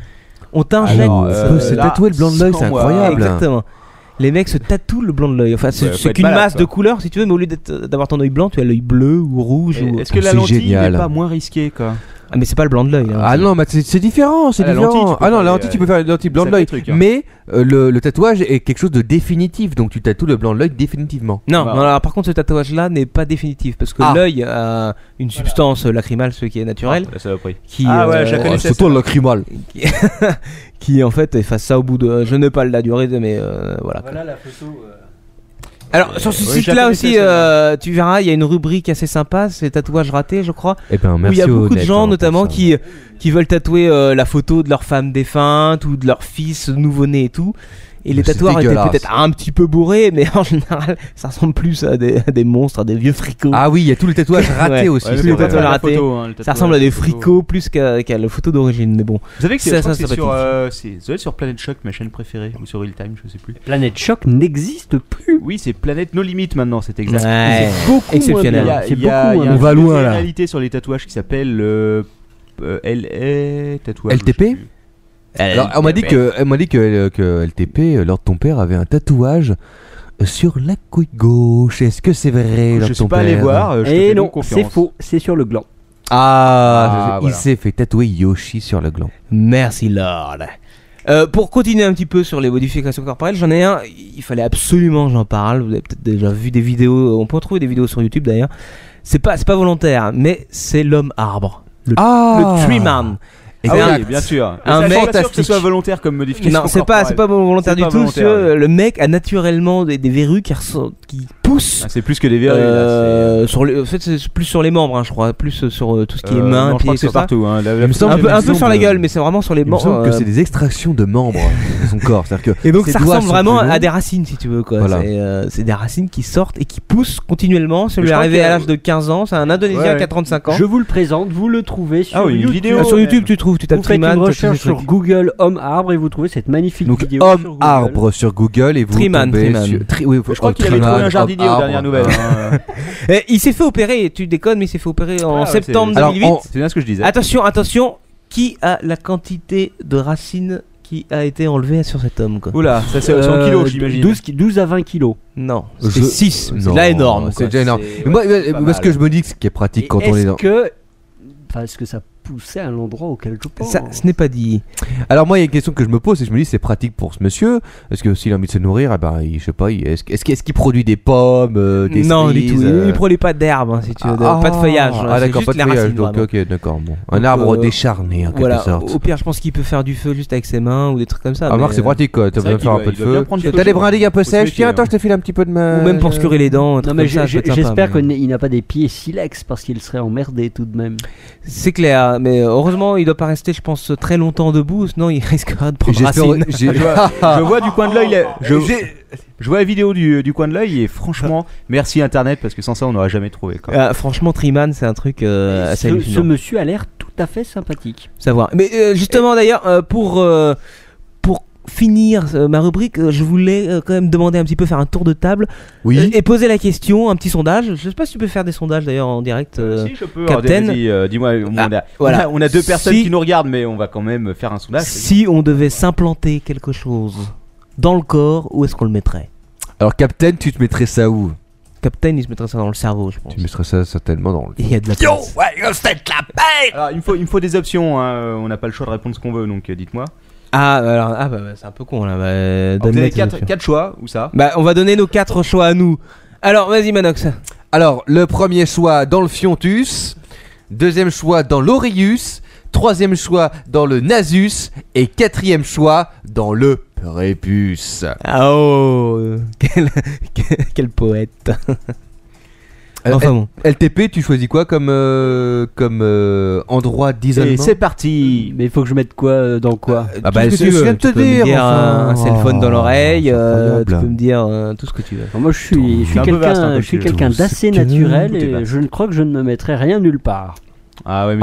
On t'injecte. Alors, euh, euh, c'est là, tatoué le blanc de l'œil, c'est sans moi. incroyable. exactement. Les mecs se tatouent le blanc de l'œil. Enfin, c'est Ouais, faut c'est être qu'une malade, masse quoi. de couleurs, si tu veux, mais au lieu d'être- d'avoir ton œil blanc, tu as l'œil bleu ou rouge. Et Ou... Est-ce que la C'est lentille génial. n'est pas moins risquée quoi Ah, mais c'est pas le blanc de l'œil. là. Ah non, mais c'est c'est différent, c'est Ah, la différent. lentille, tu peux ah non, faire la des- lentille, tu peux faire une lentille blanc de sacré l'œil. truc, hein. Mais euh, le, le tatouage est quelque chose de définitif, donc tu tatoues le blanc de l'œil définitivement. Non, Bah. non, alors, par contre, ce tatouage-là n'est pas définitif parce que Ah. l'œil a une substance lacrymale, ce qui est naturel, Ah, ça va pris. qui, Ah ouais, je la Oh, connaissais, c'est toi le lacrymal. qui en fait efface ça au bout de. Je n'ai pas la durée, de, mais euh, voilà. Voilà la photo. euh. Alors sur ce oui, je la site-là connaissais, aussi, celle-là. euh, tu verras, il y a une rubrique assez sympa, c'est tatouages ratés, je crois. Eh ben, où il merci y a aux beaucoup de nets, gens, hein, notamment, pour ça. qui qui veulent tatouer euh, la photo de leur femme défunte ou de leur fils nouveau-né et tout. Et les Mais Bah, c'est tatoueurs étaient dégueulasse. peut-être un petit peu bourrés, mais en général, ça ressemble plus à des, à des monstres, à des vieux fricots. Ah oui, il y a tous les tatouages ratés Ouais. aussi. Ouais, c'est mais le vrai. tatouage, tatouage la raté. photo, hein, le ça tatouage, ressemble à la des photo. fricots plus qu'à qu'à la photo d'origine, mais bon. Vous savez que c'est, Ça, je crois ça, que c'est sympathique. sur, euh, c'est, ça doit être sur Planet Shock, ma chaîne préférée, ou sur Real Time, je sais plus. Planète Choc n'existe plus. Oui, c'est Planète No Limit maintenant, c'est exact. Ouais. C'est beaucoup Exceptionnel. moins bien. Il y a- C'est Eh, il y a- beaucoup hein. il y moins a un On bien. va film de loin, là. réalité sur les tatouages qui s'appelle euh, euh, LA tatouage. LTP? je sais plus. Alors, on m'a dit Eh, que, on m'a dit que, euh, que LTP, euh, Lord ton père, avait un tatouage euh, sur la couille gauche. Est-ce que c'est vrai, Lord Je suis ton pas allé père voir. euh, Je te Et fais Eh non, donc confiance. c'est faux, c'est sur le gland. Ah, Ah, il voilà. s'est fait tatouer Yoshi sur le gland. Merci Lord. Euh, pour continuer un petit peu sur les modifications corporelles, j'en ai un, il fallait absolument que j'en parle, vous avez peut-être déjà vu des vidéos, on peut en trouver des vidéos sur YouTube d'ailleurs. C'est pas, c'est pas volontaire, mais c'est l'homme arbre. Le, Ah le tree man. Et Oh. Ah c'est oui, un- bien sûr. un Mais ça, je suis mec pas sûr que ce fantastique. soit volontaire comme modification. Non, c'est pas, c'est pas volontaire C'est du pas tout, volontaire, monsieur. ouais. Le mec a naturellement des, des verrues qui, ressort- qui poussent. Ah, C'est plus que des verrues. là, euh, sur les, en fait, c'est plus sur les membres, hein, je crois, plus sur euh, tout ce c'est- qui est Euh, mains, non, je pieds, crois que tout c'est ça. partout. hein. La- la- me semble Un peu, un peu semble- sur la gueule, mais c'est vraiment sur les Il me membres. semble que euh, c'est des extractions de membres de son corps. C'est-à-dire que Et donc ses ça doigts ressemble sont vraiment plus longs. à des racines si tu veux quoi. Voilà. C'est, euh, c'est des racines qui sortent et qui poussent continuellement. Celui Je crois arrivé qu'il y à a- l'âge de 15 ans, c'est un Indonésien Ouais, ouais. qui a 35 ans. Je vous le présente, vous le trouvez sur Ah oui, une YouTube. vidéo. Ah, sur Ouais. YouTube tu trouves, tu tapes Vous faites Triman, une tu tapes recherche tous ces sur trucs. Google homme arbre et vous trouvez cette magnifique Donc vidéo. sur homme Google. arbre sur Google et vous Treeman, tombez Treeman. sur tri- oui, Je crois oh, qu'il avait Treeman, trouvé un jardinier homme Ah, aux arbre. dernières nouvelles. hein. Eh, il s'est fait opérer, tu déconnes mais il s'est fait opérer en Ah ouais, septembre c'est- Alors, 2008. en- C'est bien ce que je disais. Attention, attention, qui a la quantité de racines qui a été enlevée sur cet homme quoi Oula, ça c'est 100 Euh, kilos, j'imagine. 12, qui- 12 à 20 kilos. Non, c'est Je- 6, c'est Non, déjà énorme. C'est quoi. déjà énorme. C'est- Mais Moi, ouais, c'est euh, pas moi, ce mal. que je me dis, ce qui est pratique Et quand on est-ce est dans. que. Enfin, est-ce que ça poussé à l'endroit auquel je pense. Ça, ce n'est pas dit. Alors moi, il y a une question que je me pose, et je me dis, c'est pratique pour ce monsieur. Est-ce que s'il a envie de se nourrir, eh ben, il- je sais pas, il- est-ce est-ce qu'il est-ce qu'il produit des pommes, euh, des non, du cerises, tout. euh, Il prenait pas d'herbe, hein, si tu veux, de- ah, pas de feuillage. hein, Ah c'est d'accord, juste pas de les feuillage. racines, Donc vraiment. ok, d'accord. bon. Un Donc, arbre euh, décharné en quelque Voilà. sorte. Au pire, je pense qu'il peut faire du feu juste avec ses mains ou des trucs comme ça. Ah, mais, Marc, c'est euh, pratique, quoi. T'as c'est vrai besoin de qu'il faire un doit- peu de il doit bien feu. prendre quelque T'as les chose. brindilles un peu Faut se sèches. Tiens, méfier, attends, hein. je te file un petit peu de ma. euh, Ou même pour se curer les dents. un Non, truc mais comme ça, je- ça peut je- être sympa, j'espère mais- qu'il n'a pas des pieds silex parce qu'il serait emmerdé tout de même. C'est clair, mais euh, heureusement, il doit pas rester, je pense, très longtemps debout, sinon il risquera de prendre racine. J'espère. j'ai- Je vois du coin de l'œil. la- Je, je vois la vidéo du, du coin de l'œil et franchement, merci Internet parce que sans ça, on n'aurait jamais trouvé. Quoi. Ah, franchement, Triman, c'est un truc euh, ce, ce assez hallucinant. monsieur a l'air tout à fait sympathique. Savoir. Mais euh, justement, d'ailleurs, euh, pour euh, pour finir euh, ma rubrique, euh, je voulais euh, quand même demander un petit peu faire un tour de table euh, et poser la question, un petit sondage. Je sais pas si tu peux faire des sondages d'ailleurs en direct. Ah, euh, si je peux, Captain. vas-y, euh, dis-moi, on, Ah, a- voilà. on a- on a deux personnes Si- qui nous regardent, mais on va quand même faire un sondage. si on devait s'implanter quelque chose dans le corps, où est-ce qu'on le mettrait Alors, Captain, tu te mettrais ça où Captain, il se mettrait ça dans le cerveau, je pense. Tu mettrais ça certainement dans le. Il y a de la place. euh, Alors, il me faut, il me faut des options. hein, euh, On n'a pas le choix de répondre ce qu'on veut, donc euh, dites-moi. Ah, alors, ah bah, bah, c'est un peu con là. Bah, euh, Alors, Vous donne-les avez tes quatre, options. quatre choix ou ça Bah, on va donner nos quatre choix à nous. Alors, vas-y, Manox. Alors, le premier choix dans le Fiontus. Deuxième choix dans l'Aureus. Troisième choix dans le Nasus. Et quatrième choix dans le Prépuce. Ah, oh, euh, quel, quel, quel poète. Euh, enfin bon. LTP, tu choisis quoi comme, euh, comme euh, endroit Et d'isolement c'est parti. Mais il faut que je mette quoi euh, dans quoi Ah bah, Tout ce que c'est- tu je veux. viens de te Tu peux me dire, dire euh, enfin. un euh, un cell phone dans Oh, hein, l'oreille, c'est euh, tu incroyable. peux me dire euh, tout ce que tu veux. Moi, je suis, je C'est suis un peu vaste, quelqu'un hein, je comme suis sujet. quelqu'un Tout, d'assez c'est que- naturel tout est et vaste. je ne crois que je ne me mettrai rien nulle part. Ah ouais, mais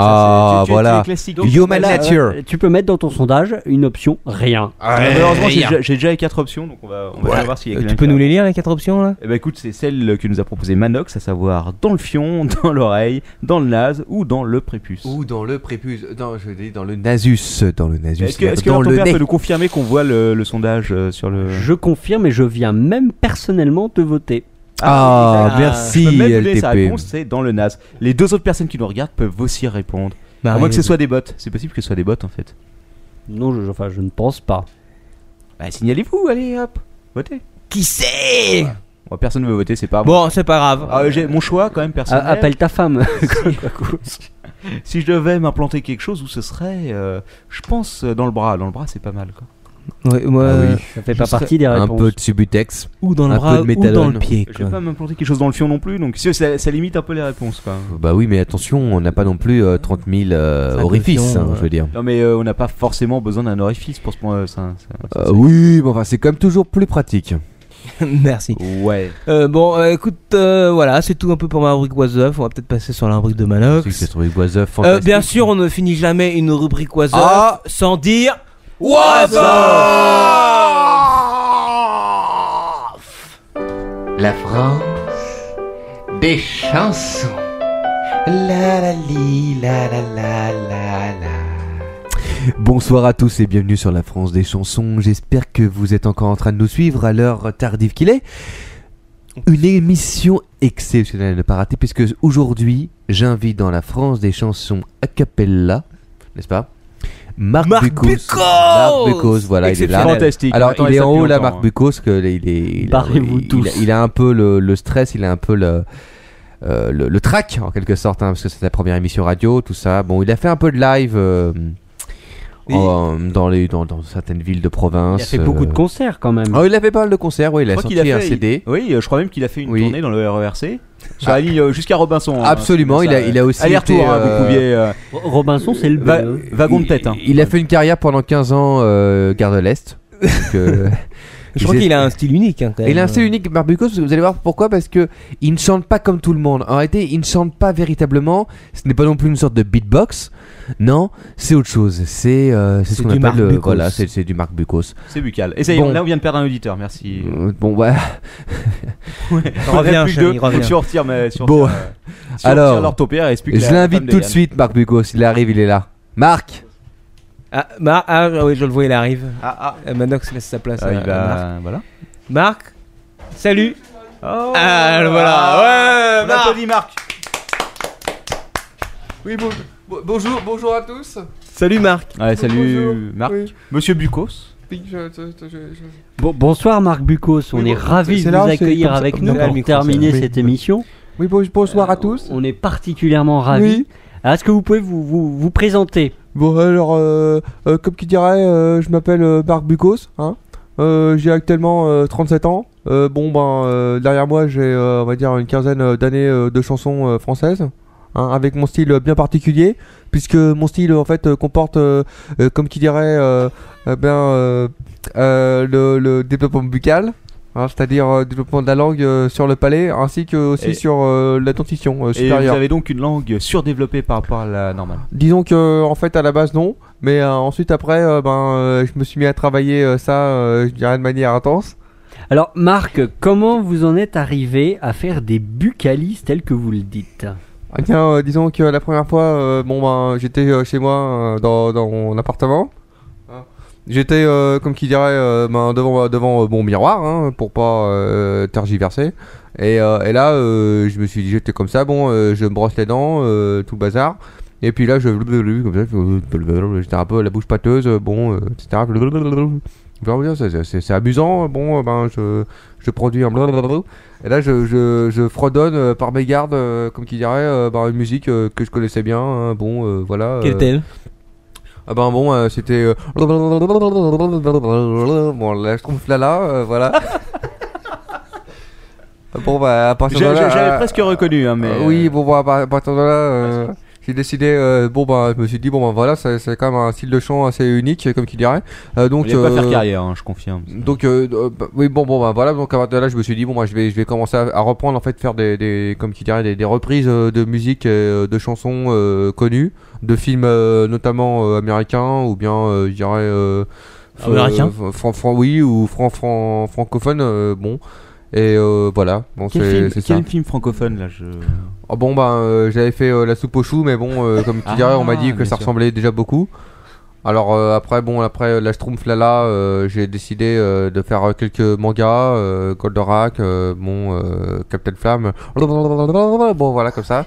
ça c'est- tu- tu- Ah, tu es voilà. classique. Human Voilà, nature. euh, tu peux mettre dans ton sondage une option rien. Ah, Euh, malheureusement, j'ai déjà- j'ai déjà les quatre options, donc on va, on va bien voir s'il y a Euh, quelqu'un tu peux qui a- nous les lire, les quatre options là Eh ben écoute, c'est celle que nous a proposée Manox, à savoir dans le fion, dans l'oreille, dans le nase ou dans le prépuce. Ou dans le prépuce, dans, je dis dans le nasus, dans le nasus, Est-ce que, est-ce que dans Laurent le Père nez. peut nous confirmer qu'on voit le, le sondage euh, sur le. Je confirme et je viens même personnellement te voter. Ah, Ah, merci Je peux même donner sa LTP. réponse, c'est dans le nase. Les deux autres personnes qui nous regardent peuvent aussi répondre. bah, à moins que ce euh, soit des bots. C'est possible que ce soit des bots en fait. Non, je, je- enfin, je ne pense pas. Bah, signalez-vous, allez hop, votez. Qui c'est Bon, Ah, personne ne veut voter, c'est pas Bon, c'est pas grave. Ah, j'ai mon choix quand même A- personnel. appelle ta femme. Si je devais m'implanter quelque chose, où ce serait euh, Je pense euh, dans le bras. Dans le bras, c'est pas mal. Quoi. Ouais, moi, Ah oui. euh, Ça fait Je pas serais partie des Un réponses. peu de subutex. Ou dans le Un peu bras, de ou méthadone. dans le pied. Je quoi. vais pas m'implanter quelque chose dans le fion non plus, donc si, ça, ça limite un peu les réponses. Quoi. Bah oui, mais attention, on n'a pas non plus euh, 30 000 euh, Attention, orifices, hein, ouais. je veux dire. Non mais euh, on n'a pas forcément besoin d'un orifice pour ce point. euh, ça- ça- Euh, oui, mais enfin, c'est quand même toujours plus pratique. Merci. Ouais. Euh, bon, euh, écoute, euh, voilà, c'est tout un peu pour ma rubrique Was Up. On va peut-être passer sur la rubrique de Manox. Tu sais que c'est trouvé Boiseuf, Euh, fantastique. bien sûr, on ne finit jamais une rubrique Was Up Ah. sans dire. La France des chansons. La la li, la la la la la. Bonsoir à tous et bienvenue sur la France des chansons. J'espère que vous êtes encore en train de nous suivre à l'heure tardive qu'il est. Une émission exceptionnelle à ne pas rater puisque aujourd'hui j'invite dans la France des chansons a cappella, n'est-ce pas Marc, Marc Bucos. Bucos Marc Bucos, voilà, il est là. Fantastique. Alors Attends, il est en ça haut depuis là, longtemps, Marc hein. Bucos, que là, il est, il, a, Barrez-vous il- tous. il a un peu le, le stress, il a un peu le euh, le, le track en quelque sorte, hein, parce que c'est sa première émission radio, tout ça. Bon, il a fait un peu de live. euh, Oui. en- dans, les, dans, dans certaines villes de province. Il a fait beaucoup de concerts concerts. quand même. il a fait pas mal de concerts, ouais, il Je a crois sorti qu'il a un fait- CD. Oui, euh, je crois même qu'il a fait une Oui. tournée dans le RERC. Sur la ligne euh, jusqu'à Robinson. hein, Absolument, c'est il ça, a, il a aussi. Aller-retour, été, hein, euh, vous pouviez. euh, Ro- Robinson, c'est le va- bleu. wagon de tête. hein. Il a fait une carrière pendant 15 ans, euh, Gare de l'Est. Donc, euh, Je crois il- qu'il a un style unique. hein, quand Et il a un même. style unique, Barbucos, vous allez voir pourquoi, parce que il ne chante pas comme tout le monde. En réalité, il ne chante pas véritablement, ce n'est pas non plus une sorte de beatbox, non, c'est autre chose, c'est euh, c'est ce C'est qu'on du appelle, Marc euh, Bucos. voilà, c'est c'est du Marc Bucos. C'est buccal. Et ça y est, Bon. là on vient de perdre un auditeur, merci. Euh, Bon, voilà. On Reviens, plus que chérie, deux. reviens. Donc, si on retire, mais si on Bon. retire, euh, si on Alors, retire leur topière, explique la- je la l'invite femme tout de Yann. suite, Marc Bucos, il arrive, il est là. Marc Ah, Mar- ah, oui, je le vois, il arrive. Ah, ah, Euh, Manox laisse sa place. Ah, à- il à Marc. va. Voilà. Marc, salut. Oh, Ah, voilà. Ouais, on Marc. applaudit Marc. Oui, bon- bon- bonjour, bonjour à tous. Salut Marc. Ouais, salut Bonjour. Marc. Oui, Monsieur Bucos. oui, je- je- je- je- Bon, bonsoir Marc Bucos, on Oui, est bon, ravis c'est de là, vous c'est accueillir comme ça. avec Non, nous pas le pour micro, ça. terminer Oui. cette émission. Oui, bon- bonsoir à Euh, tous. On est particulièrement ravis. Oui. Alors, Est-ce que vous pouvez vous, vous, vous présenter Bon, alors, euh, euh, comme qui dirait, euh, je m'appelle euh, Marc Bucos. Hein Euh, j'ai actuellement euh, 37 ans. Euh, bon, ben, euh, derrière moi, j'ai, euh, on va dire, une quinzaine euh, d'années euh, de chansons euh, françaises. hein, avec mon style euh, bien particulier, puisque mon style en fait euh, comporte, euh, euh, comme qui dirait, euh, eh ben, euh, euh, le, le développement buccal, hein, c'est-à-dire euh, développement de la langue euh, sur le palais, ainsi que aussi Et- sur euh, la dentition euh, Et vous supérieure. avez donc une langue surdéveloppée par rapport à la normale. Disons que en fait à la base non, mais euh, ensuite après euh, ben euh, je me suis mis à travailler euh, ça, euh, je dirais de manière intense. Alors Marc, comment vous en êtes arrivé à faire des bucalises tels que vous le dites Eh bien, euh, disons que la première fois, euh, bon ben j'étais euh, chez moi euh, dans, dans mon appartement. Hein. J'étais euh, comme qui dirait euh, ben, devant devant euh, mon miroir hein, pour pas euh, tergiverser. Et, euh, et là euh, je me suis dit j'étais comme ça, bon euh, je me brosse les dents, euh, tout le bazar. Et puis là je comme ça, je- j'étais un peu à la bouche pâteuse, euh, bon euh, etc. Enfin, oui, c'est- c'est- C'est c'est amusant, bon, euh, ben, je, je produis un blablabla. Et là, je, je, je fredonne euh, par mégarde, euh, comme qui dirait, euh, par une musique euh, que je connaissais bien. hein, bon, euh, voilà. euh, Quel thème Ah ben bon, euh, c'était. euh, Bon, la schtroumpf là là, euh, voilà. bon, bah, à partir de J'a- là. j'a- J'avais euh, presque reconnu, hein, mais. euh, euh, oui, bon, bah, à par- à partir de là, euh, j'ai décidé. euh, bon, bah, je me suis dit, bon, bah, voilà, c'est c'est quand même un style de chant assez unique, comme qui dirait. Euh, donc, Il va pas euh, faire carrière, hein, je confirme. donc euh, euh, bah, oui bon bon bah voilà donc à partir de là je me suis dit bon moi je vais je vais commencer à, à reprendre en fait faire des, des comme qui dirait des, des reprises euh, de musique euh, de chansons euh, connues de films euh, notamment euh, américains ou bien euh, je dirais euh, euh, Américains fran- fran- oui ou fran fran francophone euh, bon et euh, voilà bon Quel, c'est film, c'est ça quel film francophone là je... Ah, bon bah euh, j'avais fait euh, la soupe aux choux mais bon euh, comme tu dirais on m'a Ah, dit que bien ça sûr. ressemblait déjà beaucoup. Alors euh, après bon après euh, la Schtroumpf Lala euh, j'ai décidé euh, de faire euh, quelques mangas euh, Goldorak euh, bon euh, Captain Flamme bon voilà comme ça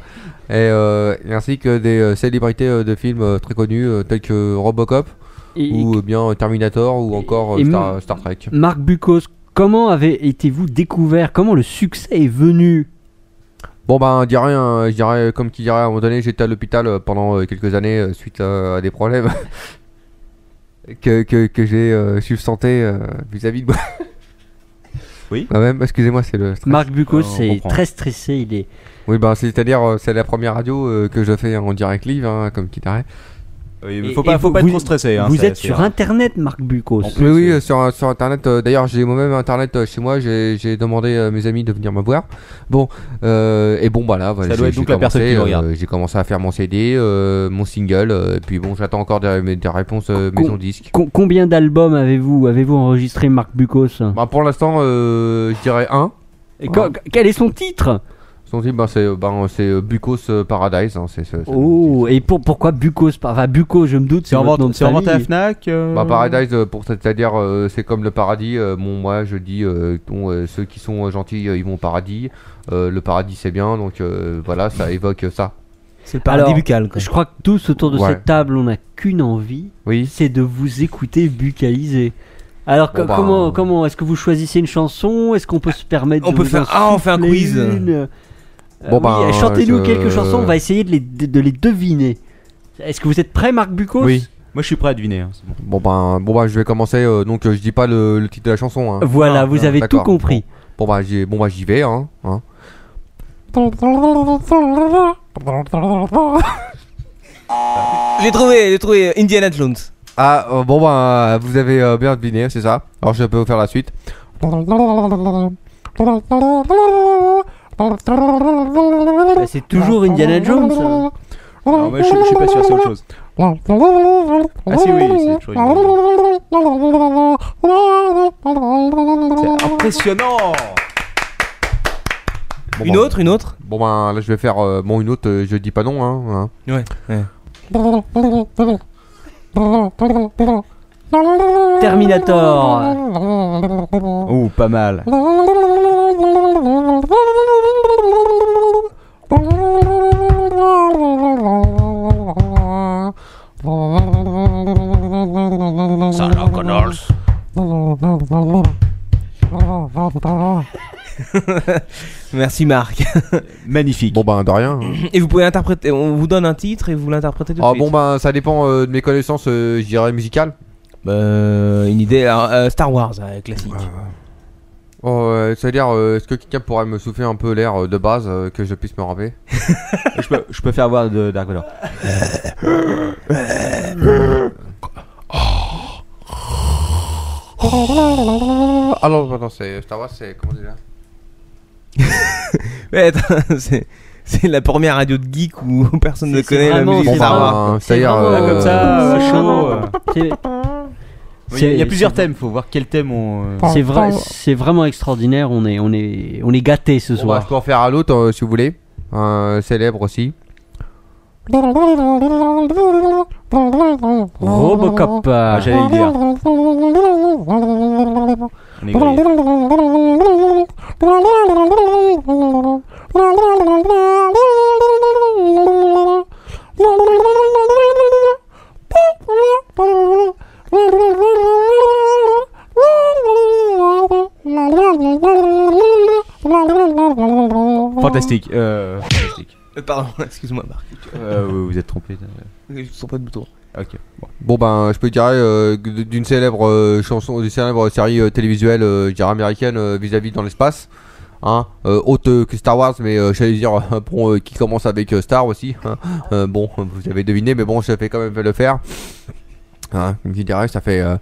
et, euh, et ainsi que des euh, célébrités euh, de films euh, très connus euh, tels que Robocop Et- ou euh, bien Terminator ou encore euh, et Star, Star Trek. Marc Bucos, comment avez été-vous découvert Comment le succès est venu Bon ben je dirais, hein, je dirais comme qui dirait à un moment donné j'étais à l'hôpital euh, pendant euh, quelques années euh, suite euh, à des problèmes que, que, que j'ai euh, substanté euh, vis-à-vis de moi. Oui. Moi-même, excusez-moi c'est le stress. Marc Bucos on est comprend. très stressé, il est... Oui ben c'est-à-dire euh, c'est la première radio euh, que je fais en direct live hein, comme qui dirait. Oui, Et- mais faut pas, et faut vous- pas vous- être trop stressé. hein, vous ça- êtes c'est- sur Internet Marc Bucos. En plus, Oui oui euh, euh, sur, euh, sur internet euh, d'ailleurs j'ai moi-même internet euh, chez moi j'ai j'ai demandé à mes amis de venir me voir. Bon euh, et bon voilà voilà, Ça doit j'ai- être donc j'ai la personne commencé, qui le euh, regarde. j'ai commencé à faire mon CD, euh, mon single euh, et puis bon j'attends encore des, des réponses euh, Con- maison disque. Com- combien d'albums avez-vous avez-vous enregistré Marc Bucos Bah pour l'instant, euh, je dirais un. Et quand- Quel est son titre Son titre, bah, c'est ben, c'est, euh, Bucos euh, Paradise. hein, c'est, c'est- c'est- Oh, et pour, pourquoi Bucos par- Enfin, Bucos, je me doute, C'est c'est en votre nom de vente c'est en vente à la famille. Fnac. euh, Bah, Paradise, euh, pour, c'est-à-dire, euh, c'est comme le paradis. euh, bon, moi, je dis, euh, bon, euh, ceux qui sont euh, gentils, euh, ils vont au paradis. Euh, le paradis, c'est bien. Donc, euh, voilà, ça évoque ça. C'est le paradis Alors, buccal. quoi. Je crois que tous autour de Ouais. cette table, on n'a qu'une envie, Oui. c'est de vous écouter bucaliser. Alors Bon, co- bah, comment euh, comment est-ce que vous choisissez une chanson Est-ce qu'on peut se permettre on de peut vous faire- en ah, on fait un souffler quiz. une Euh, Bon, oui, bah, chantez-nous je- quelques chansons, on va essayer de les de, de les deviner. Est-ce que vous êtes prêt Marc Bucos Oui. Moi je suis prêt à deviner. hein, c'est bon. Bon, ben, bon, bah, je vais commencer. euh, donc, euh, je dis pas le, le titre de la chanson. hein. Voilà, Ah, vous ah, avez tout d'accord. compris. Bon, bah, j'y, bon, bah, j'y vais. Hein, hein. J'ai trouvé, j'ai trouvé euh, Indiana Jones. Ah, euh, bon, bah, vous avez euh, bien deviné, c'est ça. Alors, je peux vous faire la suite. Bah, C'est toujours Indiana Jones. ça. Non, moi, je, je suis pas sûr, Oh. c'est autre chose. Ah si, oui, c'est toujours une- C'est impressionnant Bon, Une bah, autre, une autre Bon, bah, là, je vais faire. euh, bon, une autre, euh, je dis pas non, hein. hein. Ouais. Terminator. Oh, pas mal. Terminator. Merci Marc. Magnifique. Bon, ben, de rien. Et vous pouvez interpréter, on vous donne un titre et vous l'interprétez tout de hein. Ah suite. bon ben ça dépend euh, de mes connaissances, euh, je dirais musicales. Euh, une idée, alors, euh, Star Wars, euh, classique. Oh, euh, ça veut dire, euh, est-ce que quelqu'un pourrait me souffler un peu l'air euh, de base euh, que je puisse me rappeler je, peux, je peux faire voir de Dark Vador. Alors, attends, c'est Star Wars, c'est comment déjà Ouais, attends, c'est, c'est la première radio de geek où personne ne C'est- c'est connaît la vraiment- musique c'est Star vraiment- Wars. C'est c'est-à-dire, vraiment, euh, comme ça, à chaud. euh, c'est- Il y a- il y a c'est- plusieurs thèmes, faut voir quel thème on. euh, C'est vrai, c'est vraiment extraordinaire. On est, on est, on est gâté ce bon, bah, je soir. peux en faire un autre euh, si vous voulez. Un célèbre aussi. Robocop. Ah, j'allais le dire. On est grillés. Fantastique. Euh, fantastique. Euh, Pardon, excuse-moi Marc. Euh, vous vous êtes trompé. Je sens pas de bouton. Ok. Bon. Bon ben je peux dire euh, que d'une célèbre euh, chanson, d'une célèbre série euh, télévisuelle, euh, je dirais américaine euh, vis-à-vis dans l'espace. Hein, euh, haute euh, que Star Wars, mais euh, j'allais dire euh, bon, euh, qui commence avec euh, Star aussi. hein. Euh, bon, vous avez deviné, mais bon, je fais quand même le faire. Hein, je dirais, ça fait. euh,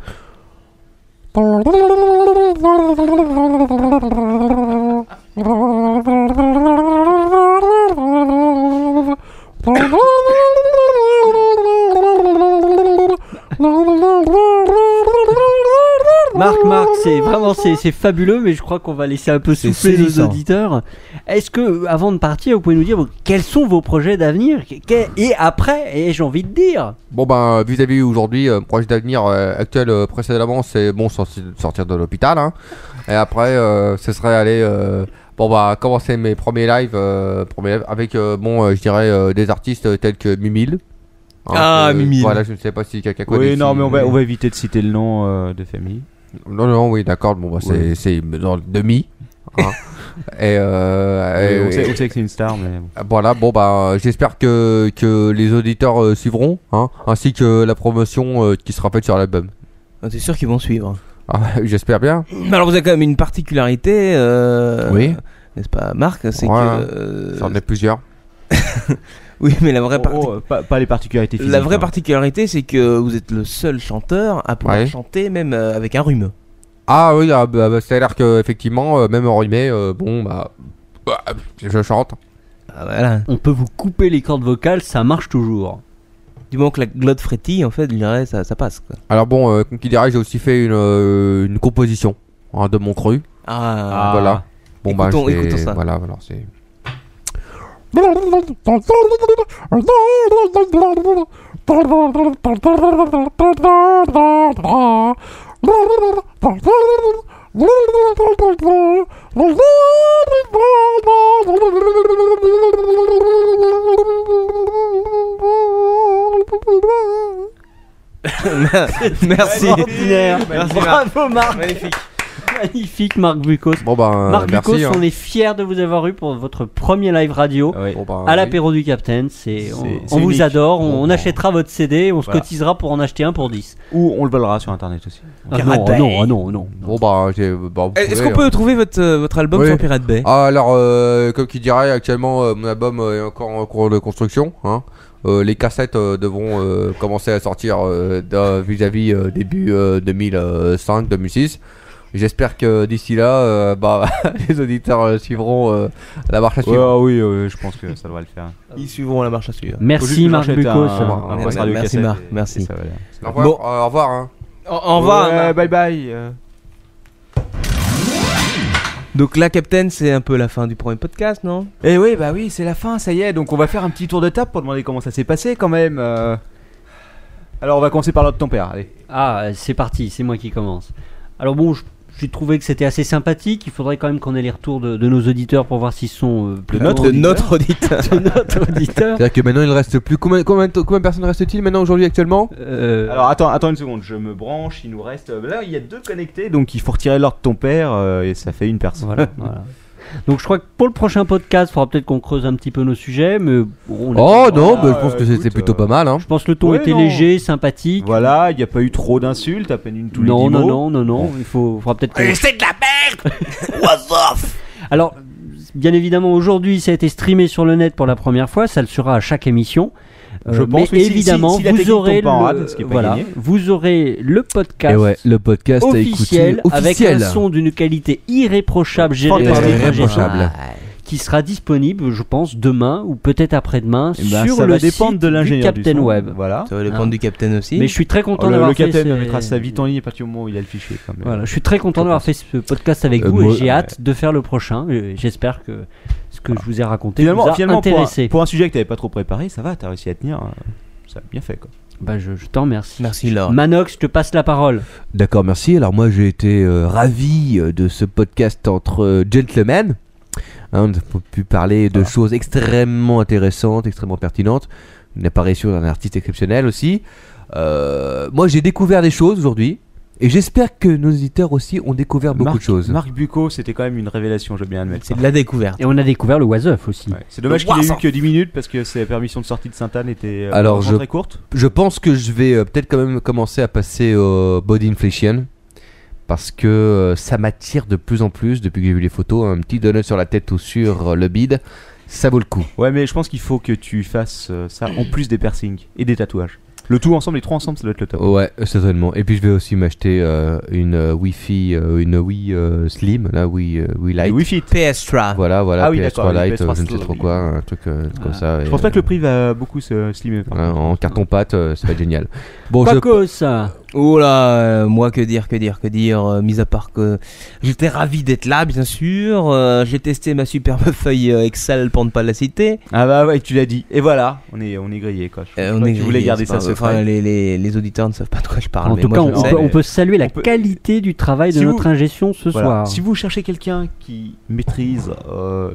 Marc, Marc, c'est vraiment c'est, c'est fabuleux, mais je crois qu'on va laisser un peu C'est souffler nos saisissant. auditeurs. Est-ce que, avant de partir, vous pouvez nous dire bon, quels sont vos projets d'avenir Qu'est- et après Et j'ai envie de dire, Bon ben vis-à-vis aujourd'hui, euh, projet d'avenir euh, actuel euh, précédemment, c'est bon sorti- sortir de l'hôpital. hein. Et après, euh, ce serait aller euh, bon bah commencer mes premiers lives, euh, premiers lives avec euh, bon euh, je dirais euh, des artistes euh, tels que Mimil. Hein, Ah, Mimile. Voilà, je ne sais pas si quelqu'un connaît. Oui, si- non, mais on va, on va éviter de citer le nom euh, de famille. Non non oui d'accord. Bon bah c'est c'est dans le demi. hein. et euh, Euh, et- on, sait, on sait que c'est une star, mais. bon. Voilà, bon bah euh, j'espère que, que les auditeurs euh, suivront, hein, ainsi que la promotion euh, qui sera faite sur l'album. Ah, T'es sûr qu'ils vont suivre. Ah bah, j'espère bien. Alors vous avez quand même une particularité, euh, Oui. n'est-ce pas Marc C'est Ouais. que... euh, Ça en est plusieurs. Oui, mais la vraie, Oh, parti- oh, pas, pas les particularités physiques. la vraie hein. particularité, c'est que vous êtes le seul chanteur à pouvoir Ouais. chanter même euh, avec un rhume. Ah oui, ah, bah, bah, ça a l'air que effectivement, euh, même en rhumé, euh, bon bah, bah, je chante. Ah, voilà. on peut vous couper les cordes vocales, ça marche toujours. Du moment que la glotte frétille, en fait, je dirais, ça, ça passe. Quoi. Alors bon, euh, comme qui dirait, j'ai aussi fait une, euh, une composition hein, de mon cru. Ah, Voilà. Bon Écoutons- bah, je vais- écoutons ça. Voilà, voilà, c'est. Merci. Extraordinaire. Merci, Marc. Bravo Marc, Magnifique. magnifique Marc Bucos. Bon bah, Marc merci. Bucos, hein. on est fiers de vous avoir eu pour votre premier live radio. Ah, Ouais. Bon, bah, à oui. l'apéro du Capitaine, c'est, on, Euh, C'est- on c'est unique. vous adore, on, Bon, on bon. achètera votre CD, on se Voilà. cotisera pour en acheter un pour 10. Ou on le volera sur internet aussi. Ah non, ah non, ah non, non. Bon bah, j'ai- bah, vous Eh, Est-ce pouvez, qu'on peut hein. trouver votre, euh, votre album Oui. sur Pirate Bay Ah, alors, euh, comme qui dirait, actuellement, euh, mon album euh, est encore en cours de construction. Hein. Euh, les cassettes euh, devront euh, commencer à sortir euh, d'un- vis-à-vis euh, début 2005-2006. J'espère que d'ici là, euh, bah, les auditeurs euh, suivront euh, la marche à Ouais, suivre. ah oui, euh, je pense que ça doit le faire. Ah. Ils suivront la marche à suivre. Faut Merci juste Marc que j'achète Bucos. un- un Merci, poste radio Marc, cassette Marc, et- merci. et ça va aller. Au revoir. Bon. euh, au revoir hein. Au, au revoir. Ouais, Marc. bye bye. euh. Donc là, Captain, c'est un peu la fin du premier podcast, non Eh oui, bah oui, c'est la fin, ça y est. Donc on va faire un petit tour de table pour demander comment ça s'est passé quand même. euh. Alors on va commencer par l'autre de ton père. Allez. Ah, c'est parti, c'est moi qui commence. Alors bon, je- j'ai trouvé que c'était assez sympathique, il faudrait quand même qu'on ait les retours de, de nos auditeurs pour voir s'ils sont euh, plutôt- De notre auditeur. de notre auditeur. C'est-à-dire que maintenant, il ne reste plus. Combien, combien, combien de personnes reste-t-il maintenant aujourd'hui actuellement Euh, Alors attends, attends une seconde, je me branche. Il nous reste là, il y a deux connectés, donc il faut retirer l'ordre de ton père euh, et euh, ça fait une personne. Voilà, voilà. Donc je crois que pour le prochain podcast, il faudra peut-être qu'on creuse un petit peu nos sujets, mais bon, on a- Oh non, Ah, bah, je pense que euh, c'était écoute, plutôt euh, pas mal. Hein. je pense que le ton Ouais, était non. léger, sympathique. Voilà, il n'y a pas eu trop d'insultes, à peine une tous les non, dix non, mots. non, non, non, il faut, faudra peut-être. que- Euh, c'est de la merde What's off Alors, bien évidemment, aujourd'hui, ça a été streamé sur le net pour la première fois. Ça le sera à chaque émission. Euh, Je pense, mais oui, si- évidemment, si- si la vous technique aurez tombe pas en le, rade, ce qui est pas voilà, gagné. vous aurez le podcast Eh Et ouais, le podcast à écouter officiel, avec un officiel. son d'une qualité irréprochable, géré par Fantastique. notre ingé son, Irréprochable. qui sera disponible, je pense, demain ou peut-être après-demain Eh ben, sur ça le va dépendre site de du l'ingénieur du Captain son, Web. Voilà. Ça va dépendre du capitaine aussi. Mais je suis très content Oh, le, d'avoir le fait capitaine ce- mettra sa vie en ligne à partir du moment où il a le fichier. quand même. Voilà, je suis très content d'avoir fait ce podcast avec Euh, vous moi- et j'ai hâte de faire le prochain. Euh, J'espère que ce que je vous ai raconté vous Finalement, a finalement pour, un, intéressé. pour un sujet que t'avais pas trop préparé, ça va, t'as réussi à tenir. euh, Ça a bien fait quoi. Bah, je, je t'en remercie. Merci Laure. Manox, je te passe la parole. D'accord, merci. Alors moi j'ai été euh, ravi euh, de ce podcast entre euh, gentlemen. Hein, on a pu parler de choses extrêmement intéressantes, extrêmement pertinentes. Une apparition d'un artiste exceptionnel aussi. Euh, moi j'ai découvert des choses aujourd'hui. Et j'espère que nos auditeurs aussi ont découvert beaucoup Marc- de choses. Marc Bucco, c'était quand même une révélation, je veux bien admettre. hein. C'est de la découverte. Et on a découvert le Wasoff aussi. Ouais. C'est dommage qu'il ait eu que 10 minutes parce que sa permission de sortie de Sainte-Anne était euh, Alors, vraiment je- très courte. Je pense que je vais euh, peut-être quand même commencer à passer au body inflation. Parce que euh, ça m'attire de plus en plus depuis que j'ai vu les photos. Un petit donut sur la tête ou sur euh, le bide, ça vaut le coup. Ouais, mais je pense qu'il faut que tu fasses euh, ça en plus des piercings et des tatouages. Le tout ensemble, les trois ensemble, ça doit être le top. Ouais, euh, certainement. Et puis je vais aussi m'acheter euh, une euh, Wi-Fi, euh, une Wii euh, Slim, la Wii, euh, Wii Et Lite. Wi-Fi. t- PS Tra. Voilà, voilà, Ah oui, PS3 d'accord, Lite, les euh, PS3 je ne sais trop quoi, un truc euh, comme ça. Ah. Je et, pense pas que le euh, prix va beaucoup se slimer. par voilà, contre. en carton-pâte, euh, ça va être génial. Bon, je... Paco, ça. Oh là, euh, moi que dire, que dire, que dire, euh, mis à part que j'étais ravi d'être là, bien sûr. euh, J'ai testé ma superbe feuille euh, Excel pour ne pas la citer. Ah bah ouais, tu l'as dit. Et voilà, on est, on est grillé quoi. Je Euh, crois que tu grillés, voulais garder c'est ça pas- secret. Enfin, les, les, les auditeurs ne savent pas de quoi je Ah, parle. en mais tout moi, cas, je le on, sais. peut, on peut saluer la peut- qualité du travail de Si notre vous- ingestion ce Voilà. soir. Si vous cherchez quelqu'un qui maîtrise euh,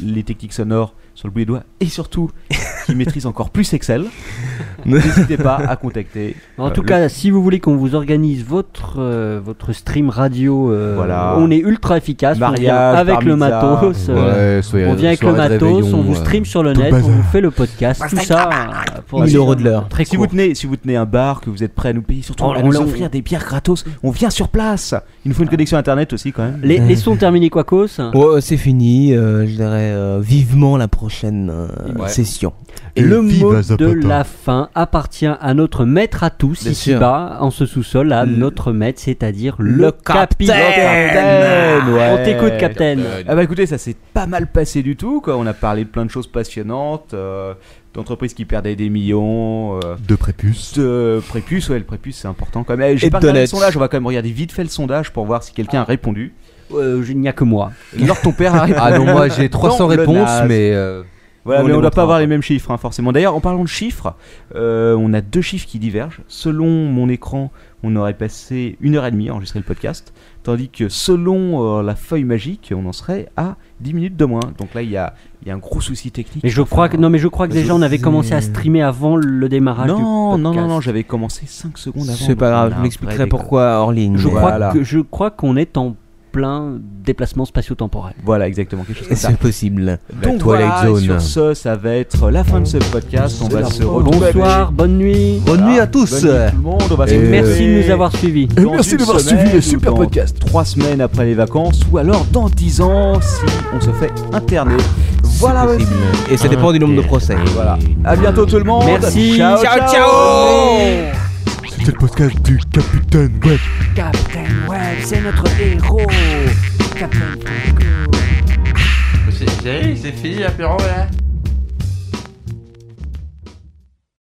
les techniques sonores sur le bout des doigts et surtout qui maîtrise encore plus Excel, n'hésitez pas à contacter. En euh, tout le- cas, si vous voulez qu'on vous organise votre euh, votre stream radio, euh, Voilà. on est ultra efficace. on vient Mariage, avec le par pizza. matos. euh, Ouais, soyez- On vient avec le soirée de matos, réveillon, on vous euh, stream sur le tout le net, on bazar. vous fait le podcast, tout ça euh, pour 1000 un- euros de l'heure. Très Si court. vous tenez, si vous tenez un bar que vous êtes prêt à nous payer, surtout Oh, à on nous l'a- offrir des bières gratos, on vient sur place. Il nous faut une connexion internet aussi quand même. Les, les sons terminés Quacos. Oh, c'est fini. euh, je dirais euh, vivement la prochaine euh, Ouais. session. Et le vive mot Zapata. de la fin appartient à notre maître à tous Bien ici sûr. bas en ce sous-sol à Le- notre maître, c'est-à-dire le, Le capitaine. capitaine. On t'écoute capitaine. Euh, Ah bah écoutez, ça s'est pas mal passé du tout. Quoi. On a parlé de plein de choses passionnantes, euh, d'entreprises qui perdaient des millions, euh, De prépuce. de prépuce. Ouais, le prépuce c'est important quand même. Eh, J'ai Et pas de regardé le donuts. sondage. On va quand même regarder vite fait le sondage pour voir si quelqu'un a répondu. Euh, je- il n'y a que moi. Lors ton père a répondu. Ah non, moi j'ai 300 le réponses, naze. mais... euh, Voilà, On mais les on doit montrera pas avoir pas. les mêmes chiffres, hein, forcément. D'ailleurs, en parlant de chiffres, euh, on a deux chiffres qui divergent. Selon mon écran, on aurait passé une heure et demie à enregistrer le podcast, tandis que selon euh, la feuille magique, on en serait à 10 minutes de moins. Donc là, il y a, il y a un gros souci technique. Mais je crois que non, mais je crois que Bah, Je déjà on avait sais. commencé à streamer avant le démarrage du non, podcast. non, non, non, j'avais commencé 5 secondes avant. C'est pas grave, je m'expliquerai pourquoi hors ligne. Je mais- crois Voilà. que je crois qu'on est en plein déplacement spatio-temporel. Voilà, exactement, quelque chose comme ça. C'est possible. Ben, Donc Twilight voilà, et Zone. sur ce, ça va être la fin de ce podcast. On va se retrouver. Bonsoir, bonne nuit. Bonne nuit à tous. tout le monde. On va se Et retrouver Merci de nous avoir suivis. Et dans merci une d'avoir semaine suivi le ou super dans podcast. Trois semaines après les vacances ou alors dans 10 ans si on se fait interner. Voilà. C'est possible. Et ça dépend du nombre de procès. Voilà. À bientôt tout le monde. Merci. ciao. ciao. C'était le podcast du Capitaine Web. Captain Web, c'est notre héros. Captain C'est c'est- c'est fini l'apéro là